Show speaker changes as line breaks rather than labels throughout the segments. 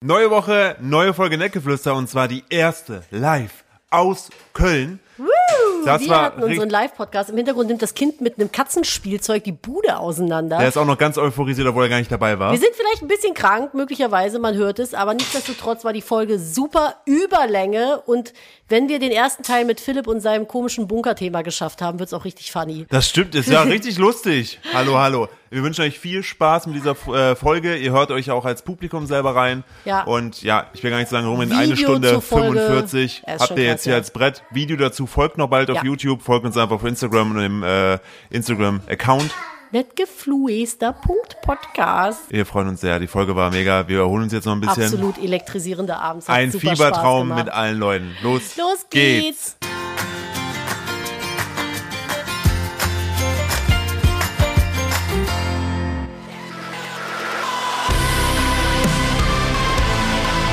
Neue Woche, neue Folge Neckgeflüster und zwar die erste live aus Köln. Das
wir
war
hatten unseren
richtig-
Live-Podcast. Im Hintergrund nimmt das Kind mit einem Katzenspielzeug die Bude auseinander.
Der ist auch noch ganz euphorisiert, obwohl er gar nicht dabei war.
wir sind vielleicht ein bisschen krank, möglicherweise, man hört es, aber nichtsdestotrotz war die Folge super Überlänge und wenn wir den ersten Teil mit Philipp und seinem komischen Bunkerthema geschafft haben, wird's auch richtig funny.
Das stimmt, es war richtig lustig. Hallo, hallo. Wir wünschen euch viel Spaß mit dieser äh, Folge. Ihr hört euch auch als Publikum selber rein.
Ja.
Und ja, ich will gar nicht so lange rum. In
Video
eine Stunde
zur Folge.
45
Er ist
habt
schon
ihr
krass,
jetzt hier
ja.
als Brett. Video dazu folgt noch bald auf
Ja.
YouTube. Folgt uns einfach auf Instagram und im äh, Instagram-Account.
Nettgefluester.podcast.
Wir freuen uns sehr. Die Folge war mega. Wir erholen uns jetzt noch ein bisschen.
Absolut elektrisierender Abend. Hat
Ein
super
Fiebertraum
Spaß
mit
gemacht.
allen Leuten. Los,
Los geht's.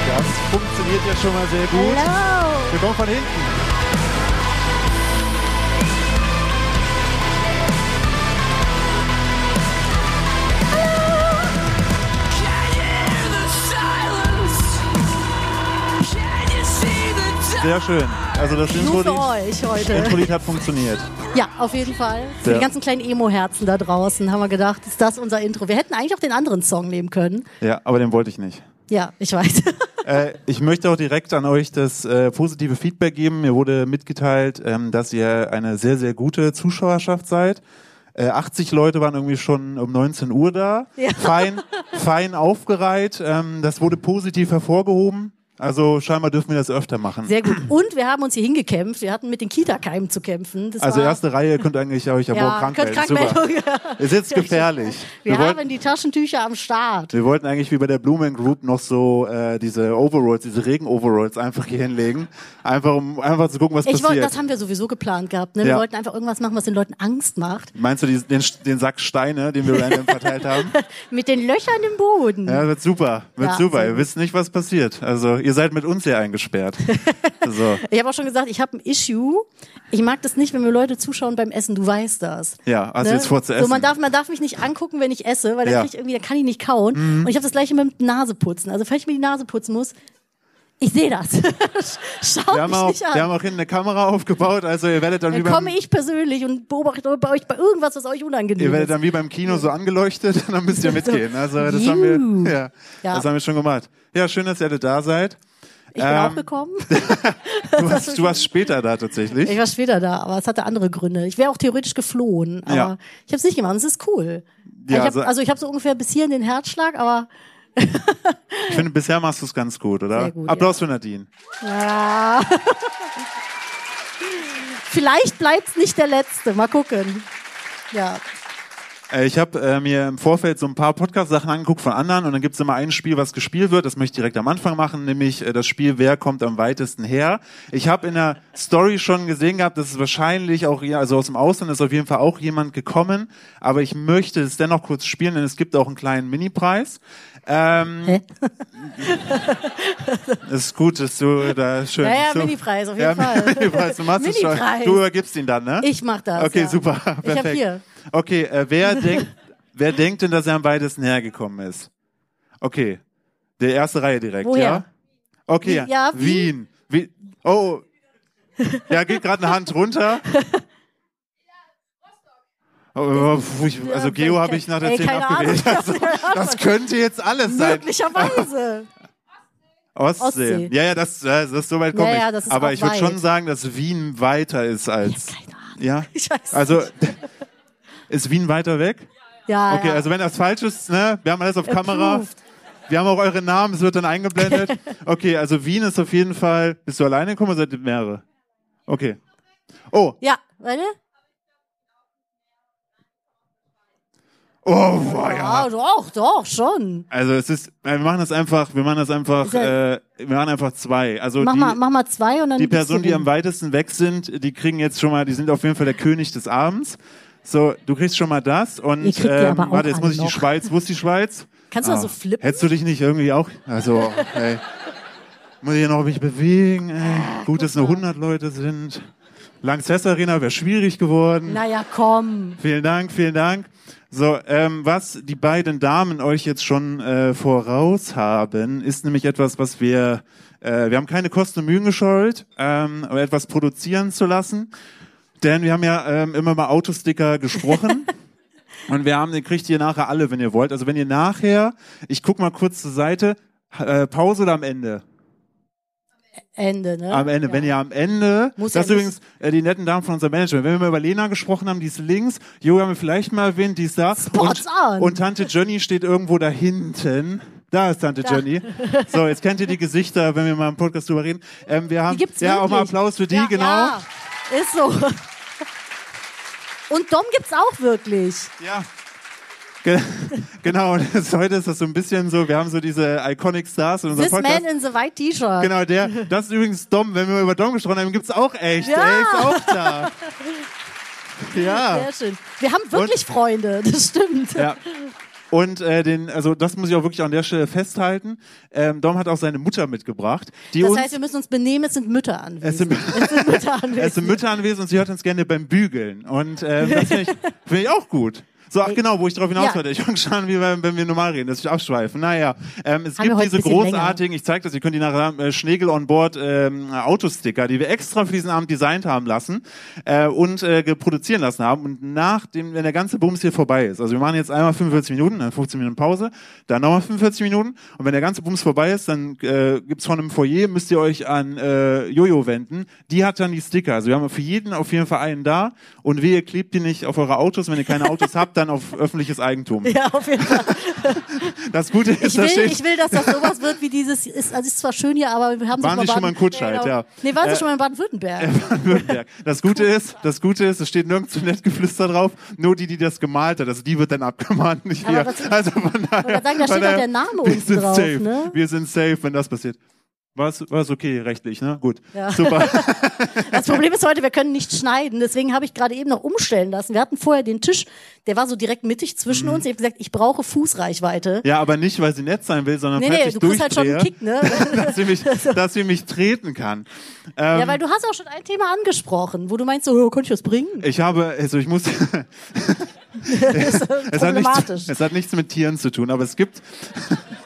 Das funktioniert ja schon mal sehr gut. Wir kommen von hinten. Sehr schön. Also das
Nur
Intro-Lied
für euch heute.
Intro-Lied hat funktioniert.
Ja, auf jeden Fall. Für
Ja.
die ganzen kleinen Emo-Herzen da draußen haben wir gedacht, ist das unser Intro. Wir hätten eigentlich auch den anderen Song nehmen können.
Ja, aber den wollte ich nicht.
Ja, ich weiß.
Äh, ich möchte auch direkt an euch das äh, positive Feedback geben. Mir wurde mitgeteilt, ähm, dass ihr eine sehr, sehr gute Zuschauerschaft seid. Äh, 80 Leute waren irgendwie schon um 19 Uhr da. Fein, fein aufgereiht. Ähm, das wurde positiv hervorgehoben. Also scheinbar dürfen wir das öfter machen.
Sehr gut. Und wir haben uns hier hingekämpft. Wir hatten mit den Kita-Keimen zu kämpfen. Das
also
war,
erste Reihe könnt eigentlich euch ja,
ja,
morgen krank
könnt
melden.
krank
Super.
melden.
Ist jetzt gefährlich.
Wir
wollten-
haben die Taschentücher am Start.
Wir wollten eigentlich wie bei der Blumen Group noch so äh, diese Overalls, diese Regen-Overalls einfach hier hinlegen. Einfach um einfach zu gucken, was
Ich wollte,
passiert.
das haben wir sowieso geplant gehabt. Ne? Wir
Ja.
wollten einfach irgendwas machen, was den Leuten Angst macht.
Meinst du diesen, den, den Sack Steine, den wir random verteilt haben?
Mit den Löchern im Boden.
Ja, wird super. Wird
Ja,
super.
sehr
Ihr
gut.
wisst nicht, was passiert. Also ihr seid mit uns hier eingesperrt. so.
Ich habe auch schon gesagt, ich habe ein Issue. Ich mag das nicht, wenn mir Leute zuschauen beim Essen. Du weißt das.
Ja, hast Also jetzt vor zu
Ne? So,
essen.
man, darf, man darf mich nicht angucken, wenn ich esse, weil dann,
Ja. Mhm.
krieg ich irgendwie, dann kann ich nicht kauen. Und ich habe das gleiche mit dem Naseputzen. Also, falls ich mir die Nase putzen muss, ich sehe das. Schaut
Wir haben,
mich
auch,
nicht
wir haben
an.
auch hinten eine Kamera aufgebaut, also ihr werdet dann, wie
Dann
beim,
komme ich persönlich und beobachte bei euch bei irgendwas, was euch
ihr
unangenehm
werdet
ist.
dann wie beim Kino so angeleuchtet, dann müsst ihr mitgehen. Also das haben wir, ja,
Ja.
das haben wir schon gemacht. Ja, schön, dass ihr alle da seid.
Ich bin
ähm,
auch gekommen.
Du warst, du warst später da tatsächlich.
Ich war später da, aber es hatte andere Gründe. Ich wäre auch theoretisch geflohen, aber
Ja.
ich habe es nicht gemacht. und Es ist cool.
Ja,
ich hab,
so-
also ich habe so ungefähr bis hierhin den Herzschlag, aber
Ich finde, bisher machst du es ganz gut, oder?
Sehr gut,
Applaus für Nadine.
ja. Ah. vielleicht bleibt's nicht der letzte. Mal gucken. Ja.
Äh, ich habe äh, mir im Vorfeld so ein paar Podcast-Sachen angeguckt von anderen und dann gibt es immer ein Spiel, was gespielt wird. Das möchte ich direkt am Anfang machen, nämlich äh, das Spiel Wer kommt am weitesten her. Ich habe in der Story schon gesehen gehabt, dass es wahrscheinlich auch, ja, also aus dem Ausland ist auf jeden Fall auch jemand gekommen, aber ich möchte es dennoch kurz spielen, denn es gibt auch einen kleinen Mini-Preis. Ähm,
Hä?
es ist gut, dass du da schön...
Ja, ja,
so-
Mini-Preis, auf
Ja,
jeden Fall.
Mini-Preis, du machst es schon.
Mini-Preis.
Du übergibst ihn dann, ne?
Ich mach das.
Okay,
ja.
super.
Ich
Perfekt.
hab hier.
Okay, äh, wer, denkt, wer denkt denn, dass er am weitesten hergekommen ist? Okay, der erste Reihe direkt,
Woher?
ja? Okay,
Wie- ja,
Wien. Wien. Oh, da geht gerade eine Hand runter. Oh, puh, ich, also
Ja,
Geo habe ich nach der
ey,
10
keine
abgewählt.
Ahnung.
Also, das könnte jetzt alles sein.
Möglicherweise.
Ostsee.
Ostsee.
Ja, ja, das, das, das so weit komme
Ja,
ich.
ja, das ist
Aber
auch
ich würde
weit.
schon sagen, dass Wien weiter ist als.
Keine Ahnung.
Ja?
Ich weiß
Also, ist Wien weiter weg?
Ja,
Okay,
ja.
also wenn das falsch ist, ne, wir haben alles auf Kamera.
Ah. Approved.
Wir haben auch eure Namen, es wird dann eingeblendet. Okay, also Wien ist auf jeden Fall. Bist du alleine gekommen oder seid ihr mehrere? Okay. Oh,
Ja, warte.
oh, boah, ja.
Ja, Ah, doch, doch, schon.
Also es ist, wir machen das einfach, wir machen das einfach,
Ist ja-
äh, wir machen einfach zwei. Also
Mach
die,
mal, mach mal zwei und dann.
die
gibst
Personen,
du
die
rum.
am weitesten weg sind, die kriegen jetzt schon mal, die sind auf jeden Fall der König des Abends. So, du kriegst schon mal das und ähm,
Ihr kriegt ja aber auch
warte, jetzt
alle
muss ich die
noch.
Schweiz, wo ist die Schweiz?
Kannst du mal so flippen?
Ah. Hättest du dich nicht irgendwie auch, also, ey, muss ich ja noch mich bewegen, ey. gut, dass nur 100 Leute sind. Lanxess Arena wäre schwierig geworden.
Naja, komm.
Vielen Dank, vielen Dank. So, ähm, was die beiden Damen euch jetzt schon äh, voraus haben, ist nämlich etwas, was wir, äh, wir haben keine Kosten und Mühen gescheut, ähm, aber etwas produzieren zu lassen. Denn wir haben ja ähm, immer mal Autosticker gesprochen. und wir haben, den kriegt ihr nachher alle, wenn ihr wollt. Also wenn ihr nachher, ich guck mal kurz zur Seite, äh, Pause oder am Ende?
Ende, ne?
Am Ende, wenn ihr am Ende,
Muss
das ist
ja
übrigens äh, die netten Damen von unserem Management, wenn wir mal über Lena gesprochen haben, die ist links, Jo haben wir vielleicht mal erwähnt, die ist da
Spots
und,
on.
und Tante Jenny steht irgendwo da hinten. Da ist Tante Jenny. So, jetzt kennt ihr die Gesichter, wenn wir mal im Podcast drüber reden. Ähm, wir haben
Die gibt's
ja auch mal
wirklich.
Applaus für die,
ja,
genau.
Ja, ist so. Und Dom gibt's auch wirklich.
Ja. Ge- Genau, und das, heute ist das so ein bisschen so, wir haben so diese Iconic Stars in unserem
This
Podcast.
man in the white T-Shirt.
Genau, der, das ist übrigens Dom, wenn wir über Dom gesprochen haben, gibt's auch echt.
Ja.
Der ist auch da. Ja.
Sehr schön. Wir haben wirklich Freunde, das stimmt.
Genau. Ja. Und äh, den, also das muss ich auch wirklich an der Stelle festhalten. Ähm, Dom hat auch seine Mutter mitgebracht, die
Das
uns
heißt, wir müssen uns benehmen, es sind Mütter
es
anwesend.
sind,
Mütter
es sind
anwesend.
Mütter anwesend und sie hört uns gerne beim Bügeln. Und ähm, das finde ich, find ich auch gut. So, ach genau, wo ich drauf hinaus
Ja.
wollte. Ich fange schon an, wie wir, wenn wir normal reden, dass ich abschweifen. Naja, ähm, es
wir
gibt
heute
diese
ein bisschen länger.
großartigen, ich zeige das, ihr könnt die nachher haben, äh, Schnegel on Board ähm, Autosticker, die wir extra für diesen Abend designt haben lassen äh, und äh, ge- produzieren lassen haben. Und nachdem, wenn der ganze Bums hier vorbei ist, also wir machen jetzt einmal 45 Minuten, dann 15 Minuten Pause, dann nochmal 45 Minuten und wenn der ganze Bums vorbei ist, dann äh, gibt's von einem Foyer, müsst ihr euch an äh, Jojo wenden. Die hat dann die Sticker. Also wir haben für jeden auf jeden Fall einen da und wehe, klebt die nicht auf eure Autos. Wenn ihr keine Autos habt, dann auf öffentliches Eigentum.
Ja, auf jeden Fall.
Das Gute ist,
Ich
da
will,
steht...
ich will, dass das sowas wird wie dieses, ist, also ist zwar schön hier, aber wir haben
Waren Sie
sich
schon mal in Kutscheid,
Genau.
ja.
Nee, waren
Äh,
Sie schon mal in Baden-Württemberg?
Baden-Württemberg. Das Gute ist, das Gute ist, es steht nirgends so nett geflüster drauf, nur die, die das gemalt hat. Also die wird dann abgemahnt, nicht
Aber
wir.
was-
Also von daher,
grad sagen, da
von
steht doch
daher,
der Name
wir
unten
sind
drauf,
Safe.
ne?
Wir sind safe, wenn das passiert. War's, war's okay rechtlich, ne? Gut.
Ja.
Super.
Das Problem ist heute, wir können nicht schneiden. Deswegen habe ich gerade eben noch umstellen lassen. Wir hatten vorher den Tisch, der war so direkt mittig zwischen uns. Ich habe gesagt, ich brauche Fußreichweite.
Mhm. Ja, aber nicht, weil sie nett sein will, sondern
nee,
weil
nee,
ich
du kriegst halt schon einen
durchdrehe,
Kick, ne?
dass, sie mich, dass sie mich treten kann. Ähm,
ja, weil du hast auch schon ein Thema angesprochen, wo du meinst, so, oh, konnte ich was bringen?
ich habe, also ich muss, es, hat
Problematisch.
nichts, es hat nichts mit Tieren zu tun, aber es gibt.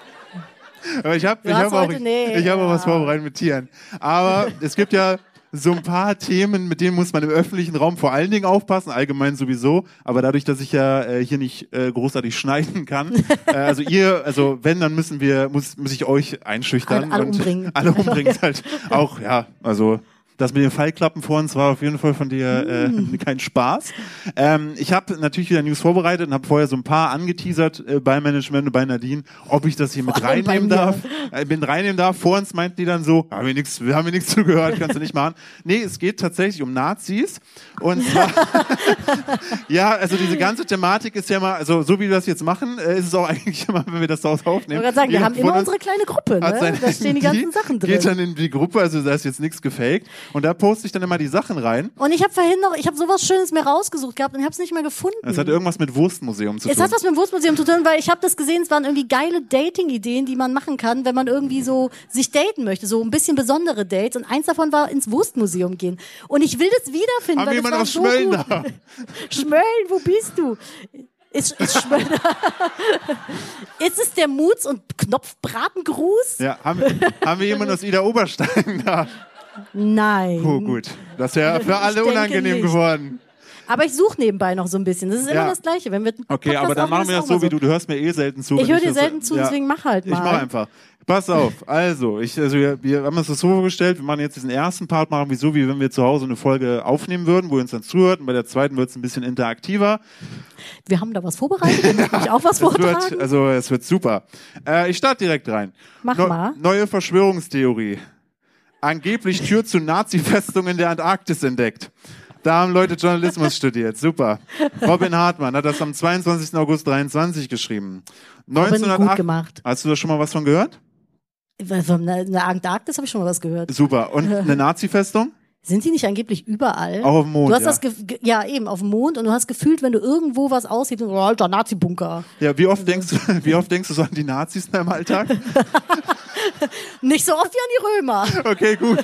aber ich habe ich
hast
hab auch,
heute- nee,
ich hab auch
ja.
was vorbereitet mit Tieren. Aber es gibt ja so ein paar Themen, mit denen muss man im öffentlichen Raum vor allen Dingen aufpassen, allgemein sowieso. Aber dadurch, dass ich ja äh, hier nicht äh, großartig schneiden kann, äh, also ihr, also wenn, dann müssen wir, muss, muss ich euch einschüchtern.
Alle- alle umbringen.
Alle umbringen ist halt auch, ja, also. Das mit den Fallklappen vor uns war auf jeden Fall von dir
Hm.
äh, kein Spaß. Ähm, ich habe natürlich wieder News vorbereitet und habe vorher so ein paar angeteasert äh, bei Management und bei Nadine, ob ich das hier mit
allem Oh, bei
reinnehmen
mir.
darf. Äh, bin reinnehmen darf. Vor uns meinten die dann so, haben wir nichts, haben wir nichts zugehört, kannst du nicht machen. Nee, es geht tatsächlich um Nazis und zwar ja, also diese ganze Thematik ist ja mal, also so wie wir das jetzt machen, äh, ist es auch eigentlich immer, wenn wir das daraus
Ich
aufnehmen.
wollte gerade sagen, wir
Jeder
haben
von
immer
uns
unsere kleine Gruppe,
hat
ne?
sein
Da stehen die ganzen
Handy,
Sachen
Geht
drin.
dann in die Gruppe, also da ist jetzt nichts gefaked. Und da poste ich dann immer die Sachen rein.
Und ich habe vorhin noch, ich habe sowas Schönes mir rausgesucht gehabt und ich habe es nicht mehr gefunden.
Das hat irgendwas mit Wurstmuseum zu
Es
tun.
Mhm. hat was mit dem Wurstmuseum zu tun, weil ich habe das gesehen, es waren irgendwie geile Dating-Ideen, die man machen kann, wenn man irgendwie so sich daten möchte, so ein bisschen besondere Dates. Und eins davon war ins Wurstmuseum gehen. Und ich will das wiederfinden,
haben wir
weil das
jemanden
war
aus
so
Schmölln
gut.
da?
Schmölln, wo bist du? Ist, ist, Schmölln, ist es der Muts- und Knopfbratengruß?
Ja, haben, wir- haben wir jemanden aus Ida
Mhm.
Oberstein da?
Nein.
Oh, gut. Das wäre ja für alle
denke
unangenehm
nicht.
geworden.
Aber ich suche nebenbei noch so ein bisschen. Das ist immer
Ja.
das Gleiche. Wenn wir einen
Okay,
Podcast
aber dann machen
aufnehmen,
wir
ist
das
auch
so
mal
wie du. Du hörst mir eh selten zu.
Ich
wenn
höre dir
das-
selten zu, deswegen mach halt
Ich
mal.
mach einfach. Pass auf. Also, ich, also wir, wir haben uns das so vorgestellt, wir machen jetzt diesen ersten Part, machen wir so, wie wenn wir zu Hause eine Folge aufnehmen würden, wo ihr uns dann zuhört. Und bei der zweiten wird es ein bisschen interaktiver.
Wir haben da was vorbereitet. Ich möchte ich auch was
Es
vortragen.
wird, also, es wird super. Äh, ich starte direkt rein.
Mach mal.
Neue Verschwörungstheorie. Angeblich Tür zu Nazi-Festungen der Antarktis entdeckt. Da haben Leute Journalismus studiert. Super. Robin Hartmann hat das am 22. August 23 geschrieben.
gut gemacht.
Hast du da schon mal was von gehört?
Von der Antarktis habe ich schon mal was gehört.
Super. Und eine Nazi-Festung?
Sind die nicht angeblich überall?
Auch auf dem Mond,
Du hast
ja.
das ge- ge- ja eben auf dem Mond und du hast gefühlt, wenn du irgendwo was aushebst, oh, alter Nazi-Bunker.
Ja, wie oft denkst du, wie oft denkst du so an die Nazis in deinem Alltag?
Nicht so oft wie an die Römer.
Okay, gut.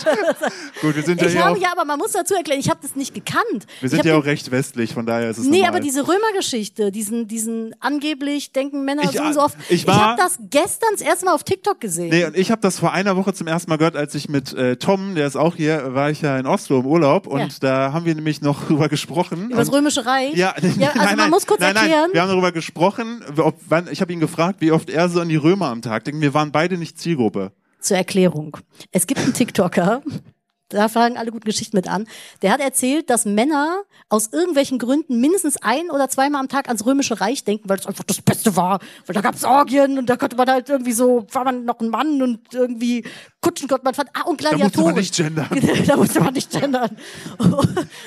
Gut, wir sind ja
Ich
hier auch,
habe ja, aber man muss dazu erklären, ich habe das nicht gekannt.
wir
ich
sind
hab
ja
den-
auch recht westlich, von daher ist es
Nee,
normal.
aber diese Römergeschichte, diesen, diesen angeblich denken Männer
Ich,
so
äh,
und so oft.
ich
Ich,
war-
habe das gestern das erste Mal auf TikTok gesehen.
Nee, und ich habe das vor einer Woche zum ersten Mal gehört, als ich mit äh, Tom, der ist auch hier, war ich ja in Oslo im Urlaub und da haben wir nämlich noch drüber gesprochen.
Über das
Und-
Römische Reich.
Ähm, Ja,
ja also
nein,
man
nein,
muss kurz
nein, nein,
erklären.
Wir haben darüber gesprochen, ob, wann, ich habe ihn gefragt, wie oft er so an die Römer am Tag denkt. Wir waren beide nicht Zielgruppe.
Zur Erklärung. Es gibt einen TikToker, da fangen alle guten Geschichten mit an, der hat erzählt, dass Männer aus irgendwelchen Gründen mindestens ein oder zweimal am Tag ans Römische Reich denken, weil es einfach das Beste war. Weil da gab es Orgien und da konnte man halt irgendwie so, war man noch ein Mann und irgendwie Kutschen konnte man fahren. Ah, und
Da
Gladiatoren.
musste man nicht gendern.
da musste man nicht gendern.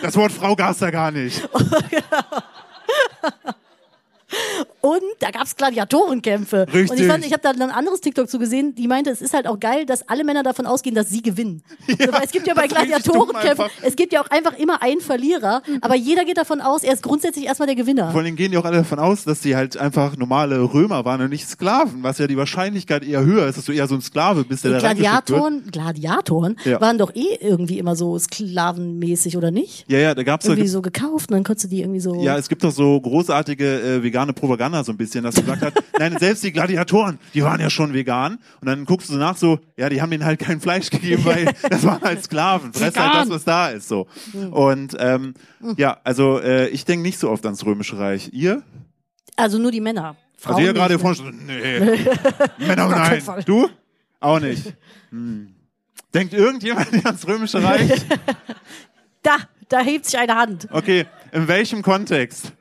Das Wort Frau gab's da gar nicht.
Oh. Und da gab's Gladiatorenkämpfe.
Richtig.
Und ich fand, ich habe da ein anderes TikTok zu gesehen, die meinte, es ist halt auch geil, dass alle Männer davon ausgehen, dass sie gewinnen. so, weil es gibt ja bei
das ist richtig dumm
Gladiatorenkämpfen,
einfach. Mhm.
es gibt ja auch einfach immer einen Verlierer, aber jeder geht davon aus, er ist grundsätzlich erstmal der Gewinner.
Vor allem gehen die auch alle davon aus, dass sie halt einfach normale Römer waren und nicht Sklaven, was ja die Wahrscheinlichkeit eher höher ist, dass du eher so ein Sklave bist, der da reingeschickt wird.
Gladiatoren, Gladiatoren
Ja.
waren doch eh irgendwie immer so sklavenmäßig, oder nicht?
Ja, ja, da gab's doch,
Irgendwie so gekauft und dann konntest du die irgendwie so.
ja, es gibt doch so großartige äh, vegane Propaganda so ein bisschen, dass gesagt hat, nein, selbst die Gladiatoren, die waren ja schon vegan und dann guckst du nach so, ja, die haben denen halt kein Fleisch gegeben, weil das waren halt Sklaven, fress halt das, was da ist so.
Hm.
Und ähm, ja, also äh, ich denke nicht so oft ans Römische Reich. Ihr?
Also nur die Männer. Frauen
also ihr
nicht. ne?
gerade hier vorne schon, nee, Männer nein.
Fall.
Du? Auch nicht. Hm. Denkt irgendjemand ans Römische Reich?
Da, da hebt sich eine Hand.
Okay, in welchem Kontext?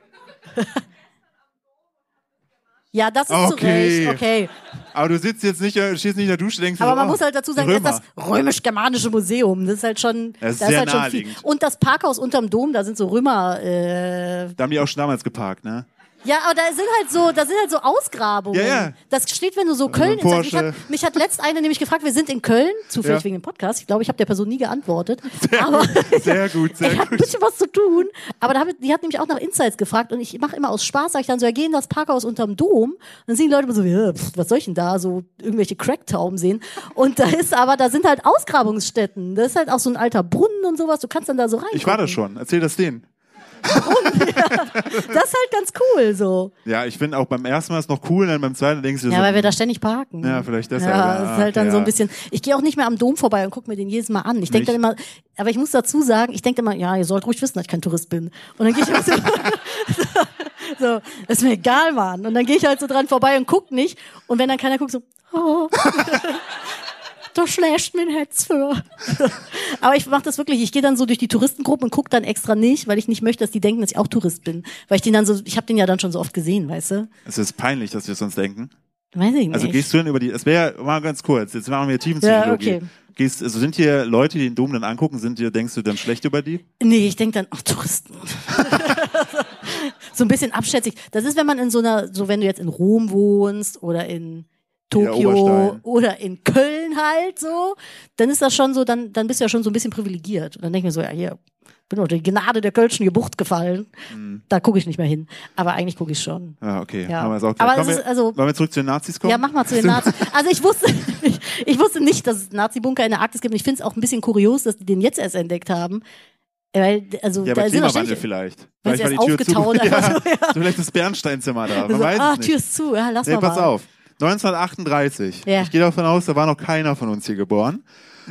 Ja, das ist
Okay.
zu Recht. Okay.
Aber du sitzt jetzt nicht, äh, stehst nicht in der Dusche, denkst
Aber
so,
man
oh,
muss halt dazu sagen,
die
das ist
Römer.
das römisch-germanische Museum. Das ist halt schon,
Das ist
da ist
sehr
halt schon viel.
naheliegend.
Und das Parkhaus unterm Dom, da sind so Römer. Äh,
Da haben die auch schon damals geparkt, ne?
ja, aber da sind halt so, da sind halt so Ausgrabungen.
Ja, ja.
Das steht, wenn du so Köln. Also ich
Porsche.
hab, mich hat letzt eine nämlich gefragt, wir sind in Köln, zufällig
Ja.
wegen dem Podcast. Ich glaube, ich habe der Person nie geantwortet. aber
Sehr gut, sehr
ich habe ein
gut.
bisschen was zu tun. Aber da hab, ich- die hat nämlich auch nach Insights gefragt und ich mache immer aus Spaß, sag ich dann so, ja, geh in das Parkhaus unterm Dom. Und dann sehen die Leute immer so, ja, pf, was soll ich denn da? So irgendwelche Cracktauben sehen. Und da ist aber, da sind halt Ausgrabungsstätten. Da ist halt auch so ein alter Brunnen und sowas. Du kannst dann da so rein.
Ich war da schon, erzähl das denen.
Das ist halt ganz cool so.
Ja, ich finde auch beim ersten Mal ist noch cool, dann beim zweiten denkst du dir
Ja,
so, hm,
weil wir da ständig parken.
Ja, vielleicht deshalb,
Ja,
ja,
das ist halt dann
okay,
so ein
ja.
bisschen. Ich gehe auch nicht mehr am Dom vorbei und gucke mir den jedes Mal an. Ich denke dann immer, aber ich muss dazu sagen, ich denke immer, ja, ihr sollt ruhig wissen, dass ich kein Tourist bin. Und dann gehe ich immer so, so, ist mir egal, Mann. Und dann gehe ich halt so dran vorbei und guck nicht. Und wenn dann keiner guckt, so, oh. Da schlägt mein Herz für. Aber ich mache das wirklich. Ich gehe dann so durch die Touristengruppen und gucke dann extra nicht, weil ich nicht möchte, dass die denken, dass ich auch Tourist bin. Weil ich den dann so, ich habe den ja dann schon so oft gesehen, weißt du?
es ist peinlich, dass wir es sonst denken.
Weiß ich nicht.
Also gehst du denn über die, es wäre, mal ganz kurz, jetzt machen wir Tiefenpsychologie.
Ja, okay.
Gehst, also sind hier Leute, die den Dom dann angucken, sind dir, denkst du dann schlecht über die?
Nee, ich denk dann, ach, Touristen. so ein bisschen abschätzig. Das ist, wenn man in so einer, so wenn du jetzt in Rom wohnst oder in Tokio
Oberstein.
oder in Köln halt so, dann ist das schon so, dann, dann bist du ja schon so ein bisschen privilegiert. Und dann denk ich mir so, ja, hier, bin unter die Gnade der kölschen Gebucht gefallen.
Mhm.
Da gucke ich nicht mehr hin. Aber eigentlich gucke ich schon.
Ja, okay.
Ja.
Haben wir es auch
Aber
gesagt.
es
Wollen
ist-
wir,
also-
wollen wir zurück zu den Nazis kommen?
Ja, mach mal zu den Nazis. Also ich wusste, ich, ich wusste nicht, dass es Nazi-Bunker in der Arktis gibt. Und ich finde es auch ein bisschen kurios, dass die den jetzt erst entdeckt haben. Weil, also
Ja,
da
bei
sind
Klimawandel
wahrscheinlich.
vielleicht.
Weil
Vielleicht
sie erst aufgetaut,
ja,
einfach so, ja.
Vielleicht das Bernsteinzimmer da. Man
So,
weiß
ah,
es
Tür
nicht.
ist zu, ja, lass
Nee,
mal.
pass
mal.
auf. 1938.
Ja.
Ich gehe davon aus, da war noch keiner von uns hier geboren.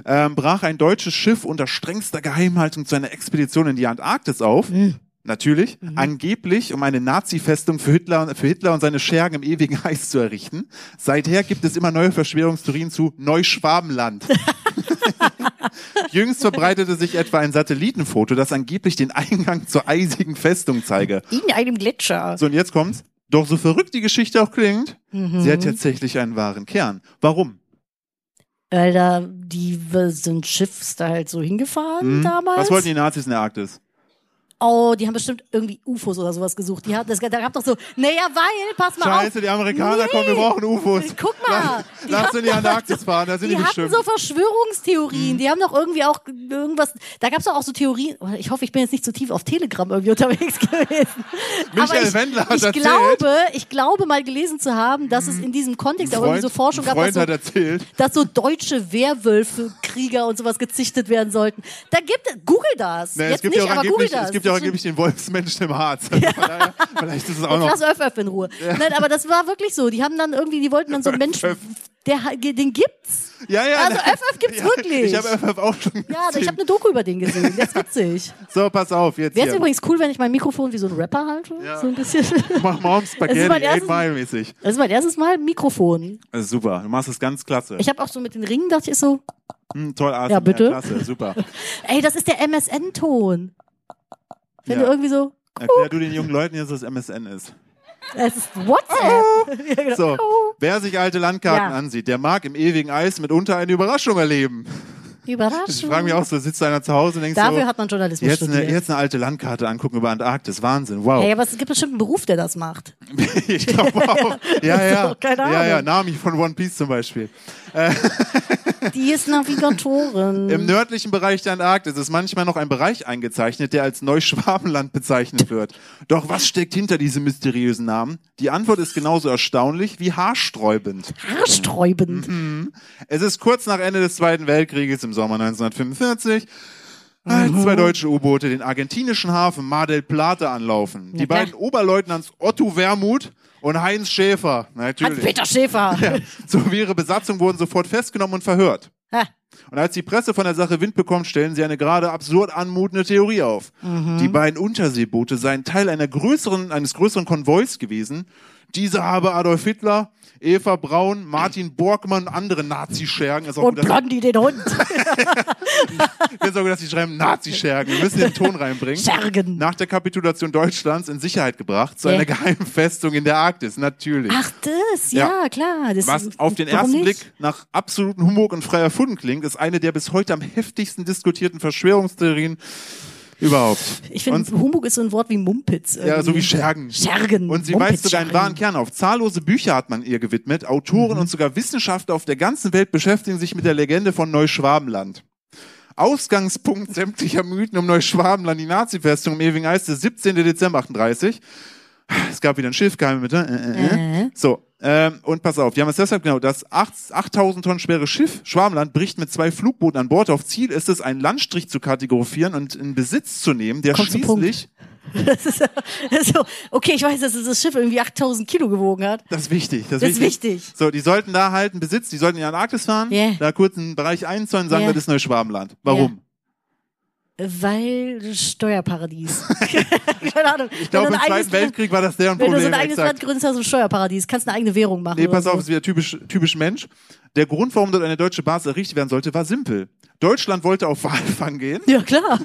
Ähm, brach ein deutsches Schiff unter strengster Geheimhaltung zu einer Expedition in die Antarktis auf.
Mhm.
Natürlich, angeblich, um eine Nazi-Festung für Hitler, für Hitler und seine Schergen im ewigen Eis zu errichten. Seither gibt es immer neue Verschwörungstheorien zu Neuschwabenland. Jüngst verbreitete sich etwa ein Satellitenfoto, das angeblich den Eingang zur eisigen Festung zeige.
In einem Gletscher.
So, und jetzt kommt's. Doch so verrückt die Geschichte auch klingt,
Mhm.
sie hat tatsächlich einen wahren Kern. Warum?
Weil da
Mhm.
die wir sind Schiffs da halt so hingefahren damals.
Was wollten die Nazis in der Arktis?
oh, die haben bestimmt irgendwie UFOs oder sowas gesucht. Die hat, das, da gab doch so, naja, weil, pass mal auf.
Scheiße, die Amerikaner kommen, wir brauchen UFos.
Guck mal.
Lass- lass in die
hatten doch
Antarktis
so-
fahren, da sind die
hatten
bestimmt. Mhm.
so Verschwörungstheorien. Die haben doch irgendwie auch irgendwas. Da gab es doch auch so Theorien. oh, Ich hoffe, ich bin jetzt nicht zu tief auf Telegram irgendwie unterwegs gewesen.
Michael
Aber ich,
Wendler hat
ich
erzählt.
glaube, ich glaube mal gelesen zu haben, dass es in diesem Kontext auch irgendwie so Forschung also
ein
gab,
Freund
dass
hat
so,
erzählt.
dass so deutsche Werwölfe, Krieger und sowas gezüchtet werden sollten. Da gibt Google das.
Nee,
jetzt
es gibt
nicht,
ja auch
aber Google
angeblich,
das.
es gibt ja auch
Das sind-
angeblich den Wolfsmenschen im Harz. Also von daher, Vielleicht ist es auch
Jetzt
noch.
lass Öff Öff in Ruhe. Nein, aber das war wirklich so. Die haben dann irgendwie, die wollten dann so einen Menschen, der, ha- den gibt's.
Ja, ja,
Also
nein.
FF gibt's
Ja,
wirklich.
Ich habe FF auch schon gesehen.
Ja, also ich habe eine Doku über den gesehen. Der ist witzig.
so, pass auf, jetzt
Wäre es
hier.
übrigens cool, wenn ich mein Mikrofon wie so ein Rapper halte.
Ja.
So ein bisschen.
Mach Mom Spaghetti,
mein
8
erstes-
Mile mäßig.
Das ist mein erstes Mal Mikrofon.
Also super, du machst es ganz klasse.
Ich habe auch so mit den Ringen dachte ich so,
Hm, toll, Arzt.
Ja, bitte.
klasse, super.
ey, das ist der MSN-Ton. Wenn
Ja.
du irgendwie so,
Erklär du den jungen Leuten jetzt, dass es MSN ist.
es ist WhatsApp. Ja, genau.
So, wer sich alte Landkarten
Ja.
ansieht, der mag im ewigen Eis mitunter eine Überraschung erleben. Ich
Überraschung.
frage mich auch so, sitzt einer zu Hause und denkt
Mhm. Dafür
so,
hat man Journalismus
jetzt
studiert.
eine, jetzt eine alte Landkarte angucken über Antarktis, Wahnsinn, wow.
Ey, aber es gibt bestimmt einen Beruf, der das macht.
ich glaube auch. Ja, ja.
So, keine
Ja, ja,
Ahnung.
Nami von One Piece zum Beispiel.
Die ist Navigatorin.
Im nördlichen Bereich der Antarktis ist manchmal noch ein Bereich eingezeichnet, der als Neuschwabenland bezeichnet wird. Doch was steckt hinter diesem mysteriösen Namen? Die Antwort ist genauso erstaunlich wie haarsträubend.
Haarsträubend.
Mhm, Es ist kurz nach Ende des Zweiten Weltkrieges im Sommer 1945, als zwei deutsche U-Boote den argentinischen Hafen Mar del Plata anlaufen. Die
klar.
beiden Oberleutnants Otto Wermuth und Heinz Schäfer, natürlich.
Hans-Peter Schäfer.
sowie ihre Besatzung wurden sofort festgenommen und verhört.
Ha.
Und als die Presse von der Sache Wind bekommt, stellen sie eine gerade absurd anmutende Theorie auf.
Mhm.
Die beiden Unterseeboote seien Teil einer größeren, eines größeren Konvois gewesen. Diese habe Adolf Hitler, Eva Braun, Martin Borgmann und andere Nazischergen. Ist auch
Und
gut, dass,
Blondie den Hund.
ist auch gut, dass sie schreiben Nazischergen. Wir müssen den Ton reinbringen.
Schergen.
Nach der Kapitulation Deutschlands in Sicherheit gebracht zu
Ja.
einer geheimen Festung in der Arktis. Natürlich.
Ach, das, ja,
Ja.
klar. Das,
Was auf den
warum
ersten
nicht?
Blick nach absoluten Humbug und freier Funden klingt, ist eine der bis heute am heftigsten diskutierten Verschwörungstheorien überhaupt.
Ich
Und-
finde, Humbug ist so ein Wort wie Mumpitz.
Ja, so
irgendwie.
wie Schergen.
Schergen.
Und sie
Mumpitz
weist sogar einen wahren Kern auf. Zahllose Bücher hat man ihr gewidmet. Autoren
Mhm.
und sogar Wissenschaftler auf der ganzen Welt beschäftigen sich mit der Legende von Neuschwabenland. Ausgangspunkt sämtlicher Mythen um Neuschwabenland, die Nazi-Festung im ewigen Eis, der 17. Dezember 38. Es gab wieder ein Schiff, geheime Mitte. Äh, äh, äh. So, ähm, und pass auf, die haben es deshalb genau. Das 8 8000 Tonnen schwere Schiff Schwarmland bricht mit zwei Flugbooten an Bord auf. Ziel ist es, einen Landstrich zu kategorisieren und in Besitz zu nehmen, der
Kommt zum Punkt.
schließlich
Das ist, so, Also, okay, ich weiß, dass das Schiff irgendwie 8000 Kilo gewogen hat.
Das ist wichtig. Das,
Das ist wichtig.
So, die sollten da halt einen Besitz, die sollten in die Antarktis fahren,
Yeah.
da kurz einen Bereich einzäunen, sagen
Yeah.
wir, das ist Neuschwabenland. Warum?
Weil Steuerparadies. Keine Ahnung.
Ich glaube, im Zweiten Weltkrieg war das deren
Wenn du so
Problem.
ein eigenes Land
exakt.
gründest, hast du ein Steuerparadies. Kannst eine eigene Währung machen.
Nee, pass
oder
auf, das
so.
ist wieder typisch, typisch Mensch. Der Grund, warum dort eine deutsche Basis errichtet werden sollte, war simpel. Deutschland wollte auf Walfang gehen,
Ja, klar.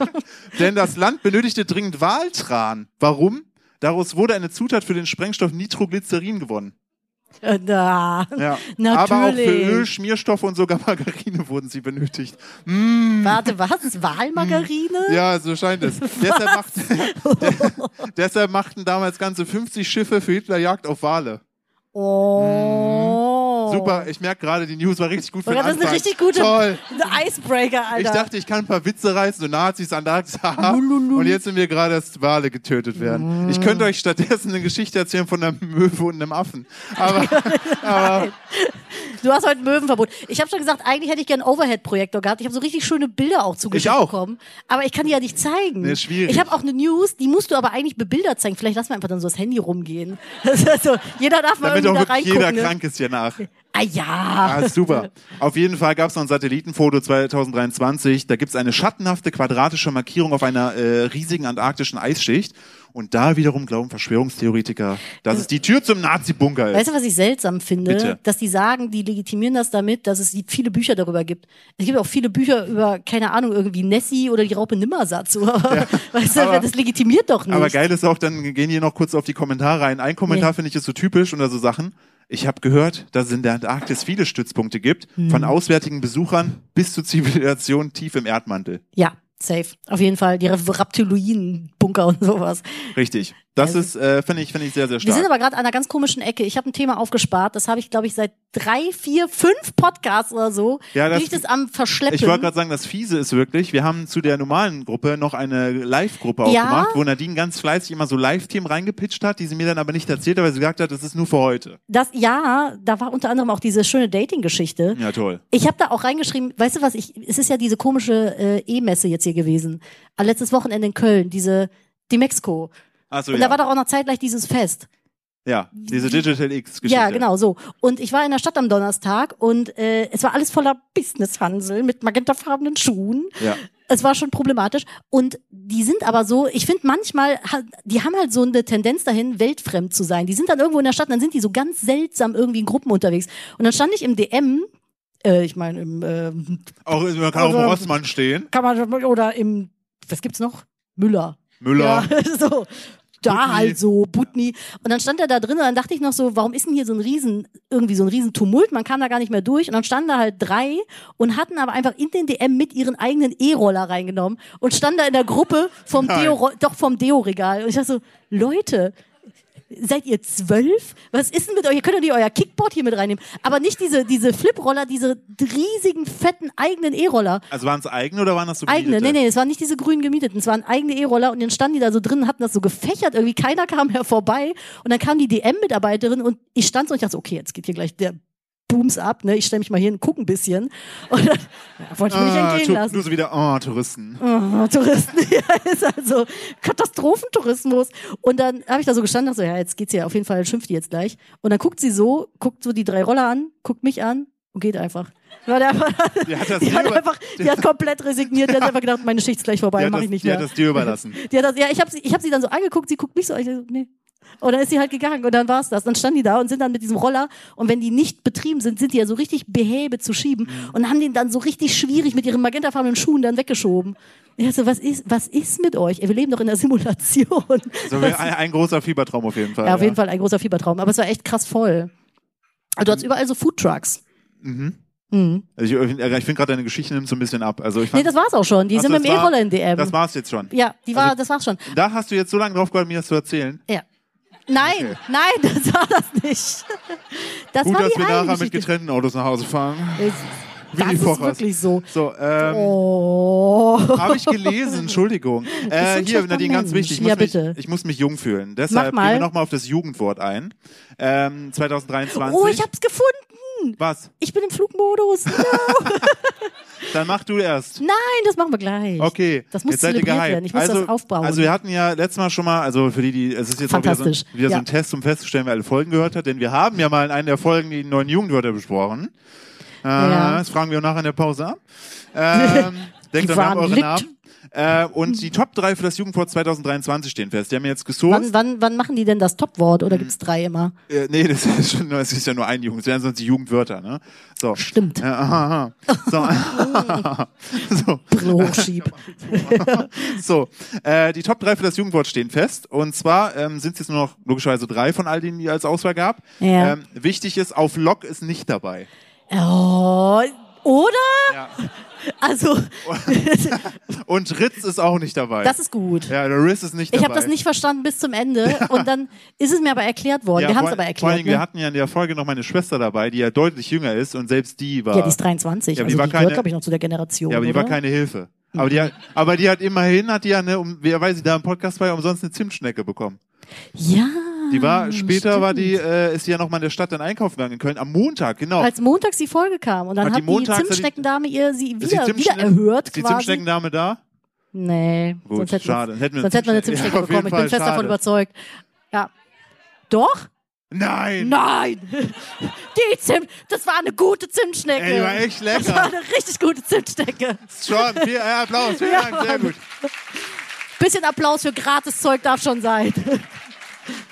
denn das Land benötigte dringend Waltran. Warum? Daraus wurde eine Zutat für den Sprengstoff Nitroglycerin gewonnen.
Na,
Ja.
natürlich.
Aber auch für Öl, Schmierstoffe und sogar Margarine wurden sie benötigt.
Warte, was? Wahlmargarine?
Mm. Ja, so scheint es. deshalb, macht, deshalb machten damals ganze 50 Schiffe für Hitler Jagd auf Wale.
Oh.
Super, ich merke gerade, die News war richtig gut für
Oder
den
das ist
Anfang.
eine richtig gute
Toll.
eine Icebreaker, Alter.
Mm. Ich dachte, ich kann ein paar Witze reißen, so Nazis, Antarktis, haha.
Lululu.
und jetzt sind wir gerade, dass Wale getötet
Mm.
werden. Ich könnte euch stattdessen eine Geschichte erzählen von einer Möwe und einem Affen. Aber
du hast heute ein Möwenverbot. Ich habe schon gesagt, eigentlich hätte ich gern einen Overhead-Projektor gehabt. Ich habe so richtig schöne Bilder auch zugeschickt
Ich auch.
bekommen. Aber ich kann die ja nicht zeigen.
Nee, schwierig.
Ich habe auch eine News, die musst du aber eigentlich bebildert zeigen. Vielleicht lassen wir einfach dann so das Handy rumgehen. Das ist so, jeder darf mal
damit auch
irgendwie da
wirklich jeder
reingucken. ne?
krank ist hier nach.
Ah ja.
Ah, super. Auf jeden Fall gab es noch ein Satellitenfoto 2023. Da gibt es eine schattenhafte quadratische Markierung auf einer äh, riesigen antarktischen Eisschicht. Und da wiederum glauben Verschwörungstheoretiker, dass es die Tür zum Nazi-Bunker ist.
Weißt du, was ich seltsam finde?
Äh, Bitte.
Dass die sagen, die legitimieren das damit, dass es viele Bücher darüber gibt. Es gibt auch viele Bücher über, keine Ahnung, irgendwie Nessie oder die Raupe Nimmersatz. Ja. Weißt du,
aber-
das legitimiert doch nicht.
Aber geil ist auch, dann gehen hier noch kurz auf die Kommentare ein. Ein Kommentar
Nee.
finde ich ist so typisch unter so Sachen. Ich habe gehört, dass es in der Antarktis viele
Hm.
Stützpunkte gibt, von auswärtigen Besuchern bis zur Zivilisation tief im Erdmantel.
Ja. Safe. Auf jeden Fall. Die Raptiloiden-Bunker und sowas.
Richtig. Das ist, äh, finde ich, finde ich sehr, sehr
Also Wir sind
stark.
aber gerade an einer ganz komischen Ecke. Ich habe ein Thema aufgespart. Das habe ich, glaube ich, seit drei, vier, fünf Podcasts oder so.
Ja, das-
bin ich das am Verschleppen.
Ich wollte gerade sagen, das Fiese ist wirklich, wir haben zu der normalen Gruppe noch eine Live-Gruppe
Ja?
aufgemacht, wo Nadine ganz fleißig immer so Live-Themen reingepitcht hat, die sie mir dann aber nicht erzählt hat, weil sie gesagt hat, das ist nur für heute.
das, ja, da war unter anderem auch diese schöne Dating-Geschichte.
Ja, toll.
Ich habe da auch reingeschrieben, weißt du was, ich, es ist ja diese komische äh, E-Messe jetzt hier gewesen. Ah, Letztes Wochenende in Köln, diese, die Mexiko.
Achso,
Und
ja.
da war doch auch noch zeitgleich dieses Fest.
ja, diese Digital X-Geschichte.
Ja, genau, so. Und ich war in der Stadt am Donnerstag und äh, es war alles voller Businesshansel mit magentafarbenen Schuhen.
Ja.
Es war schon problematisch. Und die sind aber so, ich finde manchmal, ha- die haben halt so eine Tendenz dahin, weltfremd zu sein. Die sind dann irgendwo in der Stadt, und dann sind die so ganz seltsam irgendwie in Gruppen unterwegs. Und dann stand ich im DM, äh, ich meine, im, äh,
Auch, man kann auch im
Also-
Rossmann stehen.
kann man, oder im, was gibt's noch? Müller.
Müller.
Ja, so. Da
Putni.
halt so, Putni. Und dann stand er da drin und dann dachte ich noch so, warum ist denn hier so ein Riesen, irgendwie so ein Riesentumult? Man kam da gar nicht mehr durch. Und dann standen da halt drei und hatten aber einfach in den DM mit ihren eigenen E-Roller reingenommen und standen da in der Gruppe vom
Nein.
Deo, doch vom Deo-Regal. Und ich dachte so, Leute, seid ihr zwölf? Was ist denn mit euch? Ihr könnt doch nicht euer Kickboard hier mit reinnehmen. Aber nicht diese, diese Flip-Roller, diese riesigen, fetten eigenen E-Roller.
Also waren es eigene oder waren das so
Eigene, nee,
gemietete?
nee, es waren nicht diese grünen gemieteten, es waren eigene E-Roller und dann standen die da so drin und hatten das so gefächert, irgendwie keiner kam her vorbei und dann kam die DM-Mitarbeiterin und ich stand so und ich dachte so, okay, jetzt geht hier gleich der Booms ab, ne, ich stelle mich mal hier und guck ein bisschen und dann ja, wollte ich mich nicht
Ah,
entgehen
tu-
lassen.
nur so wieder, oh, Touristen.
Oh, Touristen, ja, ist also Katastrophentourismus. Und dann habe ich da so gestanden, dachte so, ja, jetzt geht's hier auf jeden Fall, schimpft die jetzt gleich. Und dann guckt sie so, guckt so die drei Roller an, guckt mich an und geht einfach. War der einfach,
Die hat das
die
dir
hat
über-
einfach, die hat komplett resigniert, die hat einfach gedacht, meine Schicht ist gleich vorbei,
Die hat
mache
das-
ich nicht
die
mehr.
hat das dir überlassen.
Die hat das, ja, ich habe sie, ich hab sie dann so angeguckt, sie guckt mich so an, ich so, nee. Und dann ist sie halt gegangen und dann war's das. Dann standen die da und sind dann mit diesem Roller und wenn die nicht betrieben sind, sind die ja so richtig behäbe zu schieben
Mhm.
und haben den dann so richtig schwierig mit ihren magentafarbenen Schuhen dann weggeschoben. Ich dachte so, was ist, was ist mit euch? Ey, wir leben doch in der Simulation.
So ein, ein großer Fiebertraum auf jeden Fall.
ja, auf jeden Fall ein großer Fiebertraum, aber es war echt krass voll. Also
Ähm,
du hast überall so Foodtrucks.
Also ich ich finde gerade deine Geschichte nimmt so ein bisschen ab. Also ich fand,
Nee, das war's auch schon. Die
Ach so,
sind mit dem
das war- also
E-Roller in DM.
das war's jetzt schon.
ja, die war, das war's schon.
Da hast du jetzt so lange drauf gehalten, mir das zu erzählen.
Ja. Nein, nein, das war das nicht. Das
Gut,
war
dass
die
wir nachher
eine
mit
Geschichte.
getrennten Autos nach Hause fahren.
Das,
Wie die
das ist
Pochers.
wirklich so.
So, ähm,
Oh.
habe ich gelesen, Entschuldigung.
ein
Äh, hier,
schlechter
Nadine, ganz
Mensch.
wichtig, ich muss,
Ja, bitte.
mich, ich muss mich jung fühlen. Deshalb
Mach mal.
gehen wir nochmal auf das Jugendwort ein. Ähm, 2023.
oh, ich hab's gefunden.
Was?
Ich bin im Flugmodus. No.
Dann mach du erst.
Nein, das machen wir gleich.
Okay,
Das muss
jetzt seid ihr
zelebriert
gehypt.
werden. Ich muss
also,
das aufbauen.
Also wir hatten ja letztes Mal schon mal, also für die, die, es ist jetzt auch wieder, so ein,
Fantastisch.
wieder so ein
Ja.
Test, um festzustellen, wer alle Folgen gehört hat, denn wir haben ja mal in einer der Folgen die neuen Jugendwörter besprochen. Äh,
Ja.
Das fragen wir nachher in der Pause ab. Ähm, denkt
Die
dann an
waren
eure
lit.
Namen. Äh, und die Top 3 für das Jugendwort 2023 stehen fest. Die haben wir jetzt gesourced.
wann, wann, wann machen die denn das Topwort
Mhm.
oder gibt's drei immer?
Äh, nee, das ist, schon, das ist ja nur ein Jugend. Das wären sonst die Jugendwörter, ne? So.
Stimmt.
Ja, aha, aha. So.
Brille hochschieb.
so. so. Äh, die Top 3 für das Jugendwort stehen fest. Und zwar ähm, sind es jetzt nur noch logischerweise drei von all denen, die als Auswahl gab.
Ja.
Ähm, wichtig ist, auf Lock ist nicht dabei.
oh, oder?
Ja.
Also,
Und Ritz ist auch nicht dabei.
das ist gut.
ja, der Riss ist nicht
Ich
dabei.
habe das nicht verstanden bis zum Ende und dann ist es mir aber erklärt worden.
Ja,
wir haben es
vor-
aber
Vor allen
erklärt.
Dingen, wir
Ne?
hatten ja in der Folge noch meine Schwester dabei, die ja deutlich jünger ist und selbst die war.
Ja, die ist 23.
Äh, Ja, aber die
also
war
die
keine-
gehört, glaube ich, noch zu der Generation.
Ja, aber die
oder?
war
Mhm.
keine Hilfe. Aber die hat, aber die hat immerhin, hat die ja, ne, um, wer weiß, die da im Podcast war, ja umsonst eine Zimtschnecke bekommen.
Ja.
Die war,
Ah,
später war die, äh, ist die ja nochmal in der Stadt dann einkaufen gegangen in Köln, am Montag, genau.
Als montags die Folge kam und dann
Hat
hat
die
die,
montags-
Zimtschneckendame ihr sie
Ist
wieder,
die
wieder
Zimtschnecken-
erhört
Ist die
quasi.
Zimtschneckendame da?
Nee,
Gut,
sonst hätten
schade.
wir,
Hätten wir
sonst hätten wir eine
Zimtschnecken-
Zimtschnecke
Ja, auf jeden
bekommen. Ich bin
Fall,
fest davon
schade.
überzeugt. Ja. Doch?
Nein!
Nein! Die Zimt, das war eine gute Zimtschnecke.
Ey, die war echt lecker.
Das war eine richtig gute Zimtschnecke.
Schon, viel äh, Applaus, vielen
Ja,
Dank, sehr
Mann.
gut.
Bisschen Applaus für Gratiszeug darf schon sein.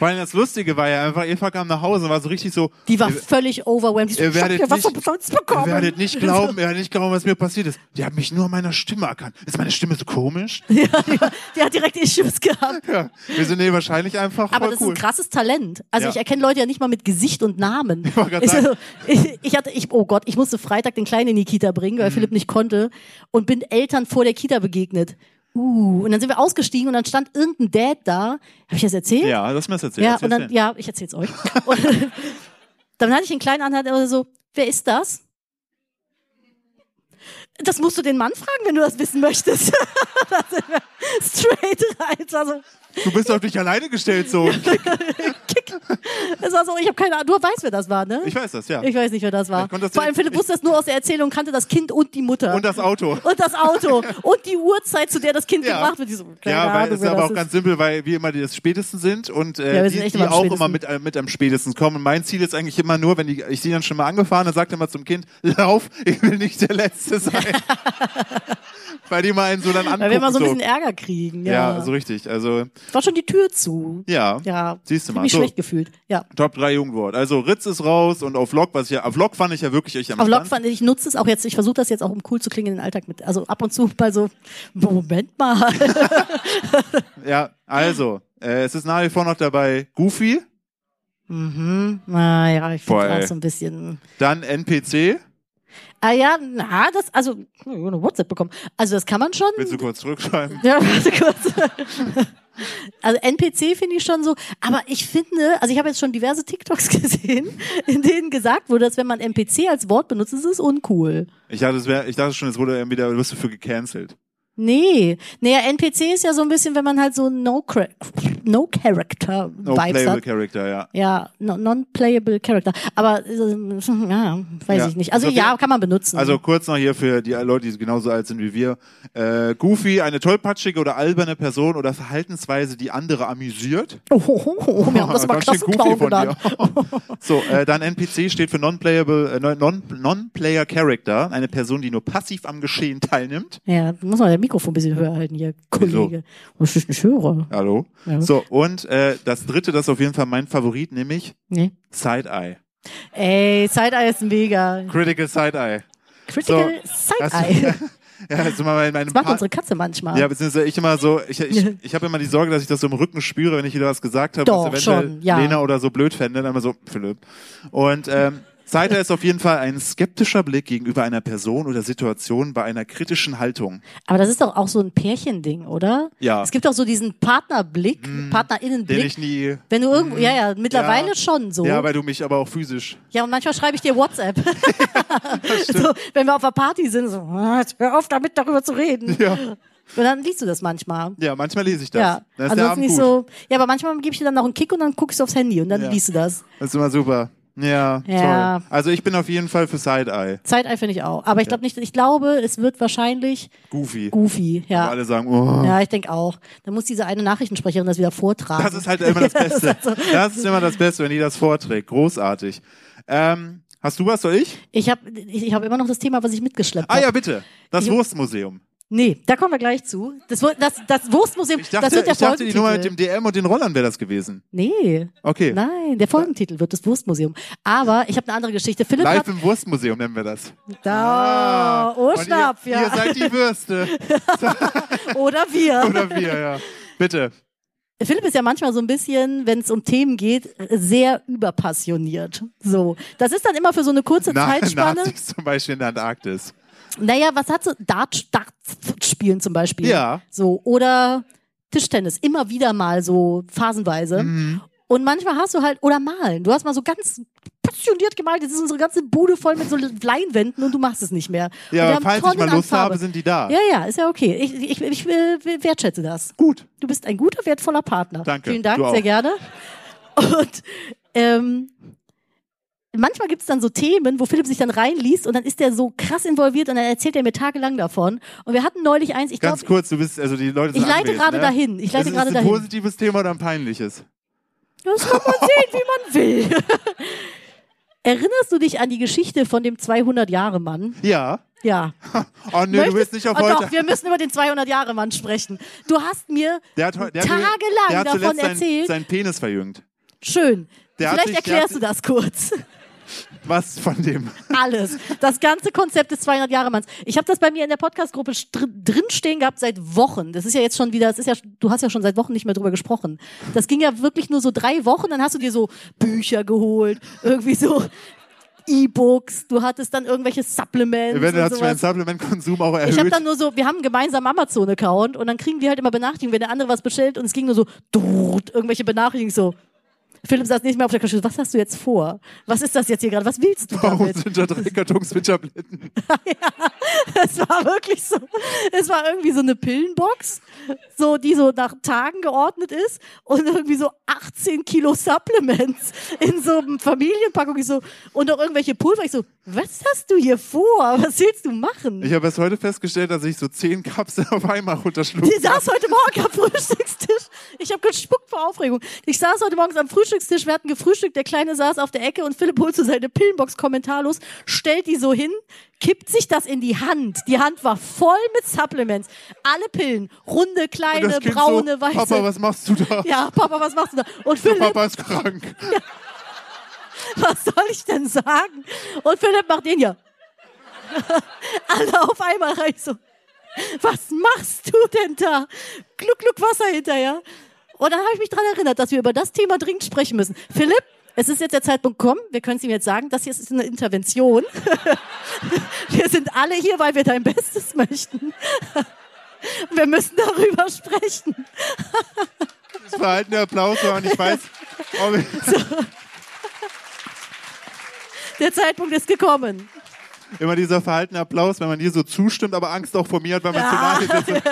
Vor allem das Lustige war ja einfach, Eva kam nach Hause und war so richtig so,
Die war völlig overwhelmed. Die so,
Ihr
ich hab
werdet
hier was
nicht-
umsonst
ihr
bekommen.
werdet nicht glauben, ihr werdet nicht glauben, was mir passiert ist. Die haben mich nur an meiner Stimme erkannt. Ist meine Stimme so komisch?
Ja, die, die hat direkt Issues gehabt.
Ja. Wir sind nee, wahrscheinlich einfach
Aber
voll
das
cool.
ist ein krasses Talent. Also
Ja.
ich erkenne Leute ja nicht mal mit Gesicht und Namen. Ich,
wollte gerade
ich,
sagen.
ich hatte, ich, oh Gott, ich musste Freitag den Kleinen in die Kita bringen,
Mhm.
weil Philipp nicht konnte und bin Eltern vor der Kita begegnet. Uh, und dann sind wir ausgestiegen und dann stand irgendein Dad da. Habe ich das erzählt?
ja, das müssen wir erzählen.
Ja,
Erzähl's
und dann,
denen.
ja, ich erzähl's euch. Und dann hatte ich einen kleinen Anhalt oder so, wer ist das? Das musst du den Mann fragen, wenn du das wissen möchtest. Da sind wir Straight rein. Also, Es war so,
Du bist auf dich alleine gestellt so.
es war so ich habe keine Ahnung. Du weißt, wer das war, ne?
Ich weiß das, ja.
Ich weiß nicht, wer das war.
Ich konnte das
Vor allem
direkt-
Philipp
ich-
wusste das nur aus der Erzählung, kannte das Kind und die Mutter.
Und das Auto.
Und das Auto. und die Uhrzeit, zu der das Kind
Ja.
gebracht wird. Die So, keine
Ja, weil
Ahnung,
es ist
wer
aber
das
auch ganz simpel, weil wir immer die das spätestens sind und äh,
Ja, wir
die,
sind echt
die
immer am
auch
spätesten.
immer mit, äh, mit am spätesten kommen. Und mein Ziel ist eigentlich immer nur, wenn die, ich sie dann schon mal angefahren, dann sagt er mal zum Kind, lauf, ich will nicht der Letzte sein. weil die mal einen so dann angucken.
Weil wir mal so ein
so.
bisschen Ärger kriegen. Ja.
Ja, so richtig. Also,
War schon die Tür zu.
ja.
Ja.
Siehst du
Hab
mal.
mich
So,
schlecht gefühlt. Ja.
Top 3 Jugendwort. Also Ritz ist raus und auf Vlog, was ich ja, auf Vlog fand ich ja wirklich echt am
Auf Lock
spannendsten.
fand ich, ich nutze es auch jetzt, ich versuche das jetzt auch, um cool zu klingen in den Alltag mit. Also ab und zu mal so, Moment mal.
Ja, also, äh, es ist nach wie vor noch dabei Goofy,
mhm, naja, ich finde
Boah, ey.
das so ein bisschen.
dann NPC.
Ah ja, na, das, also, ich hab eine WhatsApp bekommen. Also das kann man schon.
Willst du kurz zurückschreiben?
Ja, warte kurz. Also NPC finde ich schon so, aber ich finde, also ich habe jetzt schon diverse TikToks gesehen, in denen gesagt wurde, dass wenn man NPC als Wort benutzt, ist es uncool.
Ich dachte, es wär, ich dachte schon, es wurde irgendwie, da wirst du für gecancelt.
Nee, naja, NPC ist ja so ein bisschen, wenn man halt so No-Character-Vibes no character
No
Vibes
playable
hat.
character, ja.
Ja, no, non-playable Character. Aber äh, ja, weiß
Ja.
ich nicht. Also
Also
ja,
wir-
kann man benutzen.
Also kurz noch hier für die Leute, die genauso alt sind wie wir. Äh, Goofy, eine tollpatschige oder alberne Person oder Verhaltensweise, die andere amüsiert. Ah,
oh, oh, oh, oh, wir haben das mal
Ganz schön
Klassenclown genannt.
dir. so, äh, dann NPC steht für Non-Playable, äh, non- Non-Player Character, eine Person, die nur passiv am Geschehen teilnimmt.
Ja, muss man das Mikrofon ein bisschen höher halten hier, Kollege. Oh, ich nicht höre.
Hallo.
Ja.
So, und äh, das dritte, das ist auf jeden Fall mein Favorit, nämlich
Nee.
Side-Eye.
Ey, Side-Eye ist mega.
Critical Side-Eye.
Critical Side-Eye.
ja, das ist immer bei meinem
Das macht
Pa-
unsere Katze manchmal.
Ja, beziehungsweise ich immer so, ich, ich, ich habe immer die Sorge, dass ich das so im Rücken spüre, wenn ich wieder was gesagt habe,
Doch,
was eventuell
schon, ja.
Lena oder so blöd fände, dann immer so, Philipp. Und ähm, Seiter ist auf jeden Fall ein skeptischer Blick gegenüber einer Person oder Situation bei einer kritischen Haltung.
Aber das ist doch auch so ein Pärchending, oder?
Ja. Hm,
Es gibt doch so diesen Partnerblick,
Den
Partnerinnenblick.
ich nie. Hm,
Wenn du irgendwo, ja, ja, mittlerweile
Ja.
schon so.
Ja, weil du mich aber auch physisch.
Ja, und manchmal schreibe ich dir WhatsApp. so, wenn wir auf einer Party sind, so, "Ah, jetzt hör auf damit, darüber zu reden.
Ja.
Und dann liest du das manchmal.
Ja, manchmal lese ich das.
Ja,
Dann ist der
ansonsten
Abend
nicht
gut.
so. Ja, aber manchmal gebe ich dir dann noch einen Kick und dann guckst du aufs Handy und dann
Ja.
liest du das.
Das ist immer super. Ja,
Ja.
toll. Also ich bin auf jeden Fall für Side-Eye.
Zeitei finde ich auch. Aber ich glaube nicht, ich glaube, es wird wahrscheinlich
Goofy.
goofy,
Wo
ja.
alle sagen, oh.
Ja, ich denke auch. Dann muss diese eine Nachrichtensprecherin das wieder vortragen.
Das ist halt immer das Beste. Das ist immer das Beste, wenn die das vorträgt. Großartig. Ähm, hast du was, soll ich?
Ich habe ich ich hab immer noch das Thema, was ich mitgeschleppt
Ah
habe.
ja, bitte. Das
Ich-
Wurstmuseum.
Nee, da kommen wir gleich zu. Das, Wur- das, das Wurstmuseum,
Ich dachte,
das wird der
ich dachte die
Folgentitel.
Nummer mit dem DM und den Rollern wäre das gewesen.
Nee.
Okay.
Nein, der Folgentitel wird das Wurstmuseum. Aber ich habe eine andere Geschichte. Philipp
Live
hat
im Wurstmuseum nennen wir das.
da, oh,
Und
Schnapp,
ihr, Ihr
ja.
seid die Würste.
Oder wir.
Oder wir, ja. Bitte.
Philipp ist ja manchmal so ein bisschen, wenn es um Themen geht, sehr überpassioniert. So, das ist dann immer für so eine kurze
Na,
Zeitspanne.
Nazis zum Beispiel in der Antarktis.
Naja, was hat so Dart, Dart spielen zum Beispiel?
Ja.
So oder Tischtennis immer wieder mal so phasenweise.
Mhm.
Und manchmal hast du halt, oder malen. Du hast mal so ganz passioniert gemalt. Jetzt ist unsere ganze Bude voll mit so Leinwänden und du machst es nicht mehr. und
Ja,
wir
aber
haben
falls ich
Tonnen
mal
an
Lust
Farbe.
habe, sind die da.
Ja, ja, ist ja okay. Ich, ich, ich äh, wertschätze das.
Gut.
Du bist ein guter, wertvoller Partner.
Danke.
Vielen Dank,
Du auch.
sehr gerne. Und ähm, manchmal gibt's dann so Themen, wo Philipp sich dann reinliest und dann ist der so krass involviert und dann erzählt er mir tagelang davon. Und wir hatten neulich eins, ich
Ganz
glaube,
kurz, du bist, also die Leute sind
Ich leite
anwesend,
gerade
ne?
dahin. Ich
Ist
leite
es
gerade
ein
dahin.
positives Thema oder ein peinliches?
das kann man sehen, wie man will. Erinnerst du dich an die Geschichte von dem 200-Jahre-Mann?
Ja.
Ja.
Oh nee, du willst nicht auf
oh,
heute.
Doch, wir müssen über den 200-Jahre-Mann sprechen. Du hast mir
der hat, heu- der hat,
tagelang
der hat
davon
zuletzt seinen-
erzählt.
seinen Penis verjüngt.
Schön.
Der hat
Vielleicht
sich- der
erklärst
hat
du das kurz.
Was von dem?
Alles. Das ganze Konzept des 200 Jahre Manns. Ich habe das bei mir in der Podcast-Gruppe str- drinstehen gehabt seit Wochen. Das ist ja jetzt schon wieder, das ist ja, du hast ja schon seit Wochen nicht mehr drüber gesprochen. Das ging ja wirklich nur so drei Wochen, dann hast du dir so Bücher geholt, irgendwie so E-Books, du hattest dann irgendwelche Supplements.
Eventuell
und
hat sich mein
sowas.
Supplement-Konsum auch erhöht.
Ich habe dann nur so, wir haben gemeinsam Amazon-Account und dann kriegen wir halt immer Benachrichtigungen, wenn der andere was bestellt und es ging nur so, durt, irgendwelche Benachrichtigungen so. Philipp saß nicht mehr auf der Couch. Was hast du jetzt vor? Was ist das jetzt hier gerade? Was willst du
Warum
damit?
sind da drei Kartons mit Tabletten?
Es war wirklich so. Es war irgendwie so eine Pillenbox, so die so nach Tagen geordnet ist und irgendwie so 18 Kilo Supplements in so einem Familienpackung ich so und auch irgendwelche Pulver. Ich so, was hast du hier vor? Was willst du machen?
Ich habe erst heute festgestellt, dass ich so zehn Kapseln auf einmal runterschlug.
Die saß heute Morgen am Frühstückstisch. Ich habe gespuckt vor Aufregung. Ich saß heute morgens am Frühstückstisch, wir hatten gefrühstückt, der Kleine saß auf der Ecke und Philipp holt so seine Pillenbox kommentarlos, stellt die so hin, kippt sich das in die Hand. Die Hand war voll mit Supplements. Alle Pillen, runde,
Und das
kleine,
Kind
braune,
so,
weiße.
Papa, was machst du da?
ja, ne? Papa, was machst du da? Und Philipp,
Papa ist krank.
was soll ich denn sagen? Und Philipp macht den hier. Alle auf einmal rein so. Was machst du denn da? Gluck, gluck Wasser hinterher. Und dann habe ich mich dran erinnert, dass wir über das Thema dringend sprechen müssen. Philipp, es ist jetzt der Zeitpunkt gekommen. Wir können es ihm jetzt sagen. Das hier ist eine Intervention. wir sind alle hier, weil wir dein Bestes möchten. wir müssen darüber sprechen.
Das verhalten der Applaus war und ich weiß, ob ich,
Der Zeitpunkt ist gekommen.
immer dieser verhaltene Applaus, wenn man dir so zustimmt, aber Angst auch vor mir hat, weil man zu nahe sitzt.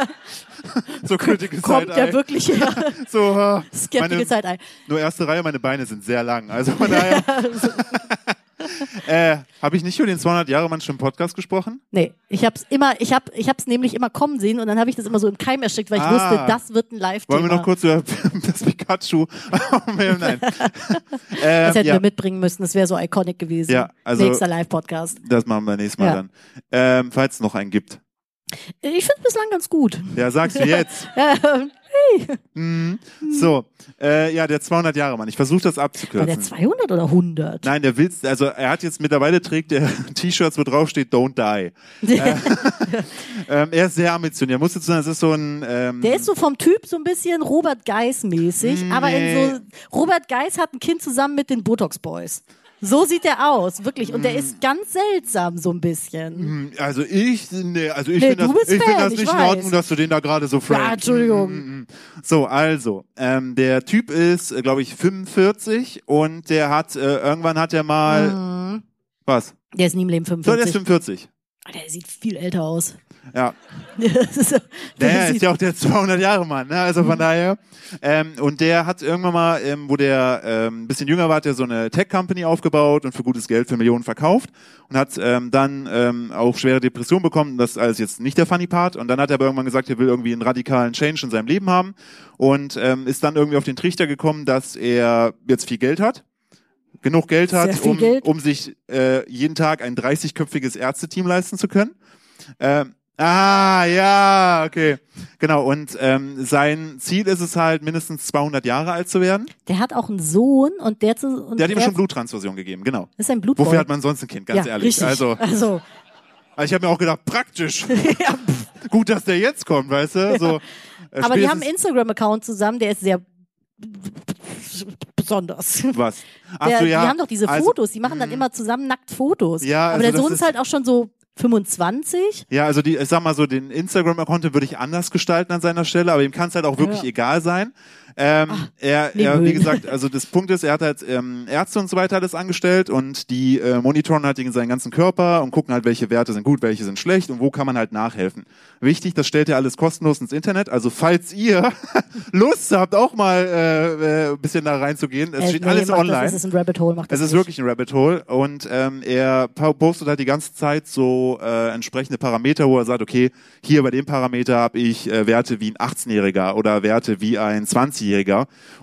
So, so kritisch
Kommt ja wirklich her.
So, äh,
Skeptical
meine-
Zeitei.
Nur erste Reihe, meine Beine sind sehr lang. Also von daher. äh, Habe ich nicht über den 200 Jahre Mann schon im Podcast gesprochen?
Nee, ich hab's immer, ich hab, ich hab's nämlich immer kommen sehen und dann habe ich das immer so im Keim erstickt, weil ich
Ah.
wusste, das wird ein Live-Thema.
Wollen wir noch kurz über das Pikachu? Nein.
das
Ähm,
hätten
ja,
wir mitbringen müssen, das wäre so iconic gewesen.
Ja, also-
Nächster Live-Podcast.
das machen wir nächstes Mal
Ja.
dann. Ähm, falls es noch einen gibt.
Ich find's bislang ganz gut.
Ja, sagst du jetzt.
Ähm,
So, äh, ja, der 200 Jahre Mann. Ich versuche das
war der
abzukürzen.
200 oder 100?
Nein, der will, also er hat jetzt mittlerweile trägt er T-Shirts, wo drauf steht Don't Die. äh. Ähm, er ist sehr ambitioniert. Er muss jetzt, das ist so ein, ähm,
Der ist so vom Typ so ein bisschen Robert Geis mäßig, aber in
Hm,
so,
Nee.
Robert Geis hat ein Kind zusammen mit den Botox Boys. So sieht er aus, wirklich. Und der
Hm.
ist ganz seltsam so ein bisschen.
Also ich, nee, also ich
Nee,
finde
du
das,
bist
ich
Fan,
find das
ich
nicht in
weiß.
Ordnung, dass du den da gerade so
Ja,
framed.
Entschuldigung.
mm. hm. So, also, ähm, der Typ ist, glaube ich, 45 und der hat, äh, irgendwann hat er mal,
Mhm.
was?
Der ist nie im Leben
So, der ist 45.
45. Ah, Der sieht viel älter aus.
Ja,
Das ist so-
der ist
sieht-
ja auch der 200 Jahre Mann, ne? also von daher. Ähm, und der hat irgendwann mal, ähm, wo der ähm, ein bisschen jünger war, hat er so eine Tech-Company aufgebaut und für gutes Geld für Millionen verkauft und hat ähm, dann ähm, auch schwere Depressionen bekommen. Das ist alles jetzt nicht der funny Part. Und dann hat er aber irgendwann gesagt, er will irgendwie einen radikalen Change in seinem Leben haben und ähm, ist dann irgendwie auf den Trichter gekommen, dass er jetzt viel Geld hat genug Geld
Sehr
hat,
viel
um,
Geld.
um sich äh, jeden Tag ein 30-köpfiges Ärzteteam leisten zu können. Ähm, ah, ja, okay. Genau, und ähm, sein Ziel ist es halt, mindestens 200 Jahre alt zu werden.
Der hat auch einen Sohn und der, zu, und
Der hat ihm schon Bluttransfusion gegeben, genau.
Das ist ein Blutboy.
Wofür hat man sonst ein Kind, ganz
ja,
ehrlich?
Richtig.
Also,
also
also ich habe mir auch gedacht, praktisch. Gut, dass der jetzt kommt, weißt du? So, äh,
aber die haben
spätestens-
einen Instagram-Account zusammen, der ist sehr besonders.
was? Ach
Der,
so, ja.
Die haben doch diese
also,
Fotos, die machen dann immer zusammen nackt Fotos.
Ja,
aber
also
der
das
Sohn ist
ist-
halt auch schon so 25.
Ja, also die, ich sag mal so, den Instagram-Account würde ich anders gestalten an seiner Stelle, aber ihm kann es halt auch wirklich
Ja. Ah,
egal sein. Ähm, er,
nee,
er,
Müll.
wie gesagt, also das Punkt ist, er hat halt ähm, Ärzte und so weiter alles angestellt und die äh, monitoren halt den- seinen ganzen Körper und gucken halt, welche Werte sind gut, welche sind schlecht und wo kann man halt nachhelfen. Wichtig, das stellt er alles kostenlos ins Internet. Also falls ihr Lust habt, auch mal äh, äh, ein bisschen da reinzugehen, es
Äh,
steht
nee,
alles
macht
online.
Das, das ist ein Rabbit Hole, macht das.
Es ist wirklich ein Rabbit Hole und ähm, er pa- postet halt die ganze Zeit so äh, entsprechende Parameter, wo er sagt, okay, hier bei dem Parameter habe ich äh, Werte wie ein 18-Jähriger oder Werte wie ein 20-Jähriger.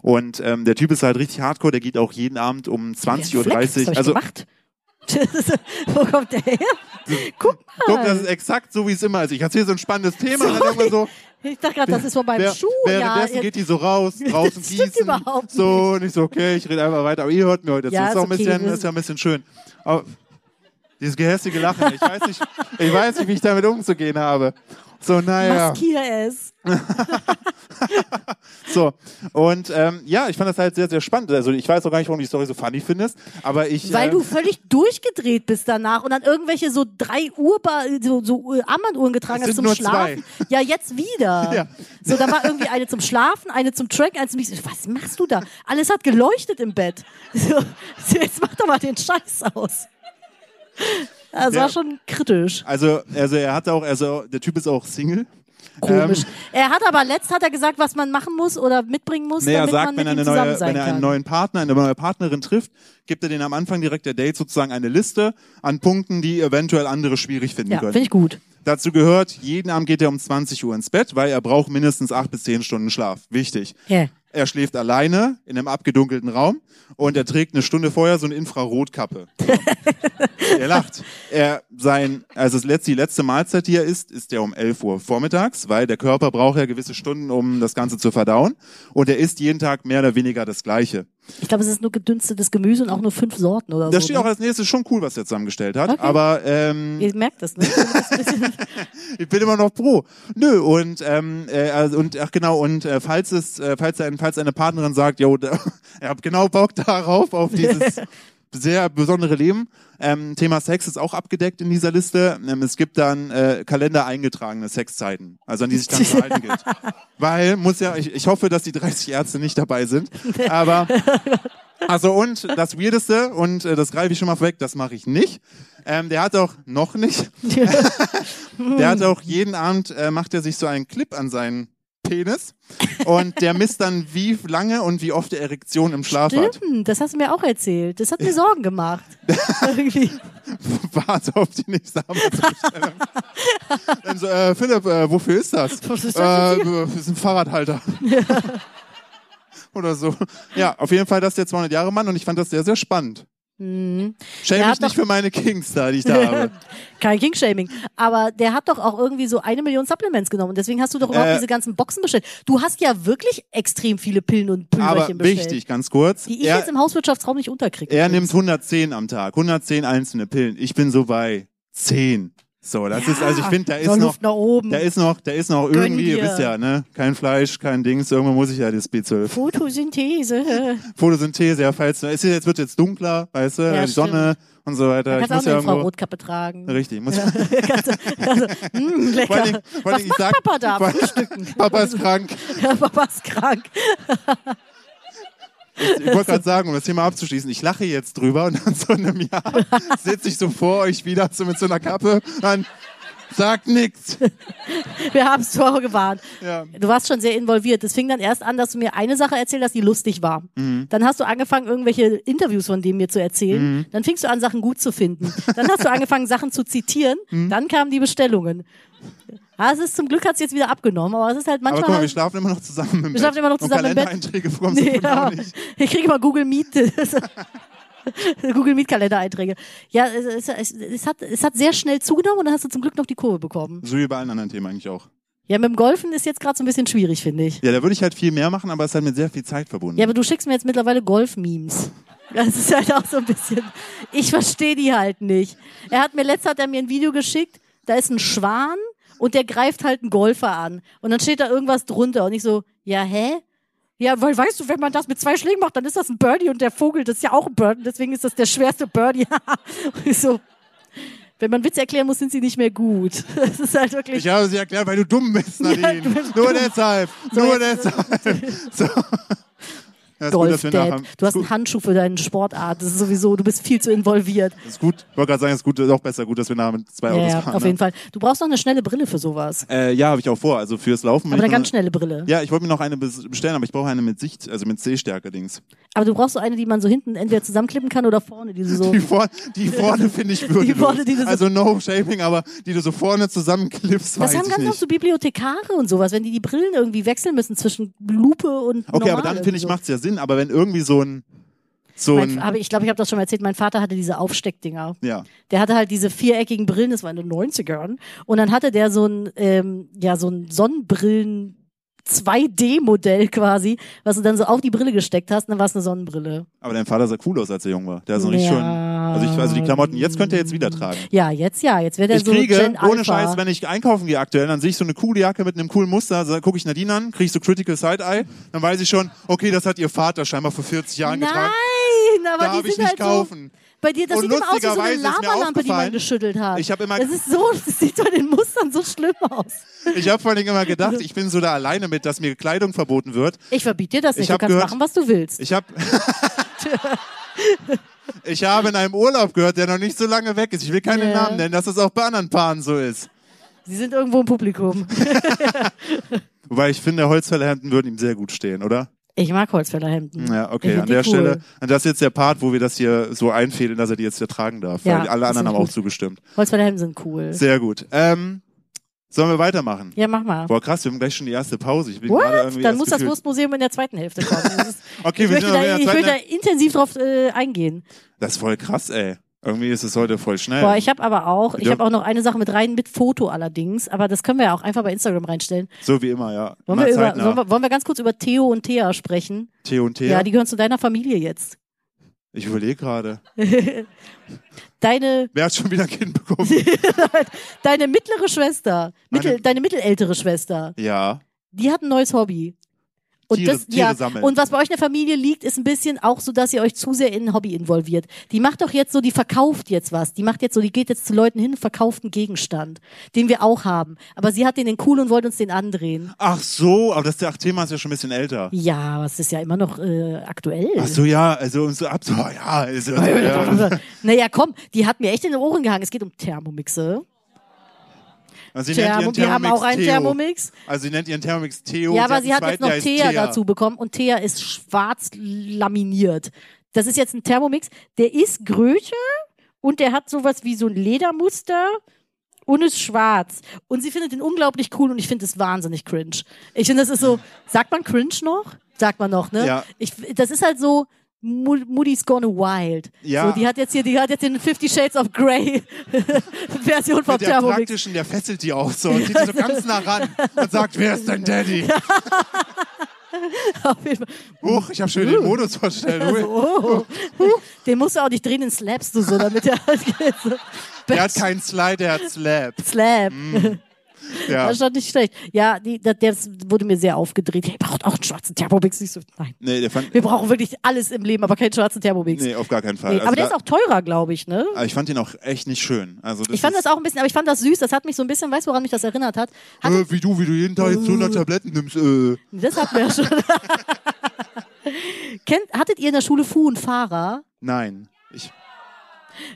Und ähm, der Typ ist halt richtig hardcore, der geht auch jeden Abend um
Wie ein Flex, das
20.30
hab
Uhr.
ich
Also
gemacht. Wo kommt der her? Guck mal.
Guck, das ist exakt so, wie es immer ist. Ich erzähle so ein spannendes Thema und dann irgendwann so,
Ich dachte gerade, das ist von meinem
wer,
Schuh.
währenddessen
ja,
geht die so raus, draußen
Das stimmt
gießen.
überhaupt
so, und ich so, okay, ich rede einfach weiter. Aber ihr hört mir heute zu.
Ja,
ist,
ist
auch ein
okay,
bisschen,
wir-
ist ja ein bisschen schön. Aber dieses gehässige Lachen, ich weiß nicht, ich weiß nicht, wie ich damit umzugehen habe. So, naja.
Maskier ist.
So. Und ähm, ja, ich fand das halt sehr, sehr spannend. Also ich weiß auch gar nicht, warum du die Story so funny findest, aber ich.
Weil
ähm,
du völlig durchgedreht bist danach und dann irgendwelche so drei Uhr so, so äh, Armbanduhren getragen
Es
hast
sind
zum
nur
Schlafen. Ja, jetzt wieder.
Ja.
So, da war irgendwie eine zum Schlafen, eine zum Track, eine zum Mix. Was machst du da? Alles hat geleuchtet im Bett. So, so, jetzt mach doch mal den Scheiß aus. Das
Ja.
war schon kritisch.
Also, also er hat auch, also der Typ ist auch Single.
Komisch.
Ähm,
er hat aber letzt hat er gesagt, was man machen muss oder mitbringen muss,
Nee, er
damit
sagt, wenn
man mit
er,
ihm
eine
zusammen
neue,
sein
wenn er einen
kann.
neuen Partner, eine neue Partnerin trifft, gibt er den am Anfang direkt der Date sozusagen eine Liste an Punkten, die eventuell andere schwierig finden
ja,
können.
finde ich gut.
Dazu gehört, jeden Abend geht er um 20 Uhr ins Bett, weil er braucht mindestens acht bis zehn Stunden Schlaf. Wichtig.
Ja.
Er schläft alleine in einem abgedunkelten Raum und er trägt eine Stunde vorher so eine Infrarotkappe. er lacht. Er, sein, also das letzte, die letzte Mahlzeit, die er isst, ist er um 11 Uhr vormittags, weil der Körper braucht ja gewisse Stunden, um das Ganze zu verdauen. Und er isst jeden Tag mehr oder weniger das Gleiche.
Ich glaube, es ist nur gedünstetes Gemüse und auch nur fünf Sorten oder so.
Das steht
ne?
auch als nächstes schon cool, was er zusammengestellt hat.
Okay.
Aber ähm,
Ihr merkt das, ne?
Ich bin immer noch pro. Nö, und, ähm, äh, also, und ach genau, und äh, falls es, äh, falls, ein, falls eine Partnerin sagt, yo, da, ihr habt genau Bock darauf, auf dieses sehr besondere Leben. Ähm, Thema Sex ist auch abgedeckt in dieser Liste. Ähm, es gibt dann äh, Kalender eingetragene Sexzeiten, also an die sich dann zu halten gilt. Weil, muss ja, ich, ich hoffe, dass die 30 Ärzte nicht dabei sind, aber... Also und das Weirdeste, und äh, das greife ich schon mal vorweg, das mache ich nicht. Ähm, der hat auch noch nicht, der hat auch jeden Abend, äh, macht er sich so einen Clip an seinen Penis und der misst dann, wie lange und wie oft er Erektion im Schlaf
Stimmt, das hast du mir auch erzählt. Das hat mir Sorgen gemacht. Irgendwie.
hat. Warte auf die nächste Arbeitsbestellung. dann so, äh, Philipp, äh, wofür ist das?
Was ist das
äh, das ist ein Fahrradhalter. Oder so. Ja, auf jeden Fall, das ist der 200-Jahre-Mann und ich fand das sehr, sehr spannend. Schäme
Der
mich
Mhm. hat
nicht
doch-
für meine Kings da, die ich da habe.
Kein King-Shaming. Aber der hat doch auch irgendwie so eine Million Supplements genommen. Und deswegen hast du doch überhaupt
Äh.
diese ganzen Boxen bestellt. Du hast ja wirklich extrem viele Pillen und
Aber
Pülverchen bestellt.
wichtig, ganz kurz.
Die ich
er,
jetzt im Hauswirtschaftsraum nicht unterkriege.
er nimmt 110 am Tag, 110 einzelne Pillen. Ich bin so bei 10. So, das ist, also ich finde, da
so
ist noch,
Ah, Luft nach oben.
da ist noch, da ist noch irgendwie, ihr
dir.
wisst ja, ne, kein Fleisch, kein Dings, irgendwann muss ich ja das B12.
Photosynthese.
Photosynthese, ja, falls, es ist jetzt wird jetzt dunkler, weißt du, die Sonne und so weiter. Ich
Kannst auch
muss
eine
ja irgendwo,
Infrarotkappe tragen.
richtig, muss
Hm,
vor
lecker.
allen Dingen- vor allen
Was
Dingen,
macht
ich sag,
Papa da?
vor- Papa ist krank.
Papa ist krank.
Ich wollte gerade sagen, um das Thema abzuschließen, ich lache jetzt drüber und dann so in einem Jahr sitze ich so vor euch wieder so mit so einer Kappe an. Sagt nix.
Wir haben es Tore gewarnt.
Ja.
Du warst schon sehr involviert. Es fing dann erst an, dass du mir eine Sache erzählt hast, die lustig war.
Mhm.
Dann hast du angefangen, irgendwelche Interviews von dem mir zu erzählen. Dann fingst du an, Sachen gut zu finden. Dann hast du angefangen, Sachen zu zitieren.
Mhm.
Dann kamen die Bestellungen. Ja, es ist, zum Glück hat es jetzt wieder abgenommen, aber es ist halt
Aber
manchmal.
guck mal, wir
halt,
schlafen immer noch zusammen im Bett.
Wir schlafen immer noch zusammen
und
im Bett.
Kalendereinträge bekommst du von mir auch nicht.
Ich kriege immer Google Meet. Google Meet Kalendereinträge. Ja, es, es, es, es, hat, es hat sehr schnell zugenommen und dann hast du zum Glück noch die Kurve bekommen.
So wie bei allen anderen Themen eigentlich auch.
Ja, mit dem Golfen ist jetzt gerade so ein bisschen schwierig, finde ich.
Ja, da würde ich halt viel mehr machen, aber es ist halt mit sehr viel Zeit verbunden.
Ja, aber du schickst mir jetzt mittlerweile Golf-Memes. Das ist halt auch so ein bisschen. Ich verstehe die halt nicht. Er hat mir letztens hat er mir ein Video geschickt, da ist ein Schwan und der greift halt einen Golfer an. Und dann steht da irgendwas drunter und ich so, ja, hä? Ja, weil weißt du, wenn man das mit zwei Schlägen macht, dann ist das ein Birdie und der Vogel, das ist ja auch ein Birdie, deswegen ist das der schwerste Birdie. und ich so, wenn man Witze erklären muss, sind sie nicht mehr gut. Das ist halt wirklich.
ich habe sie erklärt, weil du dumm bist, Nadine.
du bist
Nur
dumm.
deshalb.
So,
Nur
jetzt-
deshalb. So. Ja, ist gut, dass wir nachher-
Golf-Dad. Du hast
ist
einen Handschuh für deinen Sportart. Das ist sowieso, du bist viel zu involviert.
gut, ist gut. Ich wollte gerade sagen, ist gut, ist auch besser gut, dass wir nachher mit zwei
Ja,
Autos
ja,
fahren.
auf
ne?
jeden Fall. Du brauchst noch eine schnelle Brille für sowas.
Äh, ja, habe ich auch vor. Also fürs Laufen.
Aber
bin
eine
ich
ganz
noch-
schnelle Brille.
Ja, ich wollte mir noch eine bes- bestellen, aber ich brauche eine mit Sicht, also mit Sehstärke Dings.
Aber du brauchst so eine, die man so hinten entweder zusammenklippen kann oder vorne, die du so.
Die, vor, die vorne finde ich würdelos.
vorne, die du so-
also no shaming, aber die du so vorne zusammenklippst, weiß
Das haben
ich
ganz oft
nicht.
so Bibliothekare und sowas, wenn die die Brillen irgendwie wechseln müssen zwischen Lupe und
Okay,
normal
aber dann
irgendwie
finde ich
so.
macht's ja Sinn, aber wenn irgendwie so ein So
Mein,
ein,
habe ich ich glaube, ich habe das schon mal erzählt. Mein Vater hatte diese Aufsteckdinger.
Ja.
Der hatte halt diese viereckigen Brillen, das war in den 90ern. Und dann hatte der so ein, ähm, ja, so ein Sonnenbrillen 2D-Modell quasi, was du dann so auf die Brille gesteckt hast, und dann war es eine Sonnenbrille.
aber dein Vater sah cool aus, als er jung war. Der hat so einen richtig
Ja.
schönen. Also, ich, also die Klamotten, jetzt könnte er jetzt wieder tragen.
Ja, jetzt ja, jetzt wäre der
Ich
so
kriege,
Gen
ohne
Alpha.
Scheiß, wenn ich einkaufen gehe aktuell, dann sehe ich so eine coole Jacke mit einem coolen Muster, also, gucke ich Nadine an, kriege ich so Critical Side-Eye, dann weiß ich schon, okay, das hat ihr Vater scheinbar vor 40 Jahren getragen.
Nein, aber
Da
die
hab
sind
ich nicht
halt
kaufen.
so. Bei dir, das
Und
sieht immer aus wie so eine
lustigerweise ist mir
Lavalampe, die man
aufgefallen,
geschüttelt hat.
ich hab immer-
Das ist so, das sieht bei den Mustern so schlimm aus.
Ich habe vor allen Dingen immer gedacht, ich bin so da alleine mit, dass mir Kleidung verboten wird.
Ich verbiete dir das nicht.
Ich
Du
hab
kannst
gehört-
machen, was du willst.
Ich habe Ich habe in einem Urlaub gehört, der noch nicht so lange weg ist. Ich will keinen
Ja.
Namen nennen, dass das auch bei anderen Paaren so ist.
Sie sind irgendwo im Publikum.
Wobei ich finde, Holzfällerhemden würden ihm sehr gut stehen, oder?
Ich mag Holzfällerhemden.
Ja,
Ich
okay.
find
An
die
der
cool.
Stelle, und das ist jetzt der Part, wo wir das hier so einfädeln, dass er die jetzt hier tragen darf.
Ja,
weil alle
das
anderen
find
haben
ich
auch
gut.
zugestimmt.
Holzfällerhemden sind cool.
Sehr gut. Ähm, sollen wir weitermachen?
ja, mach mal.
Boah, krass, wir haben gleich schon die erste Pause. Ich bin gerade
What?
irgendwie
Dann
erst
muss das
gefühlt-
Wurstmuseum in der zweiten Hälfte kommen. Das ist,
Okay,
ich
wir
möchte
sind aber in
da,
der
ich
zweiten
will da intensiv drauf äh, eingehen.
Das ist voll krass, ey. Irgendwie ist es heute voll schnell.
Boah, ich habe aber auch, ich
Ja.
habe auch noch eine Sache mit rein, mit Foto allerdings, aber das können wir ja auch einfach bei Instagram reinstellen.
so wie immer, ja.
Wollen
Immer
wir, über,
zeitnah.
sollen wir, wollen wir ganz kurz über Theo und Thea sprechen?
Tee und Tee.
Ja, die gehören zu deiner Familie jetzt.
ich überlege gerade.
Deine,
Wer hat schon wieder ein Kind bekommen?
deine mittlere Schwester, mittel,
Meine-
deine mittelältere Schwester,
ja.
die hat ein neues Hobby. Und,
Tiere-
das,
Tiere
ja,
sammeln.
und was bei euch in der Familie liegt, ist ein bisschen auch so, dass ihr euch zu sehr in ein Hobby involviert. Die macht doch jetzt so, die verkauft jetzt was. Die macht jetzt so, die geht jetzt zu Leuten hin, verkauft einen Gegenstand, den wir auch haben. Aber sie hat den in cool und wollte uns den andrehen.
Ach so, aber das ach, Thema ist ja schon ein bisschen älter.
Ja, aber es ist ja immer noch äh, aktuell.
Ach so, ja, also und so ab. So, ja, also, ja.
Naja, komm, die hat mir echt in den Ohren gehangen. Es geht um Thermomixe.
Also, sie nennt
Thermo
ihren
wir haben auch einen
Theo.
Thermomix.
Also, sie nennt ihren Thermomix Theo.
Ja, aber sie hat
einen
jetzt
zweiten,
noch
der heißt
Thea dazu bekommen und Thea ist schwarz laminiert. Das ist jetzt ein Thermomix, der ist Gröte und der hat sowas wie so ein Ledermuster und ist schwarz. Und sie findet ihn unglaublich cool und ich finde es wahnsinnig cringe. Ich finde, das ist so, sagt man cringe noch? Sagt man noch, ne?
Ja.
Ich, das ist halt so, Mo- Moody's Gone Wild.
Ja.
So, die hat jetzt hier, die hat jetzt den Fifty Shades of Grey Version vom
Mit der
Thermomix.
praktischen, der fesselt die auch so und zieht die so ganz nah ran und sagt, wer ist dein Daddy?
Auf jeden Fall.
Huch, ich habe schon
Uh.
wieder den Modus verstellt. Hui.
Oh. Den musst du auch nicht drehen, den slappst du so, damit der halt geht. So.
Der hat keinen Slide, der hat Slap.
Slap.
Mm. Ja.
Das ist schon nicht schlecht. Ja, die, das, das wurde mir sehr aufgedreht. Hey, braucht auch einen schwarzen Thermomix. Ich so, nein.
Nee, der fand.
Wir brauchen wirklich alles im Leben, aber keinen schwarzen Thermomix.
Nee, auf gar keinen Fall.
Nee,
Also
aber der
da-
ist auch teurer, glaube ich, ne?
Aber ich fand ihn auch echt nicht schön. Also das
Ich fand
ist,
das auch ein bisschen, aber ich fand das süß. Das hat mich so ein bisschen, weißt du, woran mich das erinnert hat? hat
Äh, wie du, wie du jeden Tag jetzt 100 Tabletten nimmst. Äh.
das hatten wir ja schon. Kennt, hattet ihr in der Schule Fu und Fahrer?
Nein. Ich,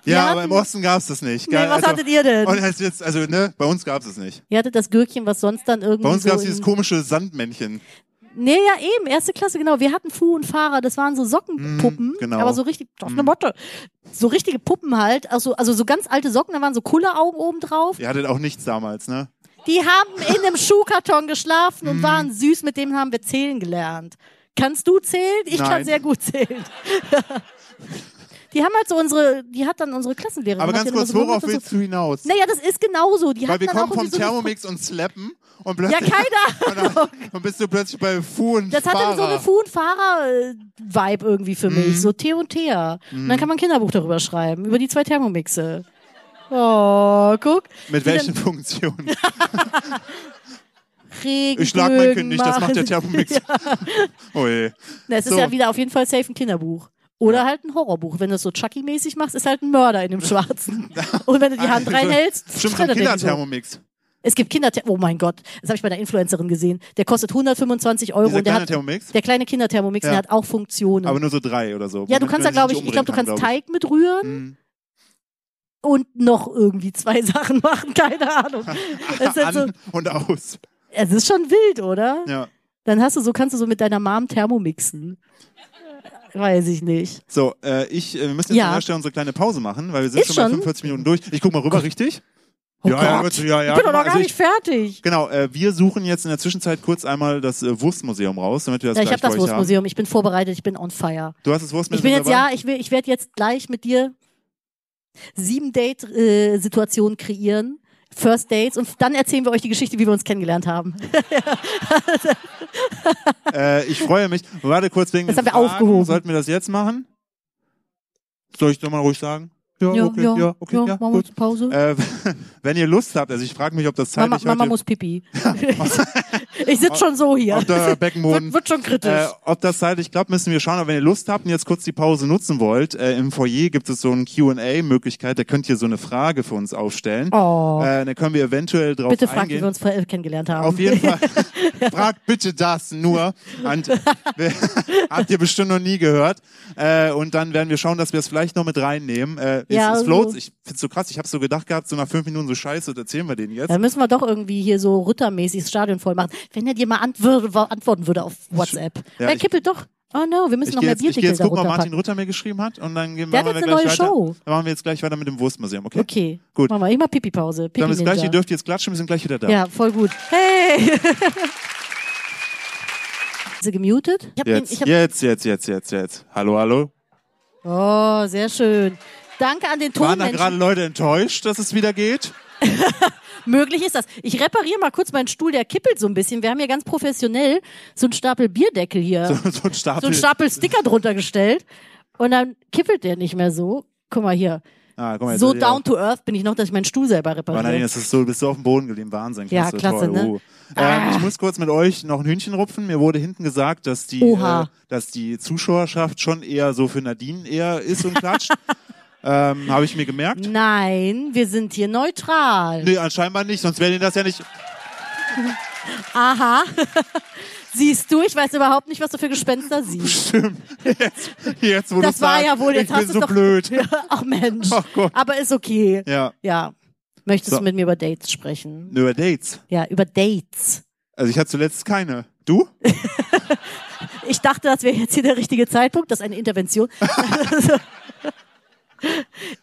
Wir
ja, aber
hatten-
im Osten gab's das nicht.
Nee, was
also,
hattet ihr denn?
Und als jetzt, also, ne, bei uns gab's das nicht.
Ihr hattet das Gürkchen, was sonst dann irgendwie.
Bei uns
so
gab's
in-
dieses komische Sandmännchen.
Nee, ja, eben, erste Klasse, genau. Wir hatten Fu und Fahrer, das waren so Sockenpuppen,
Mm, genau.
aber so richtig, das ist eine Motte. So richtige Puppen halt, also, also so ganz alte Socken, da waren so Kulleraugen oben drauf.
Ihr hattet auch nichts damals, ne?
Die haben in einem Schuhkarton geschlafen
Mhm.
und waren süß, mit dem haben wir zählen gelernt. Kannst du zählen? Ich kann
Nein.
sehr gut zählen. die haben halt so unsere, die hat dann unsere Klassenlehrerin.
Aber
hat
ganz
die dann
kurz,
immer so
worauf
berührt und
willst du hinaus?
so. Naja, das ist genauso. Die
Weil
hatten
wir
dann
kommen
auch
vom
irgendwie so eine-
Thermomix und slappen und
Ja,
plötzlich.
keiner.
und dann, dann bist du plötzlich bei Fu und
Das hatte so
Fahrer.
eine
Mhm.
Fu- und Fahrer-Vibe irgendwie für mich. So Tee und Thea. Und dann kann man ein Kinderbuch darüber schreiben, über die zwei Thermomixe. Oh, guck.
Mit
Die
welchen
dann
Funktionen?
Regenbögen
Ich schlag mein Kind nicht, das macht der
machen.
Thermomix. Oh je.
Na, Es ist
So.
ja wieder auf jeden Fall safe ein Kinderbuch. Oder halt ein Horrorbuch. Wenn du es so Chucky-mäßig machst, ist halt ein Mörder in dem Schwarzen. Und wenn du die Hand reinhältst,
Ah, Stimmt, so ein
schreddert er die so.
Kinderthermomix.
Es gibt Kinderther... Oh mein Gott, das habe ich bei einer Influencerin gesehen. Der kostet 125 Euro.
Dieser
und der,
kleine
hat,
Thermomix?
der kleine Kinderthermomix,
Ja.
der hat auch Funktionen.
Aber nur so drei oder so.
Ja, du
Womit
kannst da,
man
glaube
sich
ich, ich
nicht
glaube, du kannst
umbringen kann,
Teig mitrühren
Mhm.
und noch irgendwie zwei Sachen machen, keine Ahnung. Es ist, halt so,
An und aus.
es ist schon wild, oder?
Ja.
Dann hast du so, kannst du so mit deiner Mom Thermomixen. Weiß ich nicht.
So, äh, ich, äh, wir müssen jetzt
Ja.
an der Stelle unsere kleine Pause machen, weil wir sind
Ist
schon bei
schon?
45 Minuten durch. Ich guck mal rüber, richtig?
Oh
ja, ja,
Gott.
gut, ja, ja.
Ich bin doch noch
Also
gar nicht fertig.
Genau, äh, wir suchen jetzt in der Zwischenzeit kurz einmal das äh, Wurstmuseum raus, damit wir das
Ja, ich
gleich
habe das
bei euch haben.
Wurstmuseum. Ich bin vorbereitet. Ich bin on fire.
Du hast das Wurstmuseum
Ich bin jetzt,
dabei?
ja, ich, will- ich werde jetzt gleich mit dir sieben Date-Situationen kreieren. First Dates und dann erzählen wir euch die Geschichte, wie wir uns kennengelernt haben.
Oh, Äh, ich freue mich. Warte kurz wegen
Das
den
haben wir
Fragen.
aufgehoben.
Sollten wir das jetzt machen? Soll ich doch mal ruhig sagen? Ja, okay, ja, okay, ja,
machen wir
gut.
uns Pause.
Äh, wenn ihr Lust habt, also ich frage mich, ob das
Mama,
zeitlich
Mama
heute,
muss pipi. ich sitze schon so hier.
ob der Beckenboden,
Wird, wird schon kritisch.
äh, ob das zeitlich klappt, müssen wir schauen. Aber wenn ihr Lust habt und jetzt kurz die Pause nutzen wollt, äh, im Foyer gibt es so eine Q&A-Möglichkeit. Da könnt ihr so eine Frage für uns aufstellen.
Oh.
Äh, da können wir eventuell drauf
Bitte frag, wie
eingehen.
wir uns vorher kennengelernt haben.
Auf jeden Fall. Fragt bitte das nur. Und wir- habt ihr bestimmt noch nie gehört. Äh, und dann werden wir schauen, dass wir es vielleicht noch mit reinnehmen. Äh,
Ja,
ja, es,
also-
floats. Ich find's so krass. Ich habe so gedacht gehabt, so nach fünf Minuten so scheiße, das erzählen wir denen jetzt.
Dann müssen wir doch irgendwie hier so rüttermäßig das Stadion voll machen. Wenn er dir mal antw antworten würde auf WhatsApp.
Ja,
Wer
ich-
kippelt doch. Oh no, wir müssen
ich
noch
gehe
mehr
jetzt, ich geh
Bierdeckel
jetzt
da
gucken, ob Martin
runterpacken.
Rutter mir geschrieben hat. Und dann gehen
Der
wir,
hat
machen wir gleich
jetzt eine
weiter.
neue Show.
Dann machen wir jetzt gleich weiter mit dem Wurstmuseum, okay?
Okay.
Gut.
Machen wir immer Pipi-Pause. Pipi
Dann bis gleich. Ihr
Ninja.
dürft jetzt klatschen. Wir sind gleich wieder da.
Ja, voll gut. Hey! Ist sie gemutet? Ich hab den,
Jetzt,
ich hab,
jetzt, jetzt, jetzt, jetzt, jetzt. Hallo, hallo.
Oh, sehr schön. Danke an den
Waren da gerade
Tonmenschen.
Leute enttäuscht, dass es wieder geht?
Möglich ist das. Ich repariere mal kurz meinen Stuhl, der kippelt so ein bisschen. Wir haben hier ganz professionell so einen Stapel Bierdeckel hier.
So ein Stapel.
so einen Stapel Sticker drunter gestellt und dann kippelt der nicht mehr so. Guck mal hier.
Ah, guck mal, jetzt
so
seid ihr-
down to earth bin ich noch, dass ich meinen Stuhl selber
Oh nein,
repariere.
das ist so, du bist so auf dem Boden geblieben. Wahnsinn.
Ja,
Klasse,
klasse,
toll.
ne?
Uh. Ähm, ich muss kurz mit euch noch ein Hühnchen rupfen. Mir wurde hinten gesagt, dass die,
Oha.
äh, dass die Zuschauerschaft schon eher so für Nadine eher ist und klatscht. ähm, Habe ich mir gemerkt.
Nein, wir sind hier neutral.
Nee, anscheinend nicht, sonst wäre denen das ja nicht.
Aha. Siehst du, ich weiß überhaupt nicht, was du für Gespenster siehst.
Jetzt, wo
Das
du
war
sagst,
ja wohl, jetzt
ich
hast
bin
du's
so
doch-
blöd.
Ach Mensch.
Ach Oh Gott.
Aber ist okay.
Ja.
Ja. Möchtest
So.
du mit mir über Dates sprechen?
Über Dates.
Ja, über Dates.
Also ich hatte zuletzt keine. Du?
Ich dachte, das wäre jetzt hier der richtige Zeitpunkt, das ist eine Intervention.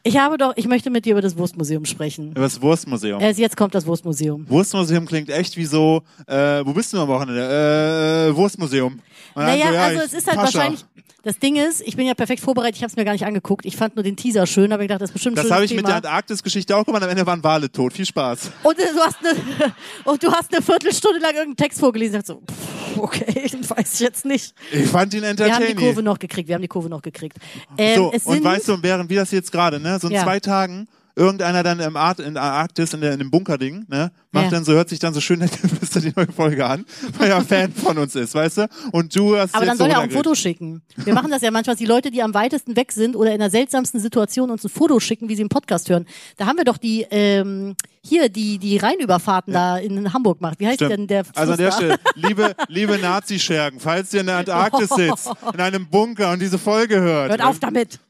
ich habe doch, ich möchte mit dir über das Wurstmuseum sprechen.
Über das Wurstmuseum.
Erst jetzt kommt das Wurstmuseum.
Wurstmuseum klingt echt wie so, äh, wo bist du am Wochenende? Äh, Wurstmuseum. Und dann
Naja,
so, ja,
also
ich-
es ist halt
Pascha.
wahrscheinlich. Das Ding ist, ich bin ja perfekt vorbereitet, ich habe es mir gar nicht angeguckt. Ich fand nur den Teaser schön, aber ich dachte, das ist bestimmt ein
Das
schönes
habe ich
Thema.
mit halt der Antarktis-Geschichte auch gemacht. Am Ende waren Wale tot. Viel Spaß.
und, äh, du hast eine, und du hast eine Viertelstunde lang irgendeinen Text vorgelesen. Ich dachte so, pff, okay, den weiß ich jetzt nicht.
Ich fand ihn
Wir haben die Kurve
entertaining.
noch gekriegt, wir haben die Kurve noch gekriegt. Ähm,
So,
es sind,
und weißt du, während wir das jetzt gerade, ne, so in
Ja.
zwei Tagen, irgendeiner dann im Art, in der Arktis, in, der, in dem Bunkerding, ne, macht
Ja.
dann so, hört sich dann so schön bis die neue Folge an, weil er Fan von uns ist, weißt du? Und du hast
aber
jetzt
dann soll
so
er auch ein
runtergeredet.
Foto schicken. Wir machen das ja manchmal, dass die Leute, die am weitesten weg sind oder in der seltsamsten Situation uns ein Foto schicken, wie sie einen Podcast hören. Da haben wir doch die, ähm, hier, die, die Rheinüberfahrten da in Hamburg macht. Wie heißt
Stimmt.
denn der Fluss
Also an der
da?
Stelle, liebe, liebe Nazi-Schergen, falls ihr in der Antarktis sitzt, in einem Bunker und diese Folge hört,
Hört auf damit.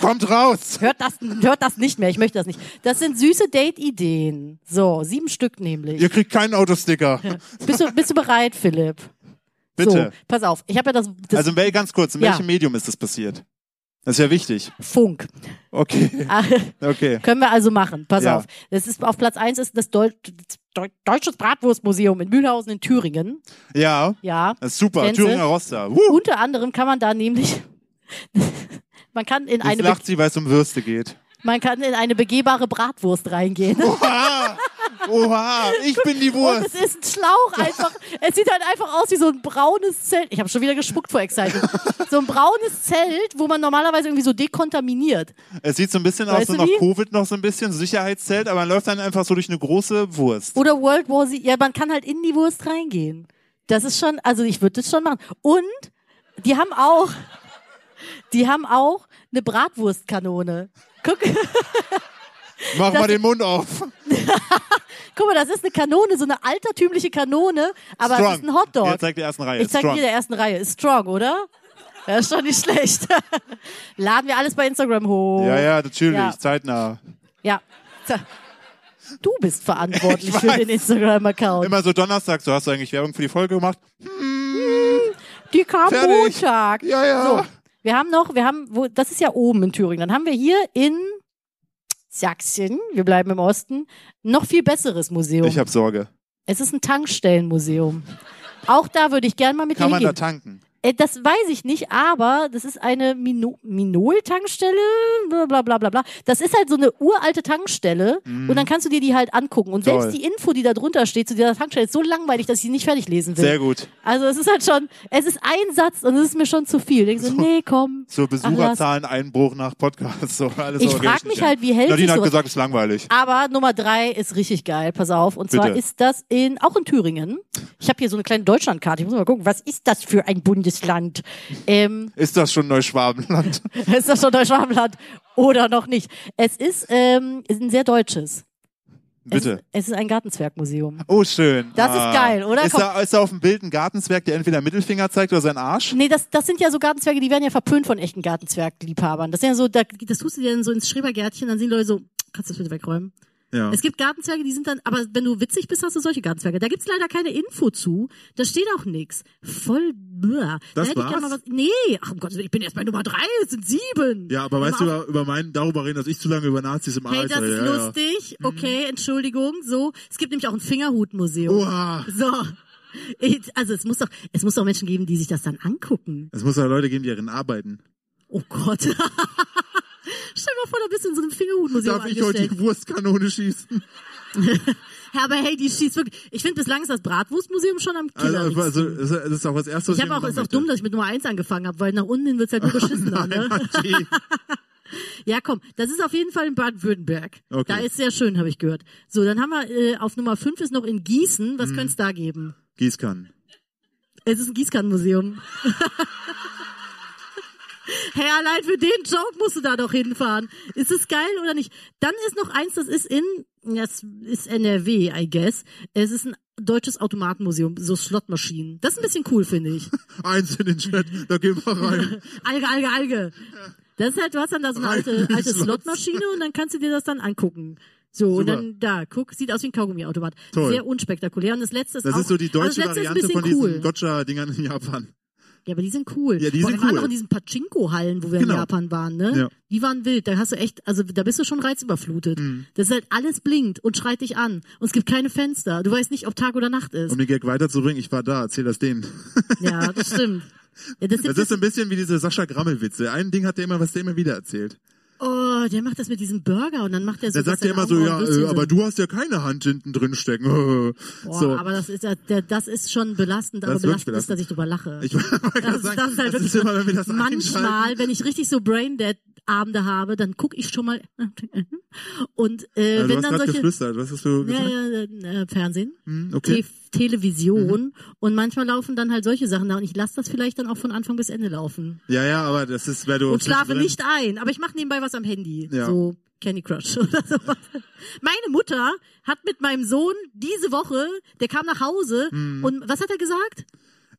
kommt raus!
Hört das, hört das nicht mehr. Ich möchte das nicht. Das sind süße Date-Ideen. So, sieben Stück nämlich.
Ihr kriegt keinen Autosticker.
Bist du, bist du bereit, Philipp?
Bitte.
So, pass auf. Ich habe ja das, das
Also in wel- ganz kurz, in
Ja.
welchem Medium ist das passiert? Das ist ja wichtig.
Funk.
Okay,
Ah,
okay.
Können wir also machen. Pass
Ja.
auf. Das ist, auf Platz eins ist das Deu Deu Deutsches Bratwurstmuseum in Mühlhausen in Thüringen.
Ja,
Ja.
das ist super.
Kennst du?
Thüringer Roster. Wuh.
Unter anderem kann man da nämlich, man kann in
Jetzt
eine, Be
lacht sie, weil es um Würste geht.
man kann in eine begehbare Bratwurst reingehen.
Oh, Oha, oha, ich bin die
Und
Wurst.
es ist ein Schlauch einfach. Es sieht halt einfach aus wie so ein braunes Zelt. Ich habe schon wieder gespuckt vor Excitement. So ein braunes Zelt, wo man normalerweise irgendwie so dekontaminiert.
Es sieht so ein bisschen aus,
Weißt
so
du
nach
wie?
Covid noch so ein bisschen, so Sicherheitszelt, aber man läuft dann einfach so durch eine große Wurst.
Oder World War Z. Ja, man kann halt in die Wurst reingehen. Das ist schon, also ich würde das schon machen. Und die haben auch, die haben auch eine Bratwurstkanone. Guck,
Mach mal
das-
den Mund auf.
guck mal, das ist eine Kanone, so eine altertümliche Kanone, aber
Strong.
es ist ein Hotdog.
Jetzt zeigt die ersten Reihe.
Ich zeig
Strong.
dir der ersten Reihe. Ist strong, oder? Ja, ist schon nicht schlecht. Laden wir alles bei Instagram hoch.
ja, ja, natürlich,
Ja.
zeitnah.
Ja. Tja. Du bist verantwortlich
Ich
für
weiß.
den Instagram-Account.
Immer so Donnerstag, so hast du eigentlich Werbung für die Folge gemacht.
Die kam
Fertig.
Montag.
Ja, ja.
So, wir haben noch, wir haben, wo, das ist ja oben in Thüringen. Dann haben wir hier in Sachsen, wir bleiben im Osten, noch viel besseres Museum.
Ich habe Sorge.
es ist ein Tankstellenmuseum. Auch da würde ich gerne mal mit
Kann man da
hingehen.
tanken?
Äh, Das weiß ich nicht, aber das ist eine Mino Minol-Tankstelle, bla bla bla bla bla. Das ist halt so eine uralte Tankstelle und dann kannst du dir die halt angucken. Und
Mhm. Toll.
selbst die Info, die da drunter steht zu dieser Tankstelle, ist so langweilig, dass ich sie nicht fertig lesen will.
Sehr gut.
Also es ist halt schon, es ist ein Satz und es ist mir schon zu viel. Ich so, nee, komm.
So
lass.
Besucherzahleneinbruch nach Podcast. So, alles
Ich
so
frag
richtig,
mich
ja.
halt, wie hält sich
Nadine hat
sowas-
gesagt, es ist langweilig.
Aber Nummer drei ist richtig geil, pass auf. Und zwar
Bitte.
ist das in, auch in Thüringen. Ich habe hier so eine kleine Deutschlandkarte, ich muss mal gucken, was ist das für ein Bundesland? Ähm,
Ist das schon Neuschwabenland?
ist das schon Deutschlandland oder noch nicht? Es ist, ähm, ist ein sehr deutsches.
Bitte.
Es, es ist ein Gartenzwergmuseum.
Oh, schön.
Das ist geil, oder?
Ist
Komm.
da, ist da auf dem Bild ein Gartenzwerg, der entweder Mittelfinger zeigt oder seinen Arsch?
Nee, das, das sind ja so Gartenzwerge, die werden ja verpönt von echten Gartenzwergliebhabern. Das sind ja so, da, das tust du dir dann so ins Schrebergärtchen, dann sehen die Leute so, kannst du das bitte wegräumen?
Ja.
Es gibt Gartenzwerge, die sind dann, aber wenn du witzig bist, hast du solche Gartenzwerge. Da gibt's leider keine Info zu. Da steht auch nix. Voll blöd.
Das
da hätte ich gerne mal
war's?
was. Nee, ach um Gottes Willen, ich bin erst bei Nummer drei, es sind sieben. auf-
über meinen, darüber reden, dass ich zu lange über Nazis im
Hey, das ist lustig.
Mhm.
Okay, Entschuldigung. So, es gibt nämlich auch ein Fingerhutmuseum.
Oha.
So. Ich, also es muss doch, es muss doch Menschen geben, die sich das dann angucken.
Es muss ja Leute geben, die darin arbeiten.
Oh Gott. Stell dir mal vor, da bist du in so einem Fingerhutmuseum angestellt.
Wurstkanone schießen?
Ja, aber hey, die schießt wirklich. Ich finde, bislang ist das Bratwurstmuseum schon am
Also,
Killer.
das ist auch das Erste, was
Ich habe auch, ist auch dumm, dass ich mit Nummer eins angefangen habe, weil nach unten hin wird's halt nur beschissener, ne? Ja, komm, das ist auf jeden Fall in Baden-Württemberg.
Okay.
Da ist sehr schön, habe ich gehört. So, dann haben wir äh, auf Nummer fünf ist noch in Gießen. Was könnte es da geben?
Gießkannen.
Es ist ein Gießkannenmuseum. hey, allein für den Joke musst du da doch hinfahren. Ist es geil oder nicht? Dann ist noch eins, das ist in, das ist NRW, I guess. Es ist ein deutsches Automatenmuseum, so Slotmaschinen. Das ist ein bisschen cool, finde ich.
Eins in den Chat, da gehen wir rein.
Alge, Alge, Alge. Das ist halt, du hast dann da so eine alte,
Rein in
alte
Slots.
Slotmaschine und dann kannst du dir das dann angucken. So, und
Super.
dann da, guck, sieht aus wie ein Kaugummiautomat.
Toll.
Sehr unspektakulär. Und das letzte ist
Das
auch,
ist so die
aber
deutsche
das letzte
Variante
ist
von
ein bisschen
diesen
cool.
Gotcha-Dingern in Japan.
Ja, aber die sind cool.
Ja, die sind
wir waren
cool.
auch in diesen Pachinko-Hallen, wo wir
Genau.
in Japan waren, ne?
Ja.
Die waren wild. Da hast du echt, also da bist du schon reizüberflutet.
Mhm.
Das ist halt alles blinkt und schreit dich an. Und es gibt keine Fenster. Du weißt nicht, ob Tag oder Nacht ist.
Um den Gag weiterzubringen, ich war da, erzähl das denen.
ja, das stimmt. Ja, das
Das
sind-
ist so ein bisschen wie diese Sascha Grammel-Witze. Ein Ding hat der immer, was der immer wieder erzählt.
oh, der macht das mit diesem Burger und dann macht er so.
Der
dass
sagt ja
seine
immer so, ja,
Augenbrauen
äh,
Würstchen
aber
sind.
du hast ja keine Hand hinten drin stecken.
Boah,
so.
aber das ist, ja- der- das ist schon belastend, aber
Das ist wirklich
belastend, ist, dass ich drüber lache.
ich wollte mal gerade
das, ist-
sagen,
das ist halt wirklich
immer, wenn wir das einschalten.
manchmal, wenn ich richtig so Braindead-Abende habe, dann gucke ich schon mal und äh,
Ja, du
wenn
hast
dann
gerade
solche
geflüstert. Was hast du
ja,
gesagt?
ja, äh, Fernsehen,
Hm, Okay. Mhm.
Te Television und manchmal laufen dann halt solche Sachen da und ich lasse das vielleicht dann auch von Anfang bis Ende laufen
Ja, ja, aber das ist, weil du...
und schlafe
zwischendrin-
nicht ein, aber ich mache nebenbei was am Handy,
Ja.
so Candy Crush oder sowas. Meine Mutter hat mit meinem Sohn diese Woche, der kam nach Hause
Hm.
und was hat er gesagt?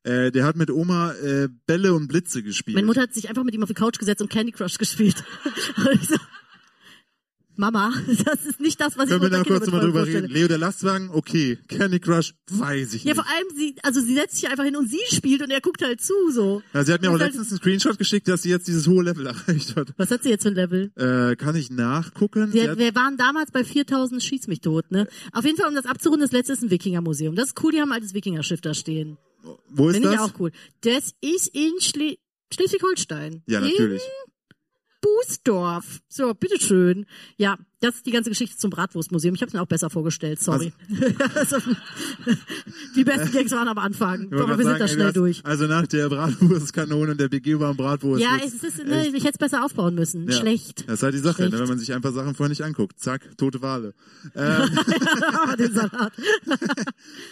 Äh, der hat mit Oma äh, Bälle und Blitze gespielt.
Meine Mutter hat sich einfach mit ihm auf die Couch gesetzt und Candy Crush gespielt. Und ich so, Mama, das ist nicht das, was ich
Können wir
mir
da
unter
kurz mal
Kinderbetreuung
drüber
vorstelle.
reden? Leo der Lastwagen, okay. Candy Crush, weiß ich
Ja,
nicht.
vor allem sie, also sie setzt sich einfach hin und sie spielt und er guckt halt zu, so.
Ja, sie hat mir auch
Und dann-
letztens einen Screenshot geschickt, dass sie jetzt dieses hohe Level erreicht hat.
Was hat sie jetzt für ein Level?
Äh, kann ich nachgucken? Sie
Wir,
hat,
wir waren damals bei 4000 Schieß mich tot, ne? Auf jeden Fall, um das abzurunden, das letzte ist ein Wikingermuseum. Das ist cool, die haben ein altes Wikingerschiff da stehen.
wo ist
Finde ich
das?
auch cool. Das ist in Schle Schleswig-Holstein.
Ja,
In
natürlich.
Bußdorf. So, bitteschön. Ja, das ist die ganze Geschichte zum Bratwurstmuseum. Ich habe es mir auch besser vorgestellt, sorry. Also, die besten Gags waren am Anfang,
Ich wollte
aber
grad
wir
sagen,
sind da
ey,
schnell
das-
durch.
Also nach der Bratwurstkanone und der begehbaren Bratwurst.
Ja,
ist-
es ist, ne, ich hätte es besser aufbauen müssen.
ja.
Schlecht.
Das ist halt die Sache,
Schlecht.
ne, wenn man sich einfach Sachen vorher nicht anguckt. Zack, tote Wale.
Den Salat.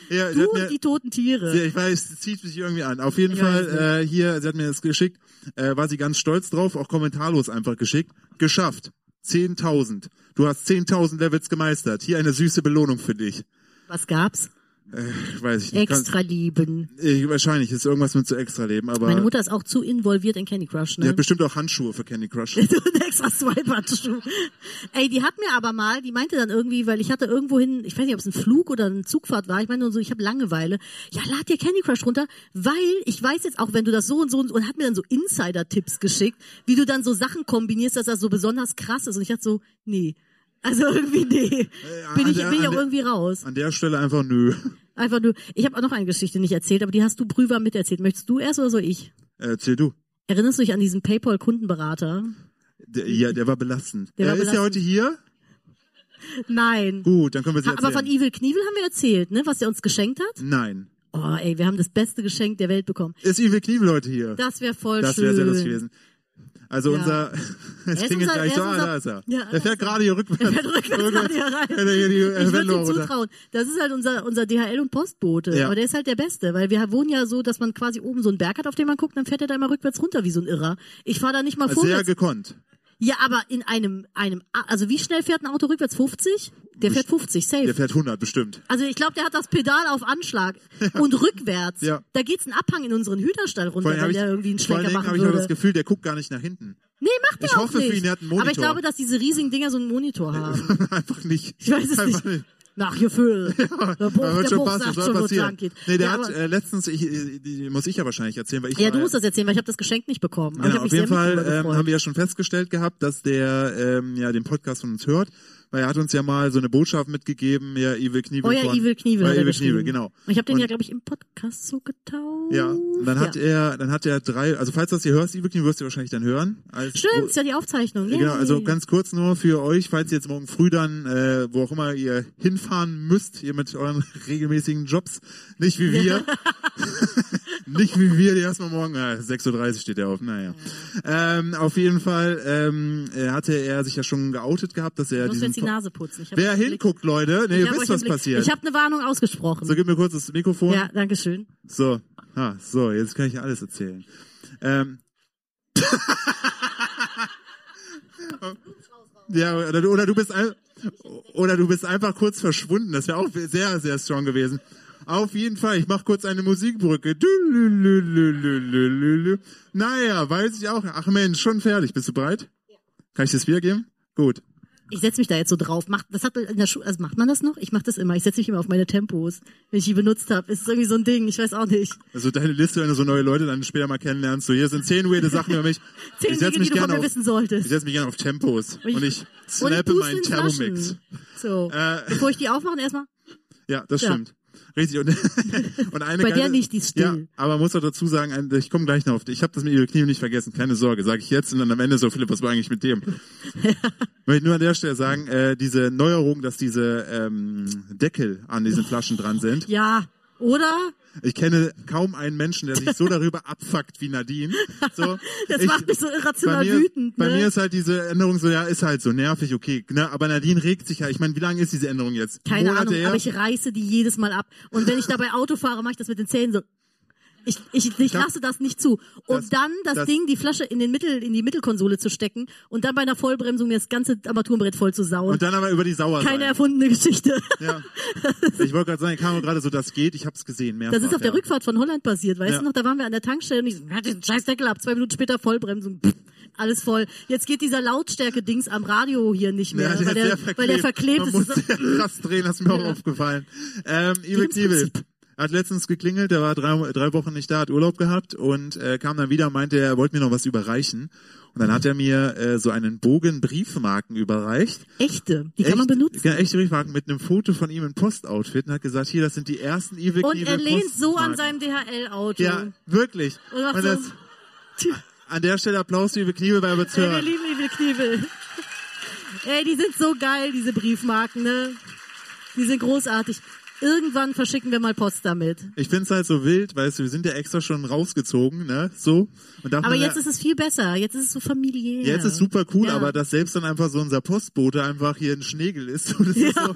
Ja, sie
Du
hat mir-
und die toten
sie,
Tiere.
ich weiß, es zieht sich irgendwie an. Auf jeden
Ich weiß
Fall, äh, hier, sie hat mir das geschickt, äh, war sie ganz stolz drauf, auch kommentarlos einfach geschickt. Geschafft. 10.000. Du hast 10.000 Levels gemeistert. Hier eine süße Belohnung für dich.
Was gab's?
Ich weiß ich nicht.
Extra lieben.
Kann, ich, Äh, wahrscheinlich ist irgendwas mit zu extra leben, aber
Meine Mutter ist auch zu involviert in Candy Crush,
die
ne?
hat bestimmt auch Handschuhe für Candy Crush.
ein extra Swipe-Handschuh. Ey, die hat mir aber mal, die meinte dann irgendwie, weil ich hatte irgendwohin, ich weiß nicht, ob es ein Flug oder eine Zugfahrt war, ich meine nur so, ich habe Langeweile. Ja, lad dir Candy Crush runter, weil ich weiß jetzt auch, wenn du das so und so und, und hat mir dann so Insider-Tipps geschickt, wie du dann so Sachen kombinierst, dass das so besonders krass ist. Und ich dachte so, nee. Also irgendwie, nee. Bin
an
ich,
der-
bin ich
an
auch
der-
irgendwie raus.
An der Stelle einfach nö.
Einfach nur, ich habe auch noch eine Geschichte nicht erzählt, aber die hast du Brüwer miterzählt. Möchtest du erst oder soll ich?
Äh, Erzähl du.
Erinnerst du dich an diesen PayPal-Kundenberater?
Der, ja, der war belastend.
Der war
äh, ist ja
belastend.
heute hier?
Nein.
Gut, dann können wir sie
Ha, aber
erzählen.
von Evil Knievel haben wir erzählt, ne? Was er uns geschenkt hat.
Nein.
Oh, ey, wir haben das beste Geschenk der Welt bekommen.
Ist Evil Knievel heute hier?
Das wäre voll
Das
schön.
wäre sehr lustig gewesen. Also
Ja.
unser, es
ist
klingelt
unser-
gleich
er
so,
ist
ah,
unser-
da ist er.
Ja,
er
er
fährt gerade hier rückwärts.
Fährt rückwärts
Oh Gott.
gerade hier rein.
Fährt er hier die äh,
Ich würde
Wendel
ihm
runter.
zutrauen. Das ist halt unser, unser DHL und Postbote.
Ja.
Aber der ist halt der Beste, weil wir wohnen ja so, dass man quasi oben so einen Berg hat, auf den man guckt, dann fährt er da immer rückwärts runter wie so ein Irrer. Ich fahre da nicht mal
Sehr
vorwärts.
gekonnt.
Ja, aber in einem, einem, A- also wie schnell fährt ein Auto rückwärts? 50? Der fährt 50,
Der
safe.
fährt 100 bestimmt.
Also ich glaube, der hat das Pedal auf Anschlag und rückwärts.
Ja.
Da geht's einen Abhang in unseren Hühnerstall runter,
Vor allem
wenn
habe ich,
der irgendwie einen
vor allen
Schlenker
Dingen
machen
habe ich noch
würde.
das Gefühl, der guckt gar nicht nach hinten.
Nee, macht er
Ich
auch
hoffe für
nicht.
ihn, er hat einen
Aber ich
Monitor.
glaube, dass diese riesigen Dinger so einen Monitor haben.
Einfach nicht.
Ich weiß es
Einfach
nicht. Nach Gefühl. der Buch,
Da
der
wird schon
Buch
passen,
sagt
soll
schon, wo es
passieren.
lang geht.
Nee, der
ja,
hat
aber-
äh, letztens, ich, ich, die muss ich ja wahrscheinlich erzählen, weil ich
ja,
war,
du musst das erzählen, weil ich habe das Geschenk nicht bekommen. Aber
Genau, auf
ich hab
jeden
mich sehr
Fall
mit drüber
ähm,
gefreut.
haben wir ja schon festgestellt gehabt, dass der ähm, ja den Podcast von uns hört, weil er hat uns ja mal so eine Botschaft mitgegeben, ja, Evil Knievel.
Euer
von,
Oh Evil Knievel.
Euer
hat er
Evil Knievel,
geschrieben.
genau.
Und ich habe den
Und-
ja, glaube ich, im Podcast so getauft.
Ja, und dann hat er, dann hat er drei, also falls du das hier hörst, Evil Knievel wirst du wahrscheinlich dann hören. Als,
Stimmt,
wo-
ist ja die Aufzeichnung. Yay.
Oh. Genau, also ganz kurz nur für euch, falls ihr jetzt morgen früh dann, äh, wo auch immer ihr hinfahren müsst, ihr mit euren regelmäßigen Jobs, nicht wie wir, nicht wie wir, die erstmal morgen, äh, 6.30 Uhr steht er auf, naja. Ähm, auf jeden Fall ähm, äh, hatte er sich ja schon geoutet gehabt, dass er
Du musst mir
diesen...
jetzt die Nase putzen. Ich hab
Wer
euch im Blick.
hinguckt, Leute, ne,
Ich
ihr
hab euch
wisst,
im
was
Blick.
passiert.
Ich habe eine Warnung ausgesprochen.
So, gib mir kurz das Mikrofon.
ja, danke schön.
So, ah, so, jetzt kann ich ja alles erzählen. Ähm. ja, oder du, oder du bist ein, oder du bist einfach kurz verschwunden. Das wäre auch sehr, sehr strong gewesen. Auf jeden Fall, ich mache kurz eine Musikbrücke. Dülülülülülülülü. Naja, weiß ich auch. Ach Mensch, schon fertig. Bist du bereit? Kann ich das Bier geben? Gut.
Ich setze mich da jetzt so drauf. Macht, das hat in der Schule, also macht man das noch? Ich mache das immer. Ich setze mich immer auf meine Tempos, wenn ich die benutzt habe. Ist irgendwie so ein Ding. Ich weiß auch nicht.
Also deine Liste, wenn du so neue Leute dann später mal kennenlernst, so hier sind zehn weirde Sachen über mich.
Zehn
ich setz
Dinge,
mich
die du von
gerne
mir
auf,
wissen
Ich
solltest.
setze mich gerne auf Tempos und ich, snappe
und ich
meinen
puste in
Thermomix. Äh.
Flaschen. So, bevor ich die aufmache, erstmal.
Ja, das
Ja.
stimmt. Richtig. Und, und eine
Bei
geile,
der nicht, die ist still.
Ja, aber man muss doch dazu sagen, ein- ich komme gleich noch auf. Ich habe das mit Evil Knievel nicht vergessen, keine Sorge. Sage ich jetzt und dann am Ende so, Philipp, was war eigentlich mit dem? Möchte nur an der Stelle sagen, äh, diese Neuerung, dass diese ähm, Deckel an diesen Flaschen dran sind.
Ja, oder?
Ich kenne kaum einen Menschen, der sich so darüber abfuckt wie Nadine. So,
Das
ich,
macht mich so irrational
bei mir,
wütend.
Bei
ne?
mir ist halt diese Änderung so, ja, ist halt so nervig, okay. Ne? Aber Nadine regt sich ja. Ich meine, wie lange ist diese Änderung jetzt?
Keine
Monate
Ahnung,
her?
aber ich reiße die jedes Mal ab. Und wenn ich dabei Auto fahre, mache ich das mit den Zähnen so. Ich, ich, ich
hab-
lasse das nicht zu. Und
Das-
dann das,
das-
Ding, die Flasche in, den Mittel, in die Mittelkonsole zu stecken und dann bei einer Vollbremsung mir das ganze Armaturenbrett voll zu sauen.
Und dann aber über die Sauer
Keine
sein.
erfundene Geschichte.
Ja. Ich wollte gerade sagen, ich kam gerade so, das geht. Ich habe es gesehen mehrfach.
Das ist auf der
ja.
Rückfahrt von Holland passiert, weißt
Ja.
du noch? Da waren wir an der Tankstelle und ich so, "Na, diesen scheiß Deckel ab. Zwei Minuten später Vollbremsung. Pff, alles voll. Jetzt geht dieser Lautstärke-Dings am Radio hier nicht mehr,
Ja,
weil,
ist
der,
sehr
weil der verklebt
Man
ist.
muss
Das ist.
sehr krass drehen, das ist mir auch aufgefallen. Ähm, Evil Knievel
Lebensprinzip.
hat letztens geklingelt, der war drei, drei Wochen nicht da, hat Urlaub gehabt und äh, kam dann wieder und meinte, er wollte mir noch was überreichen. Und dann hat er mir äh, so einen Bogen Briefmarken überreicht.
Echte. Die kann man benutzen.
Ja, echte Briefmarken mit einem Foto von ihm im Postoutfit und hat gesagt, hier, das sind die ersten Evil
Und
Knievel
er lehnt so an
Postmarken.
seinem DHL-Auto.
Ja, wirklich.
Und macht
Und
so,
das,
"Tch,
an der Stelle Applaus für Evil Knievel, weil wir zu
ey, wir
hören.
lieben Evil Knievel. Ey, die sind so geil, diese Briefmarken, ne? Die sind großartig. Irgendwann verschicken wir mal Post damit.
Ich find's halt so wild, weißt du, wir sind ja extra schon rausgezogen, ne? So. Und darf
Aber
man
jetzt
ja,
ist es viel besser. Jetzt ist es so familiär.
jetzt ist super cool,
Ja.
aber dass selbst dann einfach so unser Postbote einfach hier ein Schnegel ist. So, das ist so,
Ja.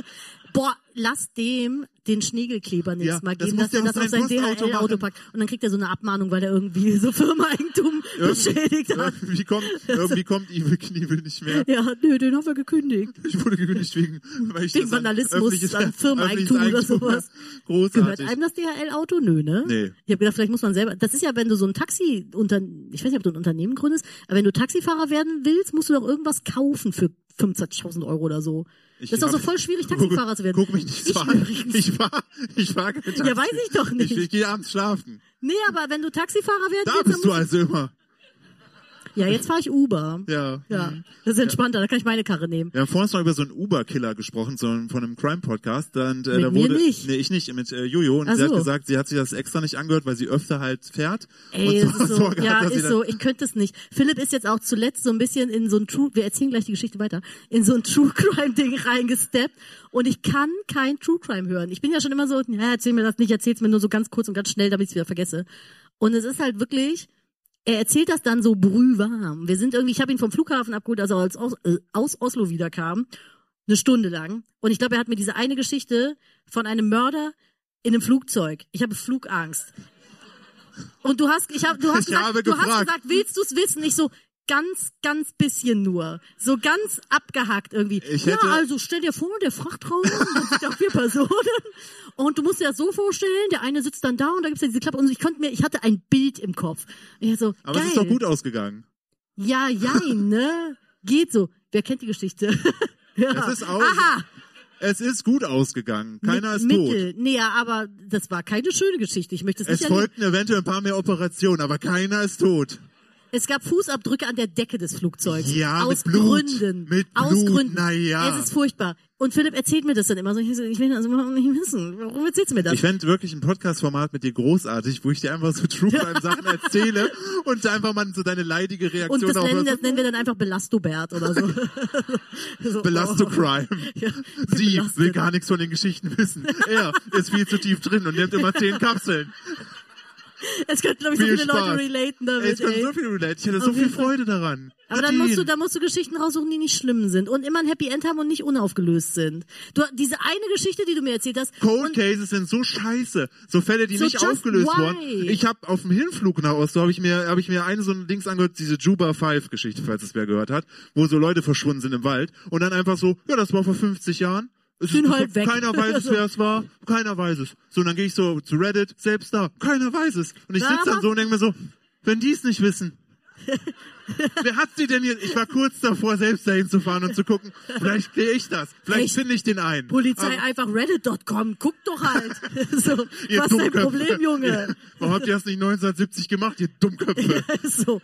Boah, lass dem den Schneegelkleber nächstes
Ja,
Mal
das
geben,
muss
dass
der
er
auf
das auf
sein
sein
Postauto
DHL-Auto
machen.
packt. Und dann kriegt er so eine Abmahnung, weil er irgendwie so Firmeigentum beschädigt hat.
irgendwie ne, kommt, irgendwie kommt Evil Knievel nicht mehr.
Ja, nö, den haben wir gekündigt.
Ich wurde gekündigt wegen, weil ich
Wegen
das an
Vandalismus,
öffentliches-
an Firmeneigentum
öffentliches
oder sowas.
Eigentum,
Gehört
Großartig.
einem das DHL-Auto? Nö, ne?
Nee.
Ich habe gedacht, vielleicht muss man selber. Das ist ja, wenn du so ein Taxi unter, ich weiß nicht, ob du ein Unternehmen gründest, aber wenn du Taxifahrer werden willst, musst du doch irgendwas kaufen für 25.000 Euro oder so.
Ich
das ist doch so
hab-
voll schwierig,
Guck-
Taxifahrer zu werden.
Guck mich nicht so an. Ich war, ich war kein Taxi.
Ja, weiß ich doch nicht.
Ich, ich gehe abends schlafen.
Nee, aber wenn du Taxifahrer werden
Da also
willst, dann
bist du
musst
also immer.
Ja, jetzt fahre ich Uber.
Ja.
Ja, das ist entspannter, da kann ich meine Karre nehmen.
Wir haben vorhin noch über so einen Uber-Killer gesprochen, so einen, von einem Crime-Podcast. Und äh,
Mit
da
mir
wurde.
nicht.
Nee, ich nicht, mit äh, Jojo. Und
Ach
sie hat
so.
gesagt, sie hat sich das extra nicht angehört, weil sie öfter halt fährt.
Ey,
und
das ist so,
gehabt,
ja,
dass sie
ist
dann-
so, ich könnte es nicht. Philipp ist jetzt auch zuletzt so ein bisschen in so ein True, wir erzählen gleich die Geschichte weiter, in so ein True Crime Ding reingesteppt und ich kann kein True Crime hören. Ich bin ja schon immer so, ja, erzähl mir das nicht, erzähl's mir nur so ganz kurz und ganz schnell, damit ich's wieder vergesse. Und es ist halt wirklich, er erzählt das dann so brühwarm. Wir sind irgendwie, ich habe ihn vom Flughafen abgeholt, als er aus, aus, äh, aus Oslo wieder kam, eine Stunde lang. Und ich glaube, er hat mir diese eine Geschichte von einem Mörder in einem Flugzeug. Ich habe Flugangst. Und du hast, ich hab, du hast
Ich
gesagt,
habe
du hast
gefragt.
gesagt, willst du es wissen? Ich so ganz, ganz bisschen nur, so ganz abgehackt irgendwie.
Ich
ja,
hätte-
also stell dir vor, der Frachtraum, das sind ja vier Personen. Und du musst dir das so vorstellen, der eine sitzt dann da und da gibt's ja diese Klappe und ich konnte mir, ich hatte ein Bild im Kopf. Und ich so,
Aber
geil.
es ist doch gut ausgegangen.
Ja, jein, ne? Geht so. Wer kennt die Geschichte? ja.
Das ist auch-
Aha.
Es ist gut ausgegangen. Keiner
mit,
ist tot.
Mittel. Nee, ja, aber das war keine schöne Geschichte. Ich möchte es,
Es
nicht erleben.
folgten eventuell ein paar mehr Operationen, aber keiner ist tot.
Es gab Fußabdrücke an der Decke des Flugzeugs.
Ja, mit
aus
Blut.
Gründen.
Mit
aus
Blut,
Gründen.
na ja.
Es ist furchtbar. Und Philipp erzählt mir das dann immer so. Ich, so, ich will das überhaupt nicht wissen. Warum erzählst du mir das?
Ich fände wirklich ein Podcast-Format mit dir großartig, wo ich dir einfach so True Crime-Sachen erzähle und einfach mal so deine leidige
Und
Reaktion
das
auf
nennen, das nennen wir dann einfach Belastobert oder so. so oh,
Belast to Crime.
Ja,
Sie
belastet.
will gar nichts von den Geschichten wissen. Er ist viel zu tief drin und nimmt immer zehn Kapseln.
Es könnten, glaube ich, so
Viel
viele
Spaß.
Leute relaten
Ey, ich
damit.
kann
ey.
so viel relate. Ich hätte so
Auf
viel
jeden Fall.
Freude daran.
Aber dann musst du,
Nadine.
dann musst du Geschichten raussuchen, die nicht schlimm sind und immer ein Happy End haben und nicht unaufgelöst sind. Du, diese eine Geschichte, die du mir erzählt hast,
Cold
und
Cases sind so scheiße. So Fälle, die
So
nicht
just
aufgelöst
why?
wurden. Ich habe auf dem Hinflug nach Oslo, habe ich mir, habe ich mir eine so ein Dings angehört, diese Juba 5 Geschichte, falls es wer gehört hat, wo so Leute verschwunden sind im Wald und dann einfach so, ja, das war vor 50 Jahren. Es
Sind halt weg.
Keiner weiß es, wer es war. Keiner weiß es. So, und dann gehe ich so zu Reddit, selbst da. Keiner weiß es. Und ich sitze
Aber-
dann so und denke mir so, wenn die es nicht wissen. Wer hat sie denn jetzt? Ich war kurz davor, selbst dahin zu fahren und zu gucken, vielleicht sehe ich das. Vielleicht
Echt?
finde ich den einen.
Polizei
Aber-
einfach reddit.com, guck doch halt. so,
Ihr
was ist dein
Dummköpfe.
Problem, Junge?
Warum habt ihr das nicht 1970 gemacht, ihr Dummköpfe?
so,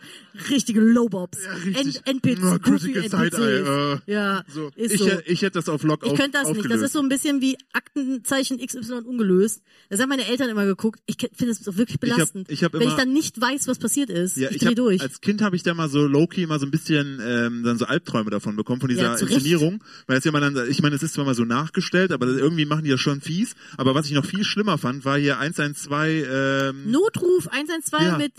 richtige Lowbobs.
Ja, richtig.
N NPC,
Na,
goofy
Critical
NPCs.
Side-Eye, äh,
ja,
So.
ist
ich,
so.
hätt- ich hätte das auf Lock
Ich
auf,
könnte das nicht. Das ist so ein bisschen wie Aktenzeichen XY ungelöst. Das haben meine Eltern immer geguckt. Ich finde das so wirklich
hab-
belastend.
ich hab
Wenn
immer-
ich dann nicht weiß, was passiert ist,
ja,
ich
ich
drehe
hab,
durch.
Als Kind habe ich da mal so low-key mal so ein bisschen ähm, dann so Albträume davon bekommen, von dieser
Ja, zu Recht.
Inszenierung. Weil es ja mal dann, ich meine, es ist zwar mal so nachgestellt, aber irgendwie machen die das schon fies. Aber was ich noch viel schlimmer fand, war hier 112, ähm,
Notruf 112
Ja.
mit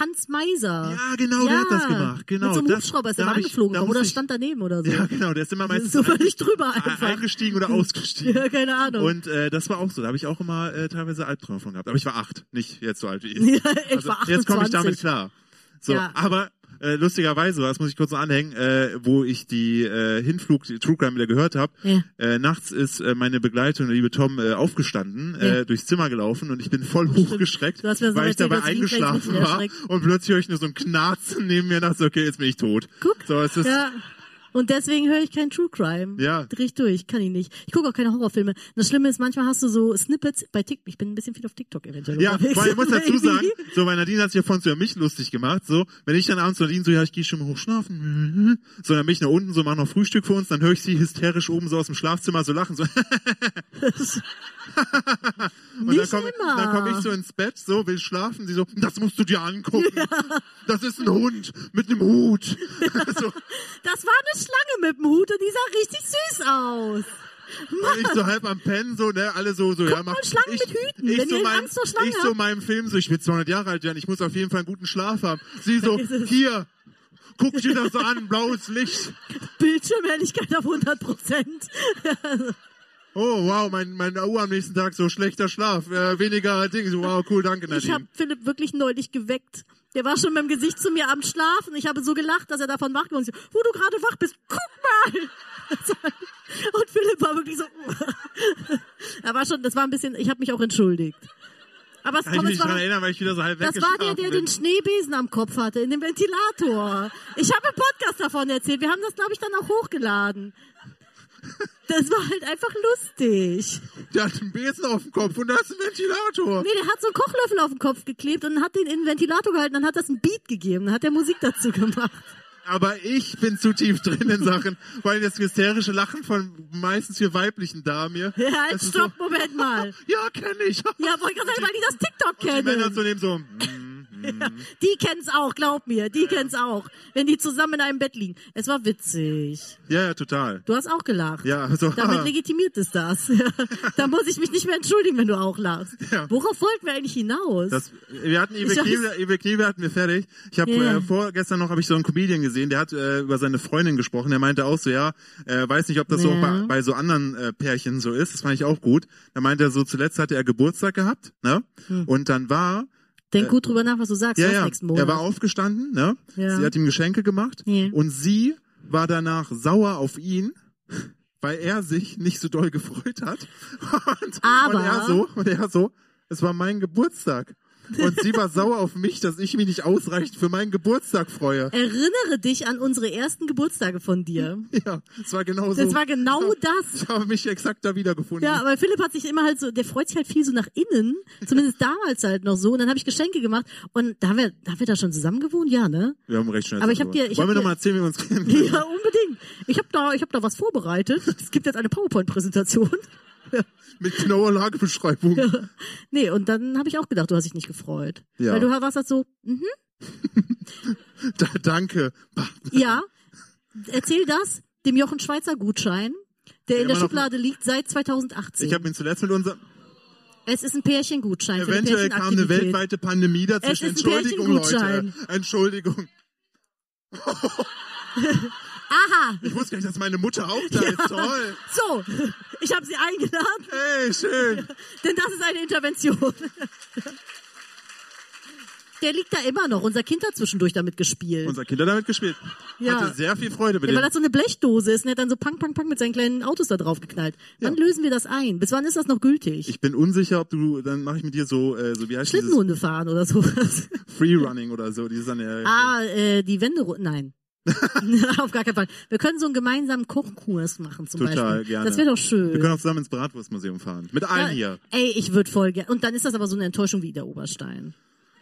Hans Meiser.
Ja, genau, der hat das gemacht. Genau,
Mit so einem
das-
Hubschrauber ist
da
er
hab ich-
angeflogen
da
worden
muss
oder
ich-
stand daneben oder so.
ja genau, der ist immer meistens
so völlig drüber
ein-
einfach.
eingestiegen oder ausgestiegen.
Ja, keine Ahnung.
Und äh, das war auch so. Da habe ich auch immer äh, teilweise Albträume von gehabt. Aber ich war acht, nicht jetzt so alt wie
Ja,
ich. Also,
ich war
Jetzt komme ich
28.
damit klar. So,
Ja.
aber äh, lustigerweise, das muss ich kurz noch anhängen, äh, wo ich die äh, Hinflug, die True Crime wieder gehört habe.
Ja.
Äh, nachts ist äh, meine Begleitung, der liebe Tom, äh, aufgestanden,
Ja.
äh, durchs Zimmer gelaufen und ich bin voll hochgeschreckt,
Du hast mir so
weil ich
erzählt,
dabei
dass du links, rechts
eingeschlafen
mitten
war
erschreckt.
und plötzlich höre ich nur so ein Knarzen neben mir und dachte, so, okay, jetzt bin ich tot.
Guck.
So, es ist,
ja. Und deswegen höre ich keinen True Crime.
Ja.
Dreh ich durch, kann ich nicht. Ich gucke auch keine Horrorfilme. Das Schlimme ist, manchmal hast du so Snippets bei TikTok. Ich bin ein bisschen viel auf TikTok eventuell.
Ja,
unterwegs.
weil ich muss dazu sagen,
Maybe.
so, weil Nadine hat sich ja vorhin so über mich lustig gemacht, so, wenn ich dann abends Nadine so, ja, ich gehe schon mal hoch schlafen, so, dann bin ich nach unten, so, mach noch Frühstück für uns, dann höre ich sie hysterisch oben so aus dem Schlafzimmer so lachen, so, und
Nicht
dann komme
immer.
komm ich so ins Bett, so, will schlafen, sie so, das musst du dir angucken, das ist ein Hund mit einem Hut, so,
Das war eine Schlange mit dem Hut und die sah richtig süß aus.
Und ich so halb am Pennen, so, ne, alle so, so, ja,
mal
mach.
Schlangen
ich,
mit Hüten, wenn ihr Angst vor Schlangen
ich so
habt.
meinem Film, so, ich will 200 Jahre alt werden, ich muss auf jeden Fall einen guten Schlaf haben. Sie so, hier, guck dir das an, blaues Licht.
Bildschirmhelligkeit auf 100 Prozent.
Oh, wow, mein, mein Uhr am nächsten Tag, so schlechter Schlaf, äh, weniger Dinge, so, wow, cool, danke,
Ich habe
Nadine.
Philipp wirklich neulich geweckt. Der war schon mit dem Gesicht zu mir am Schlafen. Ich habe so gelacht, dass er davon wach geworden ist. Wo du gerade wach bist, guck mal! Und Philipp war wirklich so. Er war schon, das war ein bisschen, ich habe mich auch entschuldigt. Aber es,
Kann ich
komm,
mich
es
daran
war,
erinnern, weil ich wieder so halb
das war der,
weggeschlafen
der
bin.
den Schneebesen am Kopf hatte, in dem Ventilator. Ich habe im Podcast davon erzählt. Wir haben das, glaube ich, dann auch hochgeladen. Das war halt einfach lustig.
Der hat einen Besen auf dem Kopf und da ist ein Ventilator.
Nee, der hat so einen Kochlöffel auf den Kopf geklebt und hat den in den Ventilator gehalten, dann hat das einen Beat gegeben, dann hat der Musik dazu gemacht.
Aber ich bin zu tief drin in Sachen, weil das hysterische Lachen von meistens wir weiblichen Damen hier.
Ja, halt,
das ist
stopp, Moment mal.
So, ja, kenne ich.
Ja, wollte ich gerade sagen, weil die das TikTok
Die Männer zu
kennen.
nehmen so. hm,
Die kennen's auch, glaub mir, die kennen's auch. Wenn die zusammen in einem Bett liegen. Es war witzig.
Ja, ja, total.
Du hast auch gelacht.
Ja, also, so.
Damit legitimiert es das. Ja. da muss ich mich nicht mehr entschuldigen, wenn du auch lachst.
Ja.
Worauf wollten wir eigentlich hinaus?
Das, wir hatten Ibe
Ich weiß-
Kniewe, Ibe Kniewe hatten wir fertig. Ich habe
Ja.
äh, vorgestern noch habe ich so einen Comedian gesehen, der hat äh, über seine Freundin gesprochen. Der meinte auch so, ja, äh, weiß nicht, ob das so
Ja.
auch bei, bei so anderen äh, Pärchen so ist. Das fand ich auch gut. Da meinte er so, zuletzt hatte er Geburtstag gehabt, ne?
Hm.
Und dann war
Denk gut drüber nach, was du sagst.
äh, ja,
was
ja.
nächsten Monat.
Er war aufgestanden, ne?
Ja.
Sie hat ihm Geschenke gemacht
Ja.
und sie war danach sauer auf ihn, weil er sich nicht so doll gefreut hat. Und,
Aber-
und er so, und er so, es war mein Geburtstag. Und sie war sauer auf mich, dass ich mich nicht ausreichend für meinen Geburtstag freue.
Erinnere dich an unsere ersten Geburtstage von dir.
Ja, es war genau so.
Äh. Das war genau das.
ich habe mich exakt da wiedergefunden.
Ja, aber Philipp hat sich immer halt so, der freut sich halt viel so nach innen, zumindest damals halt noch so. Und dann habe ich Geschenke gemacht und da haben wir, da haben wir da schon zusammen gewohnt, ja, ne?
wir haben recht schnell.
Aber ich hab dir- ich
Wollen
hab
wir
dir-
nochmal erzählen, wie wir uns kennengelernt
Ja, unbedingt. Ich habe da, ich habe da was vorbereitet. Es gibt jetzt eine PowerPoint-Präsentation.
Mit genauer Lagebeschreibung.
Nee, und dann habe ich auch gedacht, du hast dich nicht gefreut.
Ja.
Weil du warst halt so,
Da, danke. Bah,
Ja, erzähl das dem Jochen Schweizer Gutschein, der in
Immer
der
noch-
Schublade liegt seit
Ich
2018.
habe ihn zuletzt mit unserem...
Es ist ein Pärchengutschein. für eine
Eventuell kam eine
Pärchenaktivität.
weltweite Pandemie dazwischen.
Es ist ein
Entschuldigung, Leute.
Pärchengutschein.
Entschuldigung.
Aha,
Ich wusste gar nicht, dass meine Mutter auch da ist. Toll.
so, ich habe sie eingeladen,
Hey, schön.
denn das ist eine Intervention. Der liegt da immer noch. Unser Kind hat zwischendurch damit gespielt.
Unser Kind hat damit gespielt.
Ja.
Hatte sehr viel Freude mit
ja, weil
dem.
das so eine Blechdose ist und er hat dann so pang, pang, pang mit seinen kleinen Autos da drauf geknallt. Wann lösen wir das ein? Bis wann ist das noch gültig?
Ich bin unsicher, ob du, dann mache ich mit dir so, äh, so wie heißt dieses
Schlittenhunde fahren oder sowas.
Freerunning oder so. Dieses an der,
Ah, äh, die Wände ru- Nein. Auf gar keinen Fall. Wir können so einen gemeinsamen Kochkurs machen zum
Total
Beispiel.
gerne.
Das wäre doch
Wir
schön.
können auch zusammen ins Bratwurstmuseum fahren. Mit allen hier.
Ey, ich würde voll gerne. Und dann ist das aber so eine Enttäuschung wie Ida Oberstein.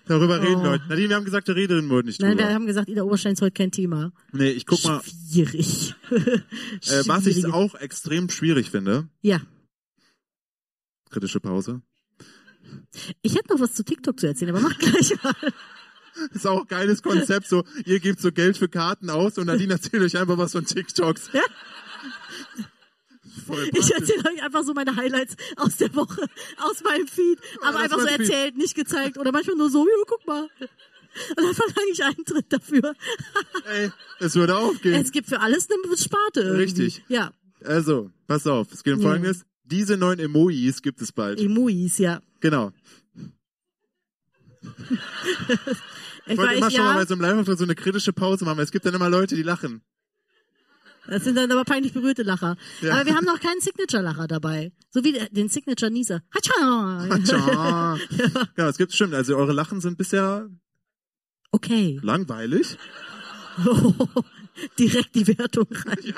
Darüber reden wir heute. Nadine, wir haben gesagt, wir reden heute nicht
Oh. Nein, wir
drüber.
haben gesagt, Ida Oberstein ist heute kein Thema.
Nee, ich guck mal,
Schwierig.
äh, was ich
Schwierige-
auch extrem schwierig finde.
Ja.
Kritische Pause.
Ich hätte noch was zu TikTok zu erzählen, aber mach gleich mal.
Ist auch ein geiles Konzept, so, ihr gebt so Geld für Karten aus und Nadine erzählt euch einfach was von TikToks.
Ja.
Voll
Ich
praktisch.
erzähle euch einfach so meine Highlights aus der Woche, aus meinem Feed. Aber
das
einfach so
mein Feed.
erzählt, nicht gezeigt. Oder manchmal nur so, ja, guck mal. Und dann verlange ich Eintritt dafür.
Ey, es würde aufgehen.
Es gibt für alles eine Sparte. Irgendwie.
Richtig.
Ja,
Also, pass auf, es geht um
Ja.
folgendes. Diese neuen Emojis gibt es bald.
Emojis, ja.
genau.
Ich
Ich wollte
weiß,
immer schon mal
ja,
bei so einem Live-Auftritt so eine kritische Pause machen, weil es gibt dann immer Leute, die lachen.
das sind dann aber peinlich berührte Lacher.
Ja.
Aber wir haben noch keinen Signature-Lacher dabei. So wie der- den Signature-Nieser. Hatscha!
Tja. ja, es gibt, stimmt. Also eure Lachen sind bisher
Okay.
langweilig.
Direkt die Wertung rein.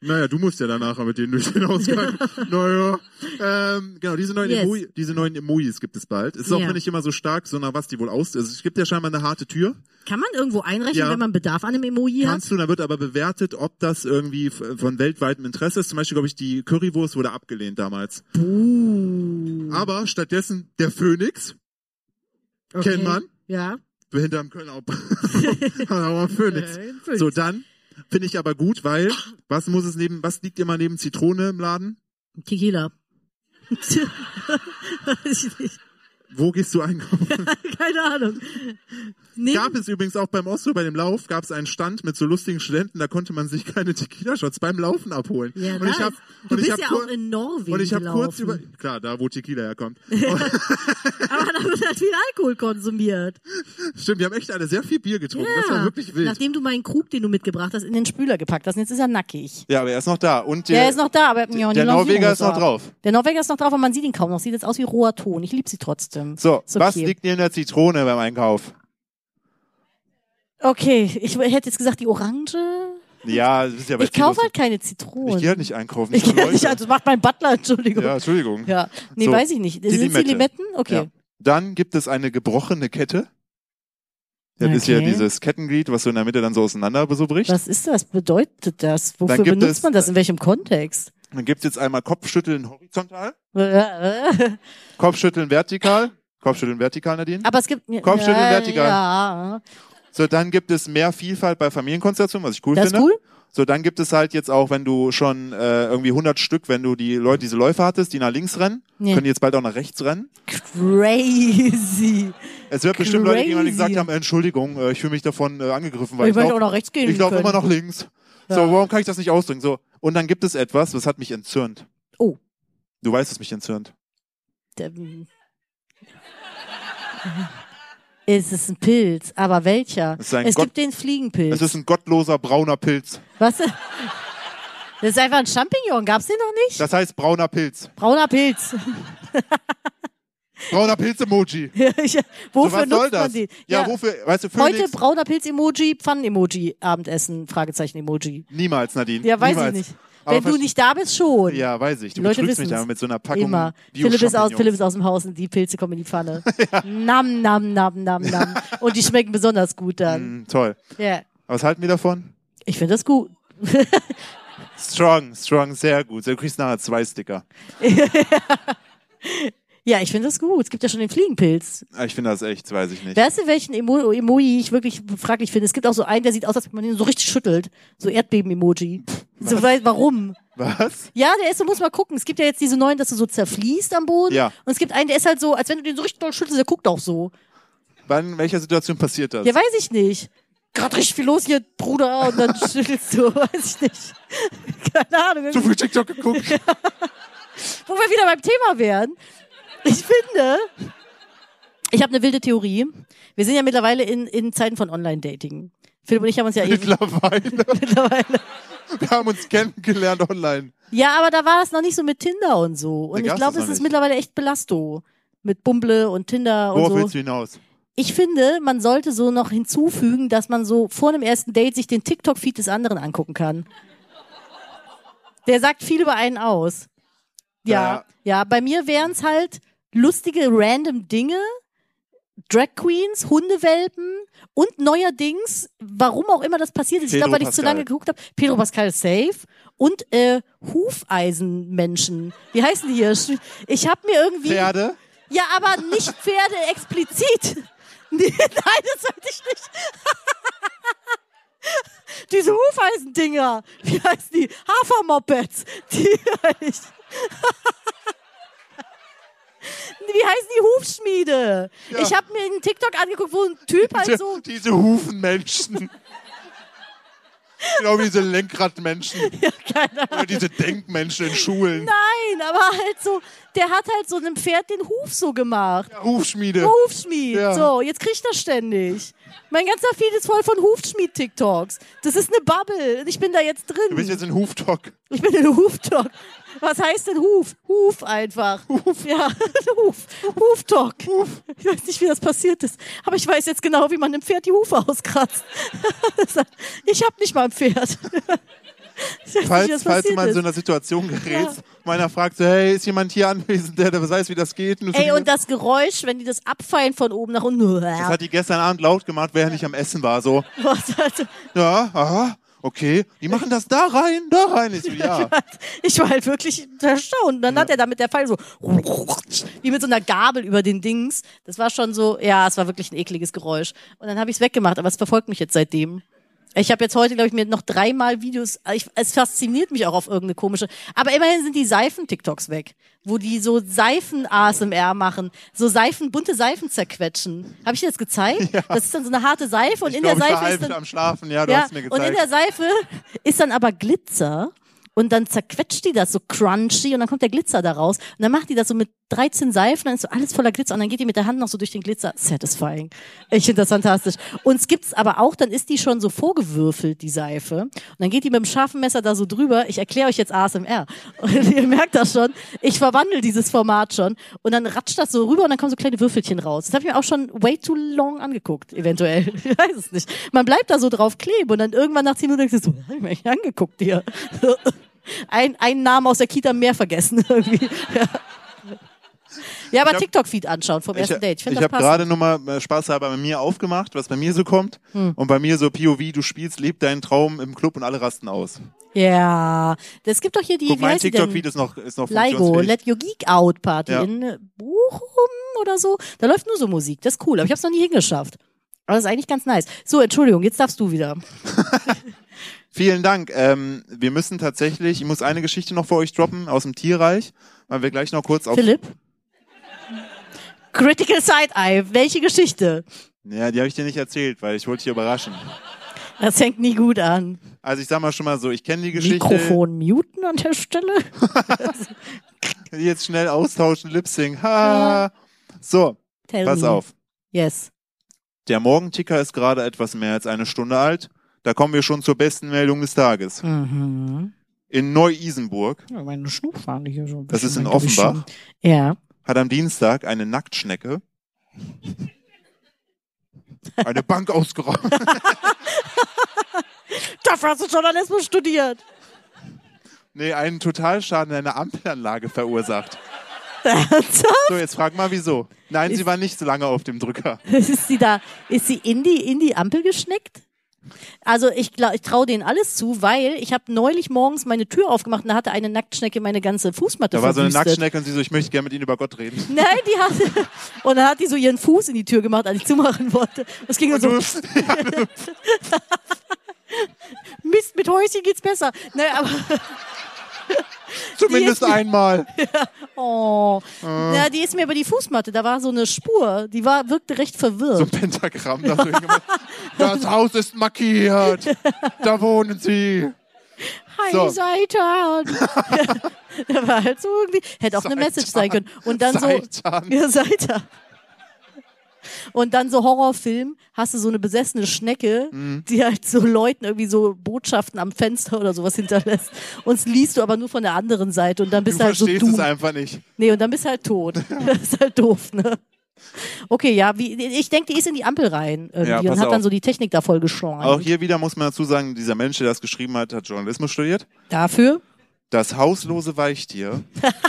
Naja, du musst ja danach mit denen durch den Ausgang. naja. Ähm, genau, diese neuen,
Yes.
Emoji, diese neuen Emojis gibt es bald. Es ist
Ja.
auch nicht immer so stark, sondern was die wohl aus. Also es gibt ja scheinbar eine harte Tür.
Kann man irgendwo einrechnen,
Ja.
wenn man Bedarf an einem Emoji hat?
Kannst du, da wird aber bewertet, ob das irgendwie f- von weltweitem Interesse ist. Zum Beispiel, glaube ich, die Currywurst wurde abgelehnt damals.
Uh,
Aber stattdessen der Phönix,
Okay.
kennt man,
Ja.
hinterm Kölner Ob- Aber Phönix.
Äh, Phönix.
So, dann finde ich aber gut, weil was muss es neben, was liegt immer neben Zitrone im Laden?
Tequila. Weiß ich nicht.
Wo gehst du einkaufen?
Keine Ahnung. Nee,
Gab es übrigens auch beim Oslo, bei dem Lauf, gab es einen Stand mit so lustigen Studenten, da konnte man sich keine Tequila-Shots beim Laufen abholen.
ja,
und ich
nice.
hab,
du
und ich
bist
hab
ja
kur-
auch in Norwegen
Und ich habe
gelaufen.
kurz über, klar, da wo Tequila herkommt.
Aber da wird halt viel Alkohol konsumiert.
Stimmt, wir haben echt alle sehr viel Bier getrunken. Das war wirklich wild.
Nachdem du meinen Krug, den du mitgebracht hast, in den Spüler gepackt hast. Und jetzt ist er nackig.
ja, aber er ist noch da. Und
Der, ist noch da, aber ja, die
der
Longierung
Norweger ist noch
da.
drauf.
Der Norweger ist noch drauf, aber man sieht ihn kaum noch. Sieht jetzt aus wie roher Ton. Ich liebe sie trotzdem. Ist okay.
neben der Zitrone beim Einkauf?
Okay, ich hätte jetzt gesagt, die Orange.
Ja, das ist ja bei
Ich kaufe halt
Zitrus-
keine Zitronen.
Ich gehe halt nicht einkaufen.
Ich
für
gehe
Leute.
nicht, also das macht mein Butler, Entschuldigung.
ja,
Ja,
Entschuldigung.
nee,
So,
weiß ich nicht.
die
Sind es die
Limette.
Limetten? Okay.
Ja. Dann gibt es eine gebrochene Kette. Das ist ja
Okay.
dieses Kettenglied, was so in der Mitte dann so auseinander so bricht.
Was ist das? Bedeutet das? Wofür
Dann gibt
benutzt
es- äh,
man das? In welchem Kontext?
Dann gibt's jetzt einmal Kopfschütteln horizontal,
Aber
Kopfschütteln vertikal, Kopfschütteln vertikal, Nadine.
es gibt.
Kopfschütteln
ja,
vertikal.
Ja.
So, dann gibt es mehr Vielfalt bei Familienkonstellationen, was ich cool
Das ist
finde.
cool.
So, dann gibt es halt jetzt auch, wenn du schon äh, irgendwie 100 Stück, wenn du die Leute, diese Läufer hattest, die nach links rennen,
Ja.
können die jetzt bald auch nach rechts rennen.
Crazy.
Es wird bestimmt Leute geben, die
Crazy.
gesagt haben, Entschuldigung, äh, ich fühle mich davon äh, angegriffen, weil
ich
ich,
möchte
lauf-
auch nach rechts gehen.
ich laufe
können.
immer nach links. So, warum kann ich das nicht ausdrücken? So, und dann gibt es etwas, was hat mich entzürnt.
Oh.
Du weißt, was mich entzürnt.
Ähm. Es ist ein Pilz, aber welcher?
Es ist ein
es
Gott-
gibt den Fliegenpilz.
Es ist ein gottloser brauner Pilz.
Was? Das ist einfach ein Champignon. Gab's den noch nicht?
Das heißt brauner Pilz.
Brauner Pilz.
Brauner Pilz-Emoji.
Ja, ich-
So, Also,
wofür
was soll
nutzt
das?
man die?
Ja, wofür, weißt du, Phoenix,
Heute brauner Pilz-Emoji, Pfannen-Emoji, Abendessen, Fragezeichen-Emoji.
niemals, Nadine.
Ja, weiß
Niemals.
ich nicht.
Aber
Wenn du
verste-
nicht da bist, schon.
Ja, weiß ich. Du
Die Leute
betrügst mich
wissen's.
da mit so einer Packung
Immer.
bio
Philipp ist, aus, Philipp ist aus dem Haus und die Pilze kommen in die Pfanne. Nam, nam, nam, nam, nam. Und die schmecken besonders gut dann.
Mm, Toll.
Ja.
Was halten wir davon?
Ich finde das gut.
Strong, strong, sehr gut. Du kriegst nachher zwei Sticker.
Ja, ich finde das gut. Es gibt ja schon den Fliegenpilz.
Ah, Ich finde das echt, weiß ich nicht.
Weißt du, welchen Emo Emoji ich wirklich fraglich finde? Es gibt auch so einen, der sieht aus, als wenn man ihn so richtig schüttelt. So Erdbeben-Emoji. So, weil, warum?
Was?
Ja, der ist, du musst mal gucken. Es gibt ja jetzt diese neuen, dass du so zerfließt am Boden.
Ja.
Und es gibt einen, der ist halt so, als wenn du den so richtig doll schüttelst, der guckt auch so.
Wann, in welcher Situation passiert das?
Ja, weiß ich nicht. Gerade richtig viel los hier, Bruder, und dann schüttelst du, weiß ich nicht. Keine Ahnung.
Zu viel TikTok geguckt.
Wo wir wieder beim Thema wären. Ich finde, ich habe eine wilde Theorie. Wir sind ja mittlerweile in, in Zeiten von Online-Dating. Philipp und ich haben uns ja eben
Mittlerweile.
mittlerweile.
Wir haben uns kennengelernt online.
Ja, aber da war das noch nicht so mit Tinder und so.
Da
Und ich
gab's
glaube,
das
es
noch
ist
nicht.
mittlerweile echt Belasto. Mit Bumble und Tinder und
Worauf
so.
willst du hinaus?
Ich finde, man sollte so noch hinzufügen, dass man so vor einem ersten Date sich den TikTok-Feed des anderen angucken kann. Der sagt viel über einen aus. Ja, ja. bei mir wären es halt lustige random Dinge, Drag Queens, Hundewelpen und neuerdings, warum auch immer das passiert ist, ich
Pedro
glaube, weil ich zu
Pascal.
lange geguckt habe, Pedro Pascal ist safe und äh, Hufeisenmenschen. Wie heißen die hier? Sch- Ich habe mir irgendwie...
Pferde?
Ja, aber nicht Pferde explizit. Nee, nein, das sollte ich nicht. Diese Hufeisendinger. Wie heißen die? Hafermopeds. Die ich. Wie heißen die Hufschmiede?
Ja.
Ich habe mir einen TikTok angeguckt, wo ein Typ halt so
Diese Hufenmenschen. genau wie diese Lenkradmenschen. Ja, keine Oder diese Denkmenschen in Schulen.
Nein, aber halt so, der hat halt so einem Pferd den Huf so gemacht.
Hufschmiede.
Hufschmied.
Ja.
So, jetzt kriegt das ständig. Mein ganzer Feed ist voll von Hufschmied-TikToks. Das ist eine Bubble. Ich bin da jetzt drin.
Du bist jetzt in Huftalk.
ich bin in Huftalk. Was heißt denn Huf? Huf einfach. Huf. Ja, Huf. Huftalk. Huf. Ich weiß nicht, wie das passiert ist. Aber ich weiß jetzt genau, wie man einem Pferd die Hufe auskratzt. ich habe nicht mal ein Pferd. Ich weiß nicht, wie
Falls,
das
falls du
passiert
mal in so
ist.
einer Situation gerätst, meiner fragt so, hey, ist jemand hier anwesend, der, der weiß, wie das geht? Und du so,
Ey, und das Geräusch, wenn die das abfallen von oben nach unten.
das hat die gestern Abend laut gemacht, während ich am Essen war. So,
Was hat-
ja, aha, okay, die machen das da rein, da rein. Ich so, ja.
Ich war halt wirklich erstaunt. Und dann hat er da mit der Pfeile so, wie mit so einer Gabel über den Dings. Das war schon so, ja, es war wirklich ein ekliges Geräusch. Und dann habe ich es weggemacht, aber es verfolgt mich jetzt seitdem. Ich habe jetzt heute, glaube ich, mir noch dreimal Videos, ich, es fasziniert mich auch auf irgendeine komische, aber immerhin sind die Seifen-TikToks weg, wo die so Seifen-ASMR machen, so Seifen, bunte Seifen zerquetschen. Habe ich dir das gezeigt? Das ist dann so eine harte Seife und
Ich
in
glaube, ich
der
war
Seife
halb
ist dann
am Schlafen, ja, du hast mir
und in
gezeigt.
der Seife ist dann aber Glitzer und dann zerquetscht die das so crunchy und dann kommt der Glitzer da raus und dann macht die das so mit 13 Seifen, dann ist so alles voller Glitzer und dann geht die mit der Hand noch so durch den Glitzer. Satisfying. Ich finde das fantastisch. Uns gibt's aber auch, dann ist die schon so vorgewürfelt, die Seife. Und dann geht die mit dem scharfen Messer da so drüber. Ich erkläre euch jetzt ASMR. Und ihr merkt das schon. Ich verwandle dieses Format schon. Und dann ratscht das so rüber und dann kommen so kleine Würfelchen raus. Das habe ich mir auch schon way too long angeguckt, eventuell. Ich weiß es nicht. Man bleibt da so drauf kleben und dann irgendwann nach 10 Minuten denkst du so, hab ich mir eigentlich angeguckt hier. Ein, einen Namen aus der Kita mehr vergessen irgendwie. Ja. Ja, aber
hab-
TikTok-Feed anschauen vom
Ich,
ersten Date. Ich
ich
finde das
habe gerade
passend.
nur mal äh, spaßhalber bei mir aufgemacht, was bei mir so kommt.
Hm.
Und bei mir so POV, du spielst, leb deinen Traum im Club und alle rasten aus.
Ja. Es gibt doch hier die,
Guck,
wie
mein
heißt die denn?
TikTok-Feed ist noch, ist noch
Laigo,
funktionsfähig.
Let Your Geek Out Party
Ja.
in äh, Bochum oder so. Da läuft nur so Musik. Das ist cool, aber ich habe es noch nie hingeschafft. Aber das ist eigentlich ganz nice. So, Entschuldigung, jetzt darfst du wieder.
Vielen Dank. Ähm, wir müssen tatsächlich, ich muss eine Geschichte noch für euch droppen aus dem Tierreich, weil wir gleich noch kurz auf.
Philipp? Critical Side Eye, welche Geschichte?
Ja, die habe ich dir nicht erzählt, weil ich wollte dich überraschen.
Das hängt nie gut an.
Also ich sag mal schon mal so, ich kenne die Geschichte.
Mikrofon muten an der Stelle.
Jetzt schnell austauschen, Lip-Sync. Ha. So,
Tell
pass
me.
auf.
Yes.
Der Morgenticker ist gerade etwas mehr als eine Stunde alt. Da kommen wir schon zur besten Meldung des Tages.
Mhm.
In Neu-Isenburg
Ja, meine Schnupfhahn hier so ein
Das
bisschen
ist in
mein Gewicht
Offenbach.
schon. Ja.
hat am Dienstag eine Nacktschnecke eine Bank ausgeraubt.
Dafür hast du Journalismus studiert.
Nee, einen Totalschaden in einer Ampelanlage verursacht. So, jetzt frag mal wieso. Nein, sie war nicht so lange auf dem Drücker.
ist sie da, ist sie in die, in die Ampel geschneckt? Also ich glaube, ich traue denen alles zu, weil ich habe neulich morgens meine Tür aufgemacht und da hatte eine Nacktschnecke meine ganze Fußmatte
Da war so eine
verwüstet.
Nacktschnecke und sie so, ich möchte gerne mit Ihnen über Gott reden.
Nein, die hatte. Und dann hat die so ihren Fuß in die Tür gemacht, als ich zumachen wollte. Das ging nur so. Mist, mit Häuschen geht's besser. Nee, aber,
Zumindest
Die-
einmal.
oh. Na, die ist mir über die Fußmatte, da war so eine Spur, die war, wirkte recht verwirrt.
So ein Pentagramm. Da so hingemacht. das Haus ist markiert. Da wohnen sie.
Hi,
So.
Seitan. Der war halt so irgendwie, hätte auch eine Message sein können. Und dann
Seitan.
so, ja, Seitan. Und dann so Horrorfilm, hast du so eine besessene Schnecke,
Mhm.
die halt so Leuten irgendwie so Botschaften am Fenster oder sowas hinterlässt. Und das liest du aber nur von der anderen Seite und dann
Du
bist du halt so
verstehst es
dumm.
einfach nicht.
Nee, und dann bist du halt tot. Das ist halt doof, ne? Okay, ja, wie, ich denke, die ist in die Ampel rein irgendwie
Ja,
und
pass
hat dann
auf.
so die Technik da voll geschlagen.
Auch hier wieder muss man dazu sagen, dieser Mensch, der das geschrieben hat, hat Journalismus studiert.
Dafür
Das hauslose Weichtier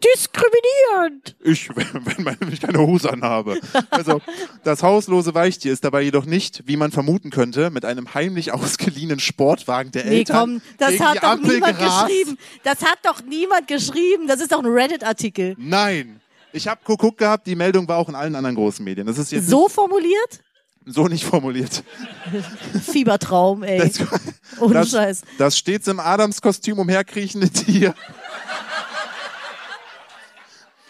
diskriminierend.
Ich, wenn, man- wenn ich keine Hose anhabe. Also, das hauslose Weichtier ist dabei jedoch nicht, wie man vermuten könnte, mit einem heimlich ausgeliehenen Sportwagen der
Nee,
Eltern
komm, das
gegen die
hat doch
Ampel
niemand
gerast.
geschrieben. Das hat doch niemand geschrieben. Das ist doch ein Reddit-Artikel.
Nein. Ich habe geguckt gehabt, die Meldung war auch in allen anderen großen Medien. Das ist jetzt
So formuliert?
so nicht formuliert.
Fiebertraum, ey.
Das,
Ohne
das,
Scheiß.
das stets im Adamskostüm umherkriechende Tier.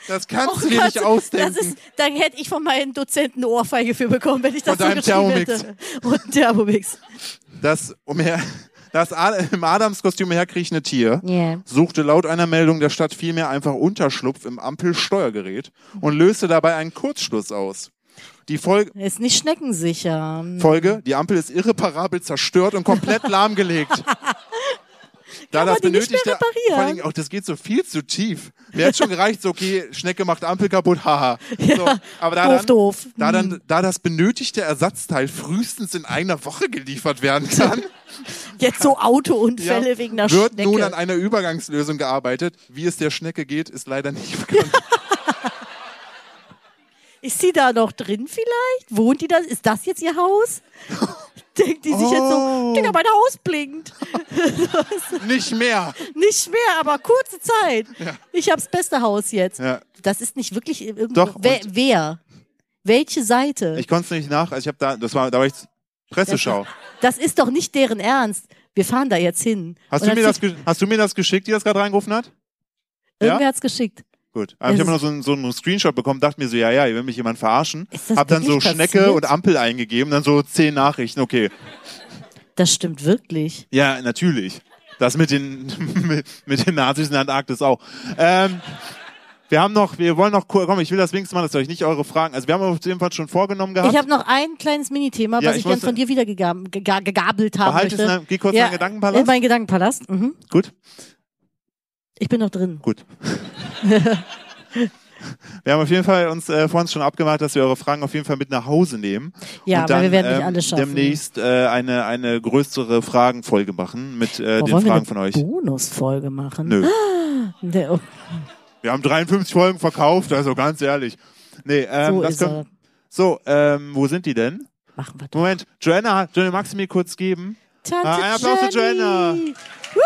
Das kannst du dir
Oh Gott,
nicht ausdenken.
Das ist, dann hätte ich von meinen Dozenten eine Ohrfeige für bekommen, wenn ich das
Von
so
deinem
geschrieben
Thermomix.
hätte. Und ein Thermomix.
Das umher, das Ad im Adamskostüm herkriechende Tier
Yeah.
suchte laut einer Meldung der Stadt vielmehr einfach Unterschlupf im Ampelsteuergerät und löste dabei einen Kurzschluss aus. Die Folge,
Ist nicht schneckensicher.
Folge, die Ampel ist irreparabel zerstört und komplett lahmgelegt. Da
Kann man die nicht mehr reparieren?
vor allen Dingen auch das geht so viel zu tief. Mir hat schon gereicht, so okay, Schnecke macht Ampel kaputt, haha. So, aber da
doof,
dann,
doof. Mhm.
Da, dann, da das benötigte Ersatzteil frühestens in einer Woche geliefert werden kann,
Jetzt so Autounfälle
Ja.
wegen einer
wird
Schnecke.
nun an einer Übergangslösung gearbeitet. Wie es der Schnecke geht, ist leider nicht bekannt.
Ist sie da noch drin vielleicht? Wohnt die da? Ist das jetzt ihr Haus? Denkt die sich jetzt so,
Oh.
Digga, mein Haus blinkt.
nicht mehr.
Nicht mehr, aber kurze Zeit. Ich hab's beste Haus jetzt.
Ja.
Das ist nicht wirklich irgendwo.
Doch,
wer,
und-
wer? Welche Seite?
Ich konnte es nicht nach. Also ich habe da, das war, da war ich Presseschau.
das ist doch nicht deren Ernst. Wir fahren da jetzt hin.
Hast
Und
du,
dann
mir das,
steht-
ge- hast du mir das geschickt, die das gerade reingerufen hat?
Irgendwer
Ja?
hat's geschickt.
Gut. Aber ich
Es
habe
ist-
noch so, einen- so einen Screenshot bekommen, dachte mir so, ja, ja, ihr will mich jemand verarschen.
Ist das
Hab dann so
wirklich
Schnecke
passiert?
und Ampel eingegeben, dann so zehn Nachrichten. Okay.
Das stimmt wirklich.
Ja, natürlich. Das mit den, mit, mit den Nazis in der Antarktis auch. Ähm, wir haben noch, wir wollen noch, komm, ich will das wenigstens mal, dass euch nicht eure Fragen, also wir haben auf jeden Fall schon vorgenommen gehabt.
Ich habe noch ein kleines Minithema,
Ja,
was
ich
ich, gern
muss-
von dir wieder gegab- gega- gegabelt haben
Behalt es
möchte.
in deinem- geh kurz in deinen Gedankenpalast.
In meinen Gedankenpalast. Mhm.
Gut,
Ich bin noch drin.
gut. wir haben auf jeden Fall uns äh, vor uns schon abgemacht, dass wir eure Fragen auf jeden Fall mit nach Hause nehmen. und
Ja, weil
dann,
wir werden nicht
ähm,
alle schaffen.
demnächst äh, eine, eine größere Fragenfolge machen mit äh,
Boah,
den
wollen wir Oh.
Fragen
eine
von euch.
Bonusfolge machen?
Nö.
Der, oh,
Wir haben 53 Folgen verkauft, also ganz ehrlich. Nee, ähm,
so
das
ist
können-
er.
So, ähm, wo sind die denn?
Machen wir doch.
Moment, Joanna, Joanna, magst du mir kurz geben?
Tante
Ah, ein Applaus für
Jenny.
Joanna.
Woo!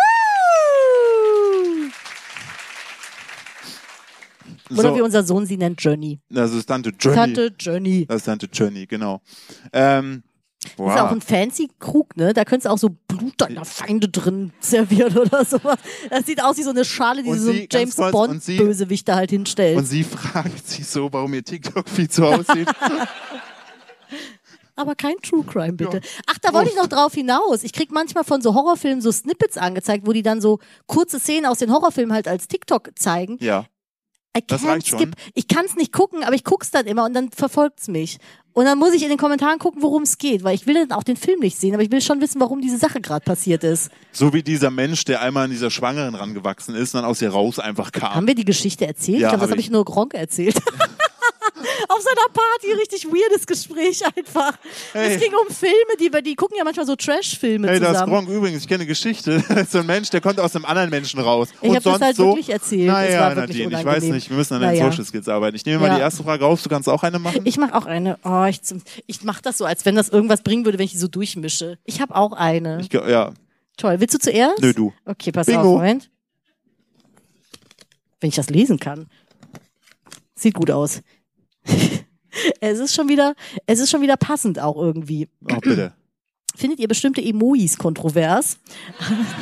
Oder wie
So,
unser Sohn sie nennt, Journey.
das ist Tante Journey.
Tante Journey.
Das ist Tante Journey, genau. Ähm, wow.
Ist auch ein fancy Krug, ne? Da könntest du auch so Blut deiner Feinde drin servieren oder sowas. Das sieht aus wie so eine Schale, die
Und
so
sie,
ein
ganz
James
kurz, und sie-
Bond-Bösewicht da halt hinstellt.
und sie fragt sich so, warum ihr TikTok-Feed so aussieht.
Aber kein True Crime, bitte. Ach, da wollte ich noch drauf hinaus. Ich krieg manchmal von so Horrorfilmen so Snippets angezeigt, wo die dann so kurze Szenen aus den Horrorfilmen halt als TikTok zeigen.
ja.
I
Das
can't
reicht schon.
skip. Ich kann's nicht gucken, aber ich guck's dann immer und dann verfolgt's mich. Und dann muss ich in den Kommentaren gucken, worum es geht, weil ich will dann auch den Film nicht sehen, aber ich will schon wissen, warum diese Sache gerade passiert ist.
So wie dieser Mensch, der einmal an dieser Schwangeren rangewachsen ist und dann aus ihr raus einfach kam.
Haben wir die Geschichte
Ah.
erzählt?
Ja,
ich glaube, das
hab
habe
ich.
ich nur Gronk erzählt. Auf seiner Party, richtig weirdes Gespräch einfach.
Hey.
Es ging um Filme, die wir, die gucken ja manchmal so Trash-Filme
Hey, das ist
zusammen.
Gronk übrigens, ich kenne eine Geschichte. Das ist so ein Mensch, der kommt aus einem anderen Menschen raus.
Ich
und
hab das
sonst
halt
so.
wirklich erzählt. Es
Naja,
war wirklich
Nadine, ich weiß
unangenehm.
nicht, wir müssen an den
Naja.
Social Skills arbeiten. Ich nehme mal
Ja.
die erste Frage auf, du kannst auch eine machen.
Ich mache auch eine. Oh, ich, zum- ich mache das so, als wenn das irgendwas bringen würde, wenn ich die so durchmische. Ich habe auch eine.
Ich glaub, ja,
Toll. Willst du zuerst?
Nö, du.
Okay, pass
Bingo.
auf, Moment. Wenn ich das lesen kann. Sieht gut aus. es ist schon wieder, es ist schon wieder passend auch irgendwie.
oh, bitte.
Findet ihr bestimmte Emojis kontrovers?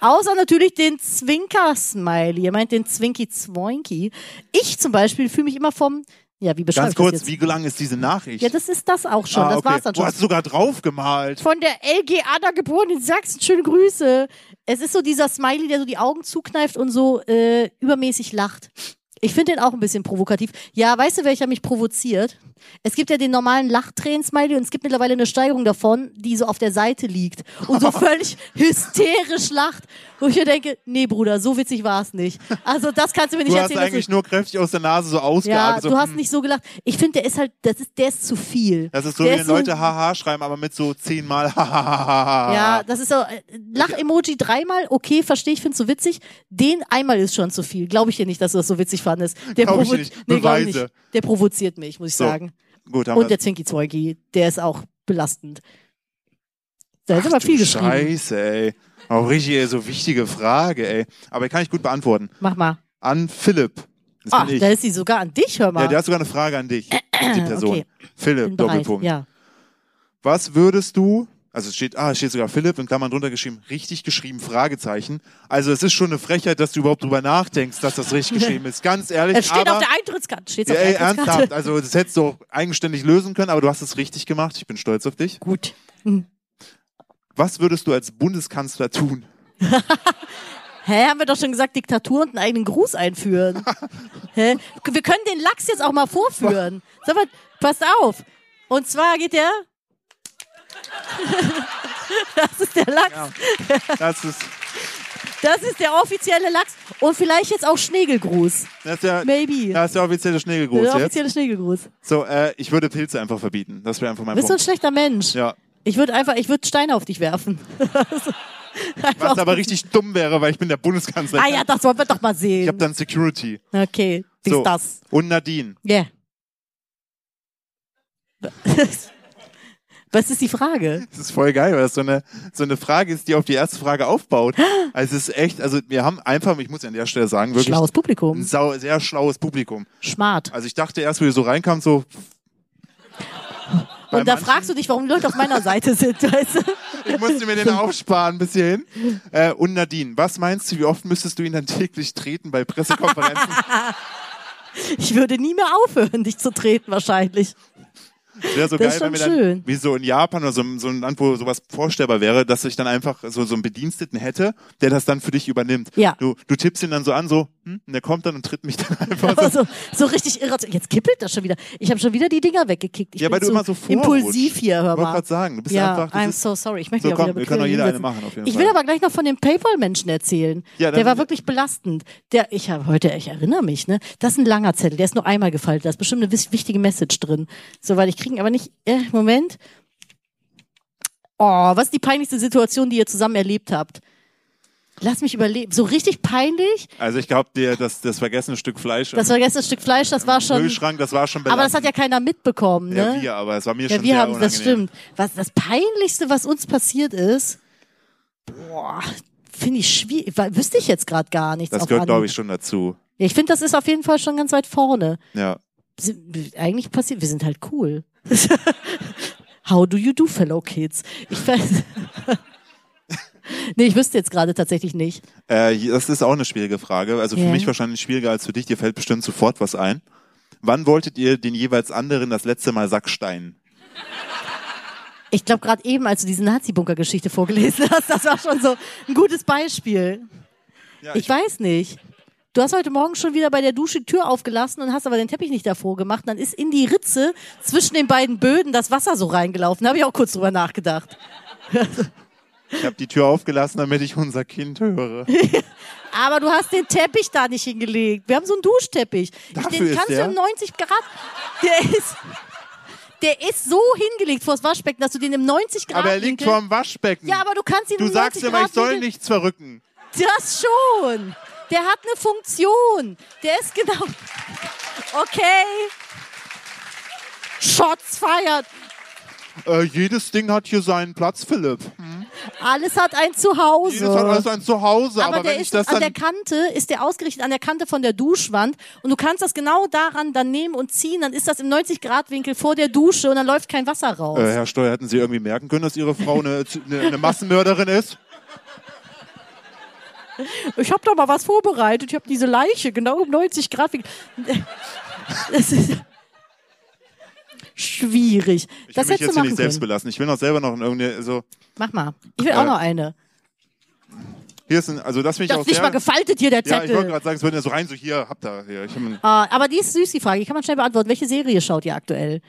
Außer natürlich den Zwinker-Smiley. Ihr meint den Zwinky-Zwoinky. Ich zum Beispiel fühle mich immer vom, ja, wie beschreibe
Ganz
ich das
kurz,
jetzt?
wie lang ist diese Nachricht?
Ja, das ist das auch schon.
Ah,
das
okay.
war's dann schon.
Du hast sogar drauf gemalt.
Von der LG Ada geboren in Sachsen. Schöne Grüße. Es ist so dieser Smiley, der so die Augen zukneift und so äh, übermäßig lacht. Ich finde den auch ein bisschen provokativ. Ja, weißt du, welcher mich provoziert? Es gibt ja den normalen Lachtränen-Smiley und es gibt mittlerweile eine Steigerung davon, die so auf der Seite liegt und so völlig hysterisch lacht. Wo ich mir denke, nee, Bruder, so witzig war es nicht. Also das kannst du mir nicht
Du hast
erzählen. dass
eigentlich nur kräftig aus der Nase so
ich, ja,
ausgeatmet. so,
du hast
hm.
nicht so gelacht. Ich finde, der ist halt, das ist, der ist zu viel.
Das ist so,
Der
wenn Leute haha schreiben, aber mit so zehnmal hahaha.
Ja, das ist so. äh, Lach-Emoji dreimal, okay, verstehe ich, find's so witzig. Den einmal ist schon zu viel. Glaube ich dir nicht, dass du das so witzig fandest. Der
Glaub ich
provo-
nicht.
Nee, glaub ich
Beweise.
nicht. Der provoziert mich, muss ich
So,
sagen.
Gut, haben
Und
wir.
der Zwinki-Zweugi, der ist auch belastend. Da ist aber viel
du
geschrieben.
Scheiße, ey. Auch richtig, ey, so wichtige Frage, ey. Aber die kann ich gut beantworten.
Mach mal.
An Philipp. Das
Ach,
bin ich.
da ist sie sogar an dich, hör mal.
ja, der hat sogar eine Frage an dich, die Person.
Okay.
Philipp,
Bin bereit.
Doppelpunkt.
Ja.
Was würdest du, also es steht, ah, es steht sogar Philipp in Klammern drunter geschrieben, richtig geschrieben, Fragezeichen. Also es ist schon eine Frechheit, dass du überhaupt drüber nachdenkst, dass das richtig geschrieben ist. Ganz ehrlich,
Es steht
aber,
auf der Eintrittskarte. Steht's
ja,
auf
ey,
der
ernsthaft,
Eintrittskarte.
also das hättest du auch eigenständig lösen können, aber du hast es richtig gemacht. Ich bin stolz auf dich.
Gut.
Was würdest du als Bundeskanzler tun?
Hä, haben wir doch schon gesagt, Diktatur und einen eigenen Gruß einführen. Hä? Wir können den Lachs jetzt auch mal vorführen. Sag mal, passt auf. Und zwar geht der. Das ist der Lachs.
Das ist,
Das ist der offizielle Lachs. Und vielleicht jetzt auch Schnegelgruß.
das ist der,
Maybe.
das ist der offizielle Schneegegruß
der
jetzt.
offizielle Schnegelgruß.
So, äh, ich würde Pilze einfach verbieten. Das wäre einfach mein
Bist du ein
Punkt.
schlechter Mensch?
Ja.
Ich würde einfach, ich würde Steine auf dich werfen. Also,
Was aber richtig dumm wäre, weil ich bin der Bundeskanzler.
Ah ja, das wollen wir doch mal
Ich habe
sehen.
dann Security.
Okay, dies,
So.
das.
Und Nadine.
Ja. Was ist die Frage?
Das ist voll geil, weil das so eine, so eine Frage ist, die auf die erste Frage aufbaut. Also es ist echt, also wir haben einfach, ich muss an der Stelle sagen, wirklich
Schlaues
ein
Publikum.
sau, sehr schlaues Publikum.
Schmart.
Also ich dachte erst, wie ihr so reinkamt, so, bei
Und da
manchen-
fragst du dich, warum die Leute auf meiner Seite sind, weißt du?
ich musste mir den aufsparen bis hierhin. Äh, und Nadine, was meinst du, wie oft müsstest du ihn dann täglich treten bei Pressekonferenzen?
Ich würde nie mehr aufhören, dich zu treten, wahrscheinlich.
Wäre so
Das ist
geil, wenn wir
schon
dann,
schön.
wie so in Japan oder so, so ein Land, wo sowas vorstellbar wäre, dass ich dann einfach so, so einen Bediensteten hätte, der das dann für dich übernimmt.
Ja.
Du, du tippst ihn dann so an, so, hm, und der kommt dann und tritt mich dann einfach so.
so, Also, so richtig irrational. Jetzt kippelt das schon wieder. Ich habe schon wieder die Dinger weggekickt. Ich
Ja, weil
bin
du immer so vorrutscht.
impulsiv hier, hör
Wollte
mal.
grad sagen, du bist
ja,
einfach- das
I'm
ist-
so sorry. Ich möchte
So,
mich auch
komm,
wieder
wir können doch
bequem
jeder eine
hinsetzen.
machen, auf jeden
Ich
Fall.
will aber gleich noch von dem PayPal-Menschen erzählen.
Ja, dann-
der war wirklich belastend. Der, ich habe heute, ich erinnere mich, ne? Das ist ein langer Zettel. Der ist nur einmal gefaltet. Da ist bestimmt eine wis- wichtige Message drin. Soweit ich kriegen, aber nicht. Äh, Moment. Oh, was ist die peinlichste Situation, die ihr zusammen erlebt habt? Lass mich überleben. So richtig peinlich.
Also ich glaube dir, das, das vergessene Stück Fleisch
Das
im
war gestern ein Stück Fleisch, das war schon.
Müllschrank, das war schon
Aber das hat ja keiner mitbekommen,
belastend.
ne?
Ja, wir, aber es war mir
Ja,
schon
wir
sehr
haben, das
unangenehm.
stimmt. Was das Peinlichste, was uns passiert ist, boah, finde ich schwierig, weil- wüsste ich jetzt gerade gar nichts.
Das
auf
gehört,
Anhieb.
glaube ich, schon dazu.
Ja, ich finde, das ist auf jeden Fall schon ganz weit vorne.
Ja.
Sind- Eigentlich passiert, wir sind halt cool. How do you do, fellow kids? Ich weiß. nee, ich wüsste jetzt gerade tatsächlich nicht.
Äh, das ist auch eine schwierige Frage. Also für
Ja.
mich wahrscheinlich schwieriger als für dich. Dir fällt bestimmt sofort was ein. Wann wolltet ihr den jeweils anderen das letzte Mal sacksteinen?
Ich glaube, gerade eben, als du diese Nazi-Bunker-Geschichte vorgelesen hast, das war schon so ein gutes Beispiel. ich, weiß nicht. Du hast heute Morgen schon wieder bei der Dusche die Tür aufgelassen und hast aber den Teppich nicht davor gemacht. Und dann ist in die Ritze zwischen den beiden Böden das Wasser so reingelaufen. Da habe ich auch kurz drüber nachgedacht.
Ich habe die Tür aufgelassen, damit ich unser Kind höre.
Aber du hast den Teppich da nicht hingelegt. Wir haben so einen Duschteppich.
Dafür
den
ist
kannst
der?
du um 90 Grad. Der ist, der ist so hingelegt vor das Waschbecken, dass du den im 90 Grad.
Aber er liegt
Winkel-
vorm Waschbecken.
Ja, aber du kannst ihn
du
um
sagst
90
immer, ich
Grad
soll
Winkel-
nichts verrücken.
Das schon. Der hat eine Funktion. Der ist genau. Okay. Shots feiert.
Äh, jedes Ding hat hier seinen Platz, Philipp.
Alles hat ein
Jedes hat alles
Zuhause.
ein Zuhause. Aber,
Aber der
wenn ich
ist
das
an
dann
der Kante, ist der ausgerichtet an der Kante von der Duschwand und du kannst das genau daran dann nehmen und ziehen, dann ist das im 90-Grad-Winkel vor der Dusche und dann läuft kein Wasser raus.
Äh, Herr Steuer, hätten Sie irgendwie merken können, dass Ihre Frau eine, eine, eine Massenmörderin ist?
Ich habe doch mal was vorbereitet. Ich habe diese Leiche genau um 90 Grad. Winkel. Das ist schwierig.
Ich
das
will mich jetzt
hättest du
hier
machen
nicht selbst
können.
belassen. Ich will noch selber noch in irgendeine. also, So,
Mach mal. Ich will auch
Äh,
noch eine.
hier ist ein, also das mich
Das
auch
ist nicht
sehr,
mal gefaltet hier, der
Ja, ich
Zettel.
wollte gerade sagen, es wird ja so rein, so hier, habt ihr. Hier. Ich hab ein,
Ah, aber die ist süß, die Frage. Die kann man schnell beantworten. Welche Serie schaut ihr aktuell?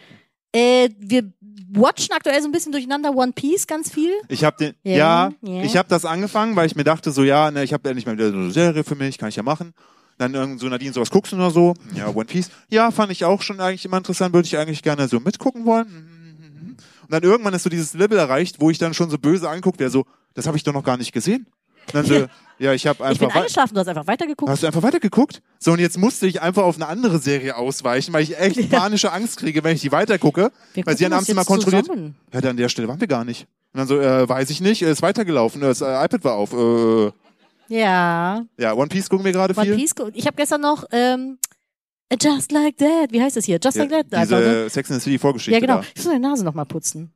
Äh, wir watchen aktuell so ein bisschen durcheinander One Piece ganz viel.
ich hab den, ja,
Ja, ja.
ich habe das angefangen, weil ich mir dachte, so, ja, ne, ich habe endlich mal wieder so eine Serie für mich, kann ich ja machen. Dann irgend so Nadine, sowas guckst du nur so. Ja, One Piece. Ja, fand ich auch schon eigentlich immer interessant, würde ich eigentlich gerne so mitgucken wollen. Mhm, mhm, mhm. Und dann irgendwann ist so dieses Level erreicht, wo ich dann schon so böse anguckt, der so, das habe ich doch noch gar nicht gesehen. Und dann so, ja, ich habe einfach.
Ich bin
wei-
eingeschlafen, du hast einfach weitergeguckt.
Hast du einfach weitergeguckt? So, und jetzt musste ich einfach auf eine andere Serie ausweichen, weil ich echt panische Angst kriege, wenn ich die weitergucke.
Wir
weil sie
gucken
dann abends
das
immer
jetzt
kontrolliert.
zusammen.
Ja, dann an der Stelle waren wir gar nicht. Und dann so, äh, weiß ich nicht, äh, ist weitergelaufen, äh, das äh, iPad war auf. Äh,
Ja.
ja, One Piece gucken wir gerade viel.
One Piece. gu- Ich habe gestern noch ähm, Just Like That. Wie heißt das hier? Just
ja,
Like That.
diese
einfach, ne?
Sex in the City Vorgeschichte.
Ja, genau.
Da.
Ich muss meine Nase nochmal putzen.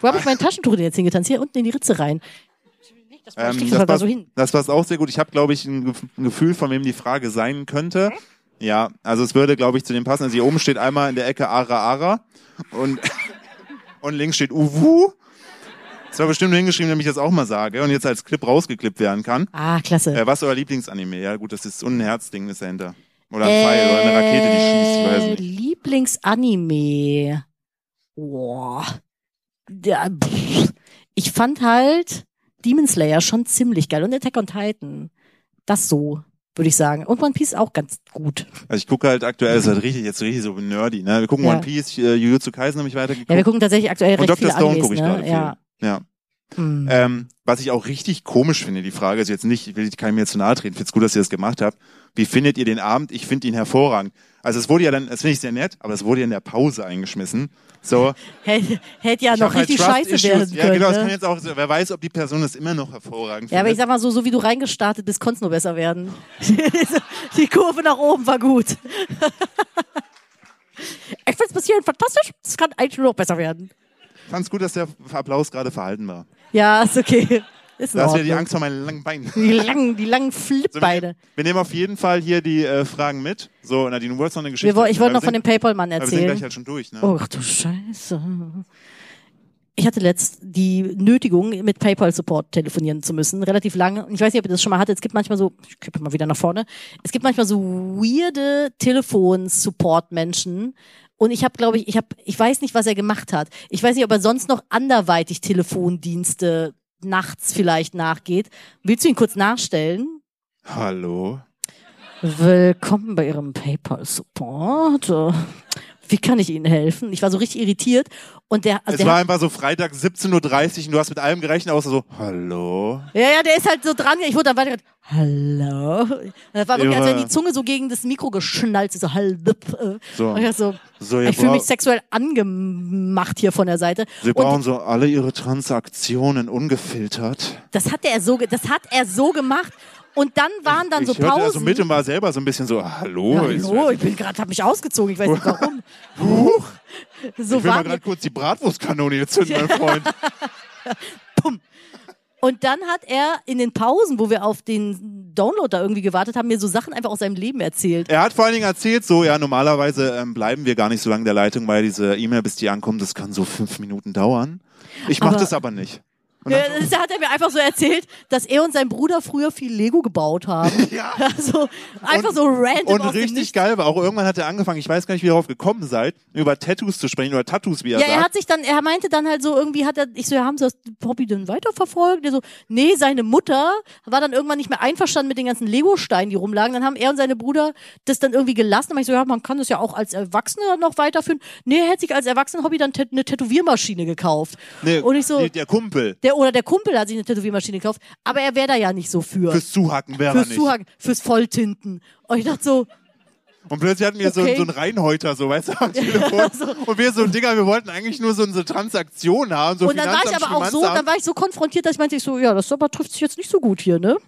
Wo habe ich mein Taschentuch denn jetzt hingetan? Hier unten in die Ritze rein. Das ähm,
Ähm,
ich
das,
das
passt,
so hin.
das passt auch sehr gut. Ich habe, glaube ich, ein, Gef- ein Gefühl, von wem die Frage sein könnte. Ja, also es würde, glaube ich, zu dem passen. Also hier oben steht einmal in der Ecke Ara Ara und, und links steht Uwu. Das war bestimmt nur hingeschrieben, damit ich das auch mal sage und jetzt als Clip rausgeklippt werden kann.
Ah, klasse.
Äh, was ist euer Lieblingsanime? Ja gut, das ist so ein Herzding ist dahinter. Oder ein Pfeil oder eine Rakete, die schießt, ich weiß
Äh,
nicht.
Lieblingsanime. Boah. Ja, pff. ich fand halt Demon Slayer schon ziemlich geil und Attack on Titan. Das so, würde ich sagen. Und One Piece auch ganz gut.
Also ich gucke halt aktuell, ist halt richtig, jetzt richtig so nerdy. Ne? Wir gucken
Ja.
One Piece, äh, Jujutsu Kaisen habe ich weitergeguckt.
Ja, wir gucken tatsächlich aktuell
und
recht
Dr.
viele
Stone
Animes,
gucke ich
ne?
gerade viel.
ja.
ja.
Hm.
Ähm, was ich auch richtig komisch finde, die Frage ist jetzt nicht, ich will, ich kann mir jetzt zu nahe treten, find's gut, dass ihr das gemacht habt. Wie findet ihr den Abend? Ich finde ihn hervorragend. Also es wurde ja dann, das finde ich sehr nett, aber es wurde ja in der Pause eingeschmissen. So,
Hätte hätt ja
ich
noch
hab halt
richtig
Trust
scheiße
Issues.
werden
Ja,
können.
genau, das kann
ne?
jetzt auch, so- wer weiß, ob die Person das immer noch hervorragend
Ja, aber ich
findet.
sag mal so, so wie du reingestartet bist, konnt's nur besser werden. Die Kurve nach oben war gut. Ich find's bis hierhin fantastisch. Es kann eigentlich nur noch besser werden.
Ich fand's gut, dass der Applaus gerade verhalten war.
Ja, ist okay. Ist in
Da hast du ja die
Ordnung.
Angst vor meinen langen Beinen.
Die langen, die langen
So,
Flipbeine.
Wir, wir nehmen auf jeden Fall hier die äh, Fragen mit. So, Nadine, du wolltest noch eine Geschichte.
Wir woll- Ich wollte
Aber
noch von
wir
dem PayPal-Mann
sind- aber Wir sind
erzählen.
gleich halt schon durch, ne?
Oh, ach du Scheiße. Ich hatte letzt die Nötigung, mit PayPal-Support telefonieren zu müssen, relativ lange. Und ich weiß nicht, ob ihr das schon mal hattet. Es gibt manchmal so, ich kippe mal wieder nach vorne, es gibt manchmal so weirde Telefon-Support-Menschen. Und ich habe, glaube ich, ich habe, ich weiß nicht, was er gemacht hat. Ich weiß nicht, ob er sonst noch anderweitig Telefondienste nachts vielleicht nachgeht. Willst du ihn kurz nachstellen?
Hallo.
Willkommen bei Ihrem PayPal-Support. Äh, Wie kann ich Ihnen helfen? Ich war so richtig irritiert. Und der, also
es
der
war
hat,
einfach so Freitag 17.30 Uhr und du hast mit allem gerechnet, außer so, hallo.
ja, ja, der ist halt so dran. Ich wurde dann weiter. Hallo. Und Das war wirklich, als
Irre.
wenn die Zunge so gegen das Mikro geschnallt ist. So, hallo. äh.
So.
Und ich dachte so,
So, ihr
ich fühle mich
braucht-
sexuell angemacht hier von der Seite.
Sie
Und
brauchen so alle ihre Transaktionen ungefiltert.
das hat er so, ge- das hat er so gemacht. Und dann waren dann
ich
so
hörte
Pausen.
also mit und war selber so ein bisschen so, hallo.
Hallo, ich bin gerade, habe mich ausgezogen. Ich weiß nicht warum.
Huch,
So
ich will mal
waren
gerade kurz die Bratwurstkanone hier zünden, mein Freund.
Und dann hat er in den Pausen, wo wir auf den Download da irgendwie gewartet haben, mir so Sachen einfach aus seinem Leben erzählt.
Er hat vor allen Dingen erzählt, so, ja, normalerweise ähm, bleiben wir gar nicht so lange in der Leitung, weil diese E-Mail, bis die ankommt, das kann so fünf Minuten dauern. Ich mach
Aber-
das aber nicht.
Ja, Äh, Das hat er mir einfach so erzählt, dass er und sein Bruder früher viel Lego gebaut haben.
Ja.
Also einfach so random
Und
aus dem
richtig
Nichts.
geil war, auch irgendwann hat er angefangen, ich weiß gar nicht, wie ihr darauf gekommen seid, über Tattoos zu sprechen, oder Tattoos, wie er
Ja,
sagt.
er hat sich dann, er meinte dann halt so irgendwie hat er, ich so, ja, haben sie das Hobby denn weiterverfolgt? Er so, nee, seine Mutter war dann irgendwann nicht mehr einverstanden mit den ganzen Lego-Steinen, die rumlagen. Dann haben er und seine Brüder das dann irgendwie gelassen. Aber ich so, ja, man kann das ja auch als Erwachsener noch weiterführen. Nee, er hätte sich als Erwachsenen-Hobby dann tät- eine Tätowiermaschine gekauft.
Nee,
und ich so,
die- der Kumpel,
der oder der Kumpel hat sich eine Tätowiermaschine gekauft, aber er wäre da ja nicht so für.
fürs Zuhacken wäre er
fürs
nicht.
Zuhaken, fürs Volltinten. Und ich dachte so,
Und plötzlich hatten wir so,
Okay.
so einen Reinhäuter, so, weißt du, am Telefon. Und wir so, Digga, wir wollten eigentlich nur so eine Transaktion haben, so
und dann war ich
Finanzamt,
aber auch so,
Schulmanzamt.
dann war ich so konfrontiert, dass ich meinte, ich so, ja, das aber trifft sich jetzt nicht so gut hier, ne?
Und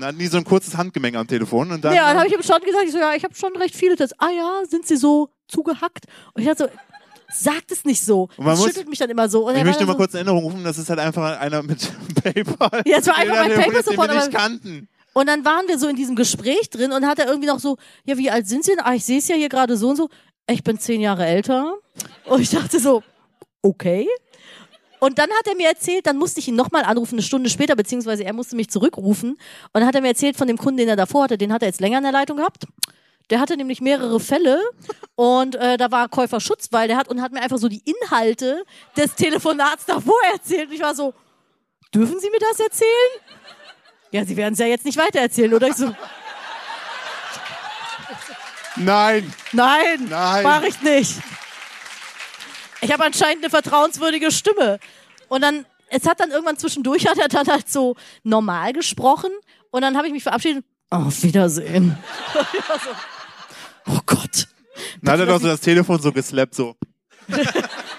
dann hatten die so ein kurzes Handgemenge am Telefon und dann,
Ja, dann
äh,
habe ich ihm schon gesagt, ich so, ja, ich habe schon recht viele Tests. Ah ja, sind sie so zugehackt? Und ich dachte so, sagt es nicht so.
Und man
das
muss-
schüttelt mich dann immer so. Und
ich
er
möchte
war
mal
dann so,
kurz in Erinnerung rufen, das ist halt einfach einer mit PayPal.
Ja, es war einfach
Jeder,
mein
der-
PayPal-Support,
Den wir nicht
aber-
kannten.
und dann waren wir so in diesem Gespräch drin und hat er irgendwie noch so, ja, wie alt sind sie denn? Ah, ich sehe es ja hier gerade so und so. Ich bin zehn Jahre älter. Und ich dachte so, okay. Und dann hat er mir erzählt, dann musste ich ihn nochmal anrufen, eine Stunde später, beziehungsweise er musste mich zurückrufen. Und dann hat er mir erzählt von dem Kunden, den er davor hatte, den hat er jetzt länger in der Leitung gehabt. Der hatte nämlich mehrere Fälle und äh, da war Käuferschutz, weil der hat und hat mir einfach so die Inhalte des Telefonats davor erzählt. Und ich war so, dürfen Sie mir das erzählen? Ja, Sie werden es ja jetzt nicht weitererzählen, oder? Ich so,
Nein.
nein,
Nein.
mach ich nicht. Ich habe anscheinend eine vertrauenswürdige Stimme. Und dann, es hat dann irgendwann zwischendurch, hat er dann halt so normal gesprochen und dann habe ich mich verabschiedet. Auf Wiedersehen. Und ich war so, oh Gott.
Dann hat er doch so das Telefon so geslappt, so.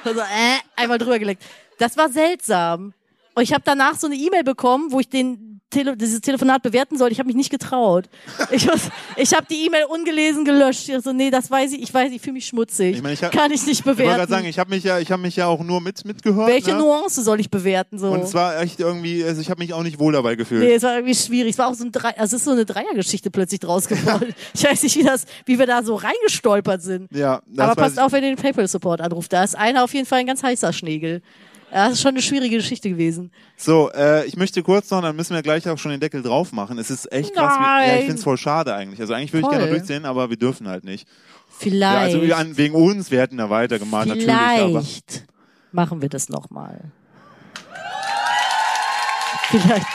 Also, äh, einmal drüber gelegt. Das war seltsam. Und ich habe danach so eine E-Mail bekommen, wo ich den Tele dieses Telefonat bewerten soll. Ich habe mich nicht getraut. Ich, was- ich habe die E-Mail ungelesen gelöscht. Ich so, nee, das weiß ich. Ich weiß, ich fühle mich schmutzig.
Ich meine, ich hab-
Kann ich nicht
Ich wollte gerade
bewerten.
sagen, ich habe mich, ja, ich hab mich ja auch nur mit, mitgehört.
Welche
ne?
Nuance soll ich bewerten? So?
Und es war echt irgendwie, also ich habe mich auch nicht wohl dabei gefühlt.
Nee, es war irgendwie schwierig. Es war auch so ein Drei also es ist so eine Dreiergeschichte plötzlich draus geworden. Ich weiß nicht, wie, das, wie wir da so reingestolpert sind.
Ja, das
Aber
weiß
passt
ich.
auf, wenn ihr den PayPal-Support anruft. Da ist einer auf jeden Fall ein ganz heißer Schnegel. Das ist schon eine schwierige Geschichte gewesen.
So, äh, ich möchte kurz noch, dann müssen wir gleich auch schon den Deckel drauf machen. Es ist echt krass. Wie, ja, ich
Nein.
finde es voll schade eigentlich. Also eigentlich würde ich
Voll.
gerne durchsehen, aber wir dürfen halt nicht. Ja,
Vielleicht.
also wir- an- wegen uns, wir hätten da weitergemacht, natürlich. Aber
Vielleicht machen wir das nochmal. Vielleicht.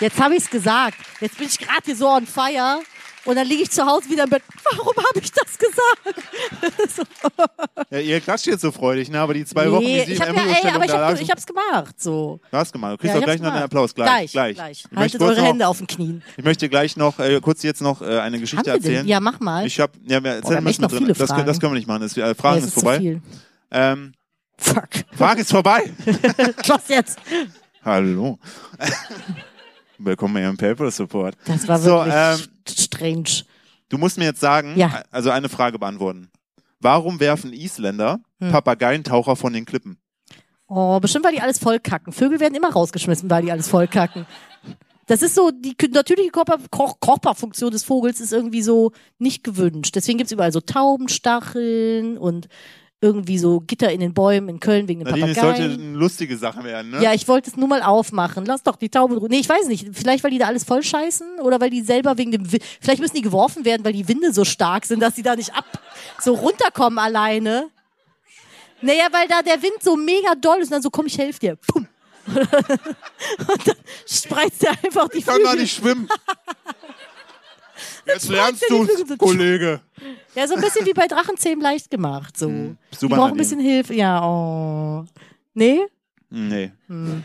Jetzt habe ich es gesagt. Jetzt bin ich gerade hier so on fire. Und dann liege ich zu Hause wieder im Bett. Warum habe ich das gesagt?
ja, ihr klatscht jetzt so freudig, ne? Aber die zwei Wochen, die sie
ich
in
habe ja, ey,
Embryostellung
aber ich
da
habe
lagen,
ich hab's gemacht. So.
du hast gemacht. Du kriegst
Ja,
auch
ich
gleich
hab's
noch einen
gemacht.
Applaus. Gleich, gleich. Ich, möchte
Haltet
kurz
eure
noch,
Hände auf den Knien.
ich möchte gleich noch äh, kurz jetzt noch äh, eine
Haben
Geschichte
wir denn?
erzählen.
Ja, mach mal.
Ich habe, ja, wir
wir
erzählen
haben
müssen
echt noch
wir drin.
viele
Das, können- das
Fragen.
können wir nicht machen. Das, äh,
Nee,
Fragen
es
ist
zu
vorbei.
viel.
Ähm,
Fuck.
Frage ist vorbei.
Was jetzt?
Hallo. Willkommen bei Ihrem Paper Support.
Das war
So,
wirklich
ähm,
st- strange.
Du musst mir jetzt sagen,
Ja.
also eine
Hm.
Frage beantworten. Warum werfen Isländer Papageientaucher von den Klippen?
Oh, bestimmt, weil die alles vollkacken. Vögel werden immer rausgeschmissen, weil die alles vollkacken. Das ist so, die kü- natürliche Körper Koch- Körperfunktion des Vogels ist irgendwie so nicht gewünscht. Deswegen gibt's überall so Taubenstacheln und irgendwie so Gitter in den Bäumen in Köln wegen den
Nadine, es sollte
Papageien.
eine lustige Sache werden, ne?
Ja, ich wollte es nur mal aufmachen. Lass doch die Tauben ruhen. Nee, ich weiß nicht. Vielleicht, weil die da alles voll scheißen oder weil die selber wegen dem Wi- Vielleicht müssen die geworfen werden, weil die Winde so stark sind, dass die da nicht ab so runterkommen alleine. Naja, weil da der Wind so mega doll ist und dann so, komm, ich helf dir. Pum. und dann spreizt er einfach die
Ich kann gar
Flügel.
nicht schwimmen. Jetzt lernst
ja die
du's,
Flügel so-
Kollege.
Ja, so ein bisschen wie bei Drachenzähmen leicht gemacht.
Mhm.
So. die
super,
brauchen ein
Nadine.
bisschen Hilfe. Ja, oh. Nee?
Nee.
Hm.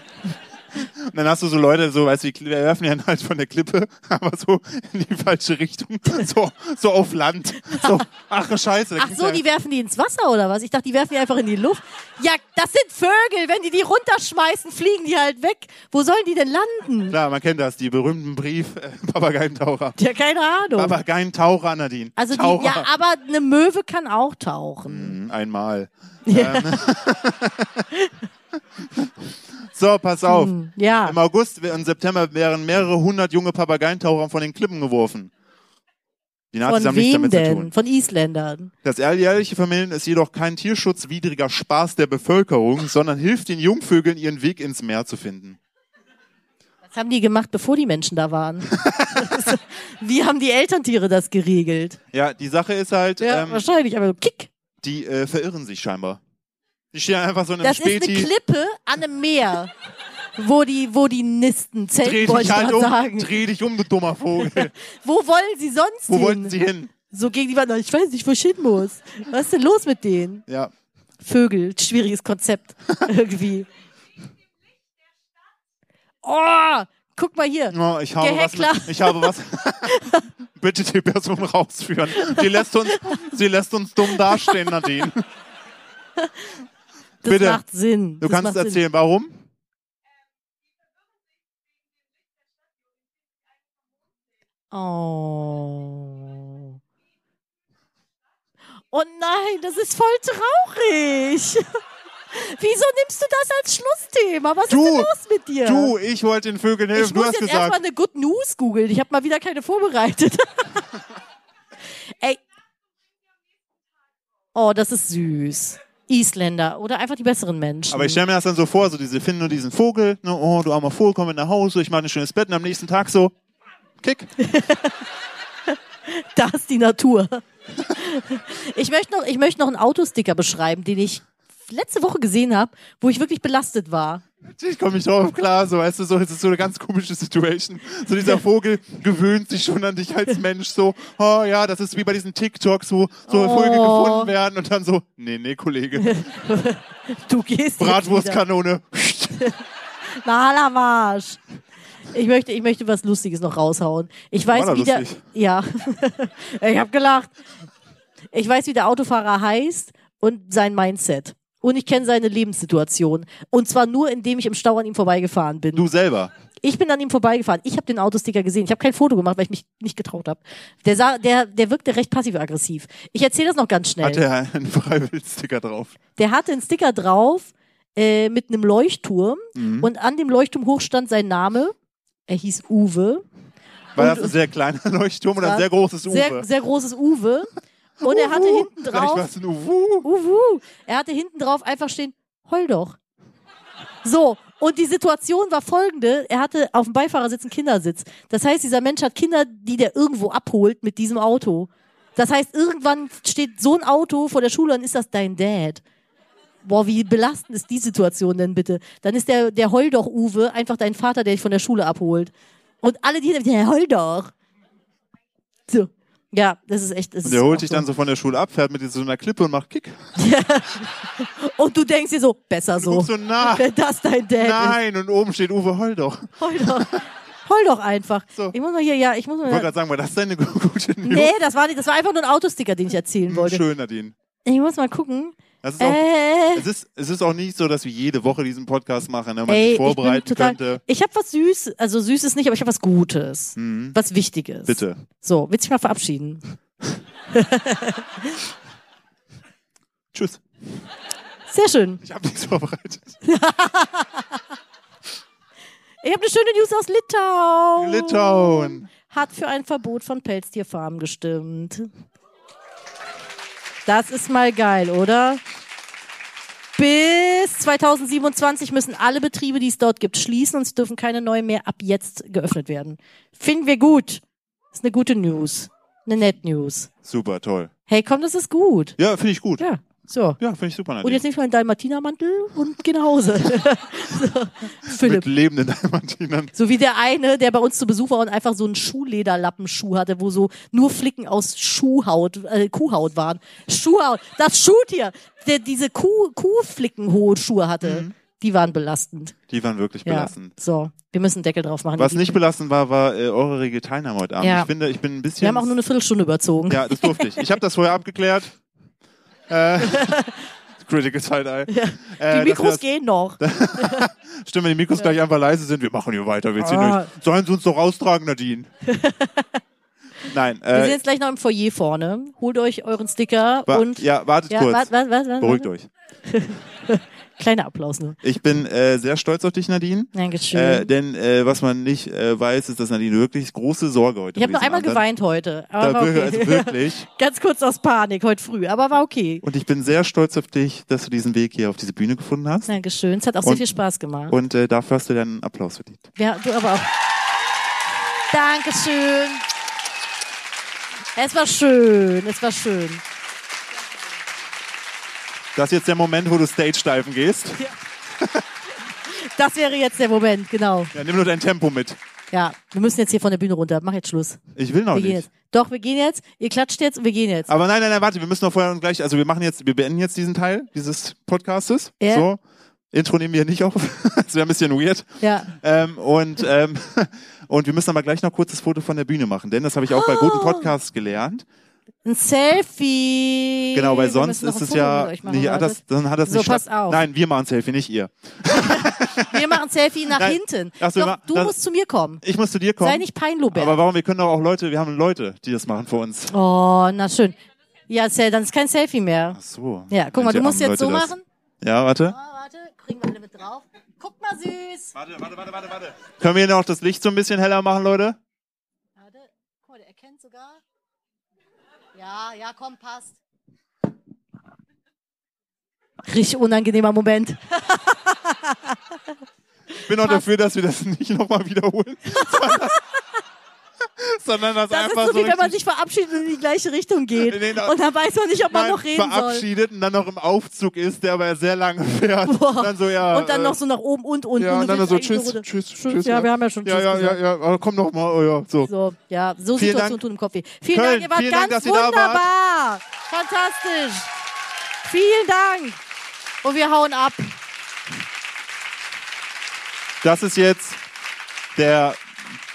Und dann hast du so Leute, so, weißt du, die werfen die dann halt von der Klippe, aber so in die falsche Richtung. So, so auf Land. So, ach, scheiße. da
Ach
ging's
so,
ja-
die werfen die ins Wasser oder was? Ich dachte, die werfen die einfach in die Luft. Ja, das sind Vögel. Wenn die die runterschmeißen, fliegen die halt weg. Wo sollen die denn landen?
Klar, man kennt das, die berühmten Brief, äh, Papageientaucher.
Ja, keine Ahnung.
Papageientaucher, Nadine.
also die,
Taucher.
ja, aber eine Möwe kann auch tauchen.
Hm, Einmal. Ähm.
Ja.
So, pass auf.
Hm, ja.
Im August und September wären mehrere hundert junge Papageientaucher von den Klippen geworfen. Die Nazis
Von
haben nichts
wem
damit zu tun.
denn? Von Isländern.
Das alljährliche Vermählen ist jedoch kein tierschutzwidriger Spaß der Bevölkerung, sondern hilft den Jungvögeln, ihren Weg ins Meer zu finden.
Das haben die gemacht, bevor die Menschen da waren. Wie haben die Elterntiere das geregelt?
Ja, die Sache ist halt,
Ja,
ähm,
wahrscheinlich, aber so kick.
die äh, verirren sich scheinbar. Die stehen einfach so in einem
Das ist eine
Späti,
Klippe an einem Meer, wo die, wo die nisten.
dreh
Zelt wollte
dich
ich
halt
gerade
um,
sagen.
dreh dich um, du dummer Vogel.
Wo wollen sie sonst
Wo
hin?
wollten sie hin?
So gegen die Wand. Ich weiß nicht, wo ich hin muss. Was ist denn los mit denen?
Ja,
Vögel, schwieriges Konzept. Irgendwie. Oh, guck mal hier.
Oh, ich habe was.
Gehäckler.
Mit, ich habe was. Bitte die Person rausführen. Sie lässt uns, sie lässt uns dumm dastehen, Nadine.
Das
bitte.
macht Sinn.
Du
das
kannst
macht Sinn.
erzählen, warum?
Oh. Oh nein, das ist voll traurig. Wieso nimmst du das als Schlussthema? Was
Du,
ist denn los mit dir?
Du, ich wollte den Vögeln helfen.
Ich
du
muss
hast
jetzt erstmal
gesagt,
eine Good News googeln. Ich habe mal wieder keine vorbereitet. Ey. Oh, das ist süß. Isländer oder einfach die besseren Menschen.
aber ich stelle mir das dann so vor, so diese finden nur diesen Vogel, ne, oh, du armer Vogel, komm mit nach Hause, ich mache ein schönes Bett und am nächsten Tag so, kick.
da ist die Natur. ich möchte noch, ich möchte noch einen Autosticker beschreiben, den ich letzte Woche gesehen habe, wo ich wirklich belastet war.
Ich komme nicht drauf klar, so weißt du, so, es ist so eine ganz komische Situation. So dieser Vogel gewöhnt sich schon an dich als Mensch, so, oh ja, das ist wie bei diesen TikToks, wo so
Oh.
Vögel gefunden werden und dann so, nee, nee, Kollege,
Du gehst jetzt wieder.
Bratwurstkanone.
Malermarsch. Ich möchte, ich möchte was Lustiges noch raushauen. Ich weiß,
War da
wie der.
lustig?
Ja. ich habe gelacht. Ich weiß, wie der Autofahrer heißt und sein Mindset. Und ich kenne seine Lebenssituation. Und zwar nur, indem ich im Stau an ihm vorbeigefahren bin.
Du selber.
Ich bin an ihm vorbeigefahren. Ich habe den Autosticker gesehen. Ich habe kein Foto gemacht, weil ich mich nicht getraut habe. Der, sah, der, der wirkte recht passiv-aggressiv. Ich erzähle das noch ganz schnell.
Hat er einen Freiwilligsticker drauf?
Der hatte einen Sticker drauf äh, mit einem Leuchtturm und an dem Leuchtturm hoch stand sein Name. Er hieß Uwe.
War
Und-
das ein sehr kleiner Leuchtturm oder ein
war
sehr großes Uwe?
Sehr, sehr großes Uwe. Und er hatte hinten
Vielleicht war
drauf,
es ein Uwu.
Uwu, er hatte hinten drauf einfach stehen, heul doch. So, und die Situation war folgende, er hatte auf dem Beifahrersitz einen Kindersitz. Das heißt, dieser Mensch hat Kinder, die der irgendwo abholt mit diesem Auto. Das heißt, irgendwann steht so ein Auto vor der Schule und ist das dein Dad. Boah, wie belastend ist die Situation denn bitte? Dann ist der, der Heul doch Uwe einfach dein Vater, der dich von der Schule abholt. Und alle, die hinter dir, heul doch. So. Ja, das ist echt.
Und
Das ist
der
auch
holt dich
so.
dann so von der Schule ab, fährt mit so einer Klippe und macht Kick.
Und du denkst dir so, besser
Du
so.
guckst so, na,
Wenn das dein Dad
Ah. nein. Und oben steht Uwe, heul doch. Ich
ist. Heul doch. Heul doch einfach.
So.
Ich muss mal hier, ja, ich muss mal.
wollte gerade sagen, war das deine gute News?
nee, das war, nicht, das war einfach nur ein Autosticker, den ich erzählen
Hm,
wollte.
Schön, Also, Nadine.
Ich muss mal gucken.
Das ist auch,
Äh,
es, ist, es ist auch nicht so, dass wir jede Woche diesen Podcast machen, ne? man
ey,
sich
ich bin
vorbereiten
total.
könnte.
Ich habe was Süßes, also Süßes nicht, aber ich habe was Gutes. Was Wichtiges.
Hm. Bitte.
So, willst du dich mal verabschieden?
Tschüss.
Sehr schön.
Ich habe nichts vorbereitet.
Ich habe eine schöne News aus Litauen.
Litauen.
Hat für ein Verbot von Pelztierfarmen gestimmt. Das ist mal geil, oder? Bis 2027 müssen alle Betriebe, die es dort gibt, schließen und es dürfen keine neuen mehr ab jetzt geöffnet werden. Finden wir gut. Ist eine gute News. Eine nette News.
Super, toll.
Hey, komm, das ist gut.
Ja, finde ich gut. Ja,
Ja, so.
finde ich super.
Und
Nadine.
jetzt nehme ich meinen Dalmatinermantel und gehe nach Hause. so.
Mit
Philipp.
lebenden Dalmatinern.
So wie der eine, der bei uns zu Besuch war und einfach so einen Schuhlederlappenschuh hatte, wo so nur Flicken aus Schuhhaut, äh, Kuhhaut waren. Schuhhaut, das Schuhtier, der diese Kuh, Kuhflickenhohe Schuhe hatte, die waren belastend.
Die waren wirklich
Ja.
Mhm. belastend.
So, wir müssen einen Deckel drauf machen.
Was nicht belastend war, war äh, eure rege Teilnahme heute Abend.
Ja.
Ich finde, ich bin ein bisschen.
wir haben auch nur eine Viertelstunde überzogen.
ja, das durfte ich. Ich habe das vorher abgeklärt. Äh, Critical Side-Eye. Äh,
Die
dass wir
Mikros
das-
gehen noch.
Stimmt, wenn die Mikros gleich einfach leise sind, wir machen hier weiter, wir ziehen
Ah.
durch. Sollen sie uns doch austragen, Nadine? Nein,
Wir sind
äh,
jetzt gleich noch im Foyer vorne. Holt euch euren Sticker
wa-
und
ja, wartet kurz.
was, was, was, was,
Beruhigt euch.
Kleiner Applaus nur.
Ich bin äh, sehr stolz auf dich, Nadine.
Dankeschön.
Äh, denn äh, was man nicht äh, weiß, ist, dass Nadine wirklich große Sorge heute
ich habe
um
nur
diesen
einmal
Abend hat.
geweint heute. Aber
Da
war
wir-
okay.
also wirklich.
Ganz kurz aus Panik heute früh, aber war okay.
Und ich bin sehr stolz auf dich, dass du diesen Weg hier auf diese Bühne gefunden hast.
Dankeschön. Es hat auch
Und-
sehr viel Spaß gemacht.
Und äh, dafür hast du deinen Applaus verdient.
Ja, du aber auch. Dankeschön. Es war schön, es war schön.
Das ist jetzt der Moment, wo du stage-steifen gehst.
Das wäre jetzt der Moment, genau.
Ja, nimm nur dein Tempo mit.
Ja, wir müssen jetzt hier von der Bühne runter. Mach jetzt Schluss.
Ich will noch
Wir gehen
nicht.
jetzt. Doch, wir gehen jetzt. Ihr klatscht jetzt und wir gehen jetzt.
Aber nein, nein, nein, warte, wir müssen noch vorher und gleich, also wir machen jetzt, wir beenden jetzt diesen Teil dieses Podcastes.
Ja.
So. Intro nehmen wir nicht auf. das wäre ein bisschen weird.
Ja.
Ähm, und, ähm, und wir müssen aber gleich noch kurz das Foto von der Bühne machen, denn das habe ich auch
Oh.
bei guten Podcasts gelernt.
Ein Selfie.
Genau, weil
Wir
sonst
müssen noch
ist
ein
es
Foto
ja.
mit euch machen,
Nee, hat
Leute.
das, dann hat das
So,
nicht
passt
statt-
auf.
Nein, wir machen Selfie, nicht ihr.
Wir machen ein Selfie nach
Nein.
hinten.
Ach so, wir
Doch,
machen-
du
das-
musst zu mir kommen.
Ich muss zu dir kommen.
Sei nicht Peinlobert.
aber warum? Wir können doch auch Leute, wir haben Leute, die das machen für uns.
Oh, na schön. Ja, Sel, dann ist kein Selfie mehr.
Ach so.
Ja, guck mal,
Manche
du musst
armen
jetzt
Leute
so
das.
machen.
Ja, warte.
Oh, warte, kriegen wir alle mit drauf. Guck mal süß.
Warte, warte, warte, warte, warte.
Können wir hier noch das Licht so ein bisschen heller machen, Leute?
Warte, guck mal, der erkennt sogar. Ja, ja, komm, passt. Richtig unangenehmer Moment.
Ich bin auch dafür, dass wir das nicht nochmal wiederholen. sondern- sondern das,
Das ist
einfach
so wie wenn man
richtig-
sich verabschiedet und in die gleiche Richtung geht.
Nee, da-
und dann weiß man nicht, ob man
Nein,
noch reden soll.
verabschiedet und dann noch im Aufzug ist, der aber sehr lange fährt.
Boah.
Und dann so, ja.
und dann
äh,
noch so nach oben und unten.
ja,
und
und
du
dann
willst
so,
eigentlich nur
tschüss,
runter.
tschüss,
Tschüss,
tschüss,
ja,
ja.
wir haben ja schon
Ja,
tschüss
ja, ja,
gesagt.
ja, aber komm noch mal, oh ja, so.
So, ja, so
Vielen
Situationen
Dank.
tun im Kopf weh. Vielen
Köln,
Dank, ihr wart
vielen Dank,
ganz
dass ihr da
wunderbar. Fantastisch. Vielen Dank. Und wir hauen ab.
Das ist jetzt der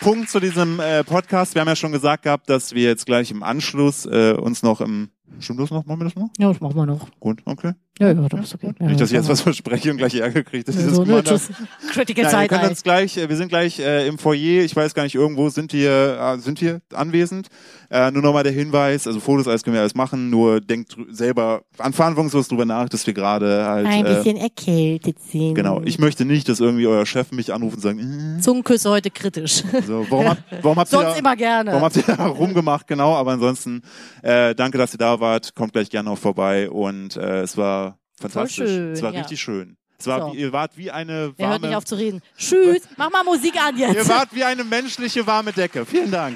Punkt zu diesem äh, Podcast. Wir haben ja schon gesagt gehabt, dass wir jetzt gleich im Anschluss äh, uns noch im. Stimmt das noch? Machen wir das noch?
Ja, das machen wir noch.
Gut, okay.
Ja, ja, das ist okay. Ja,
Hm? Nicht, dass ich
das
jetzt was verspreche und gleich Ärger kriege. Das
machen wir.
ist
so,
immer
ne,
das-
tschüss. Critical
Nein, wir,
Side
können
Eye.
uns gleich, äh, wir sind gleich äh, im Foyer, ich weiß gar nicht, irgendwo sind wir, äh, sind wir anwesend. Äh, nur nochmal der Hinweis, also Fotos, alles können wir alles machen, nur denkt drü- selber an verantwortungslos drüber nach, dass wir gerade halt...
Ein
Äh,
bisschen erkältet sind.
genau, ich möchte nicht, dass irgendwie euer Chef mich anruft und sagt, äh,
Zungenküsse heute kritisch.
so, warum, hab, warum habt ihr
Sonst
da,
immer gerne.
Warum habt ihr da rumgemacht, genau, aber ansonsten äh, danke, dass ihr da wart, kommt gleich gerne auch vorbei und äh, es war fantastisch.
schön,
es war
ja.
richtig schön. Es war,
So.
wie, ihr wart wie eine
Er hört
warme,
nicht auf zu reden. Tschüss. Mach mal Musik an jetzt.
ihr wart wie eine menschliche warme Decke. Vielen Dank.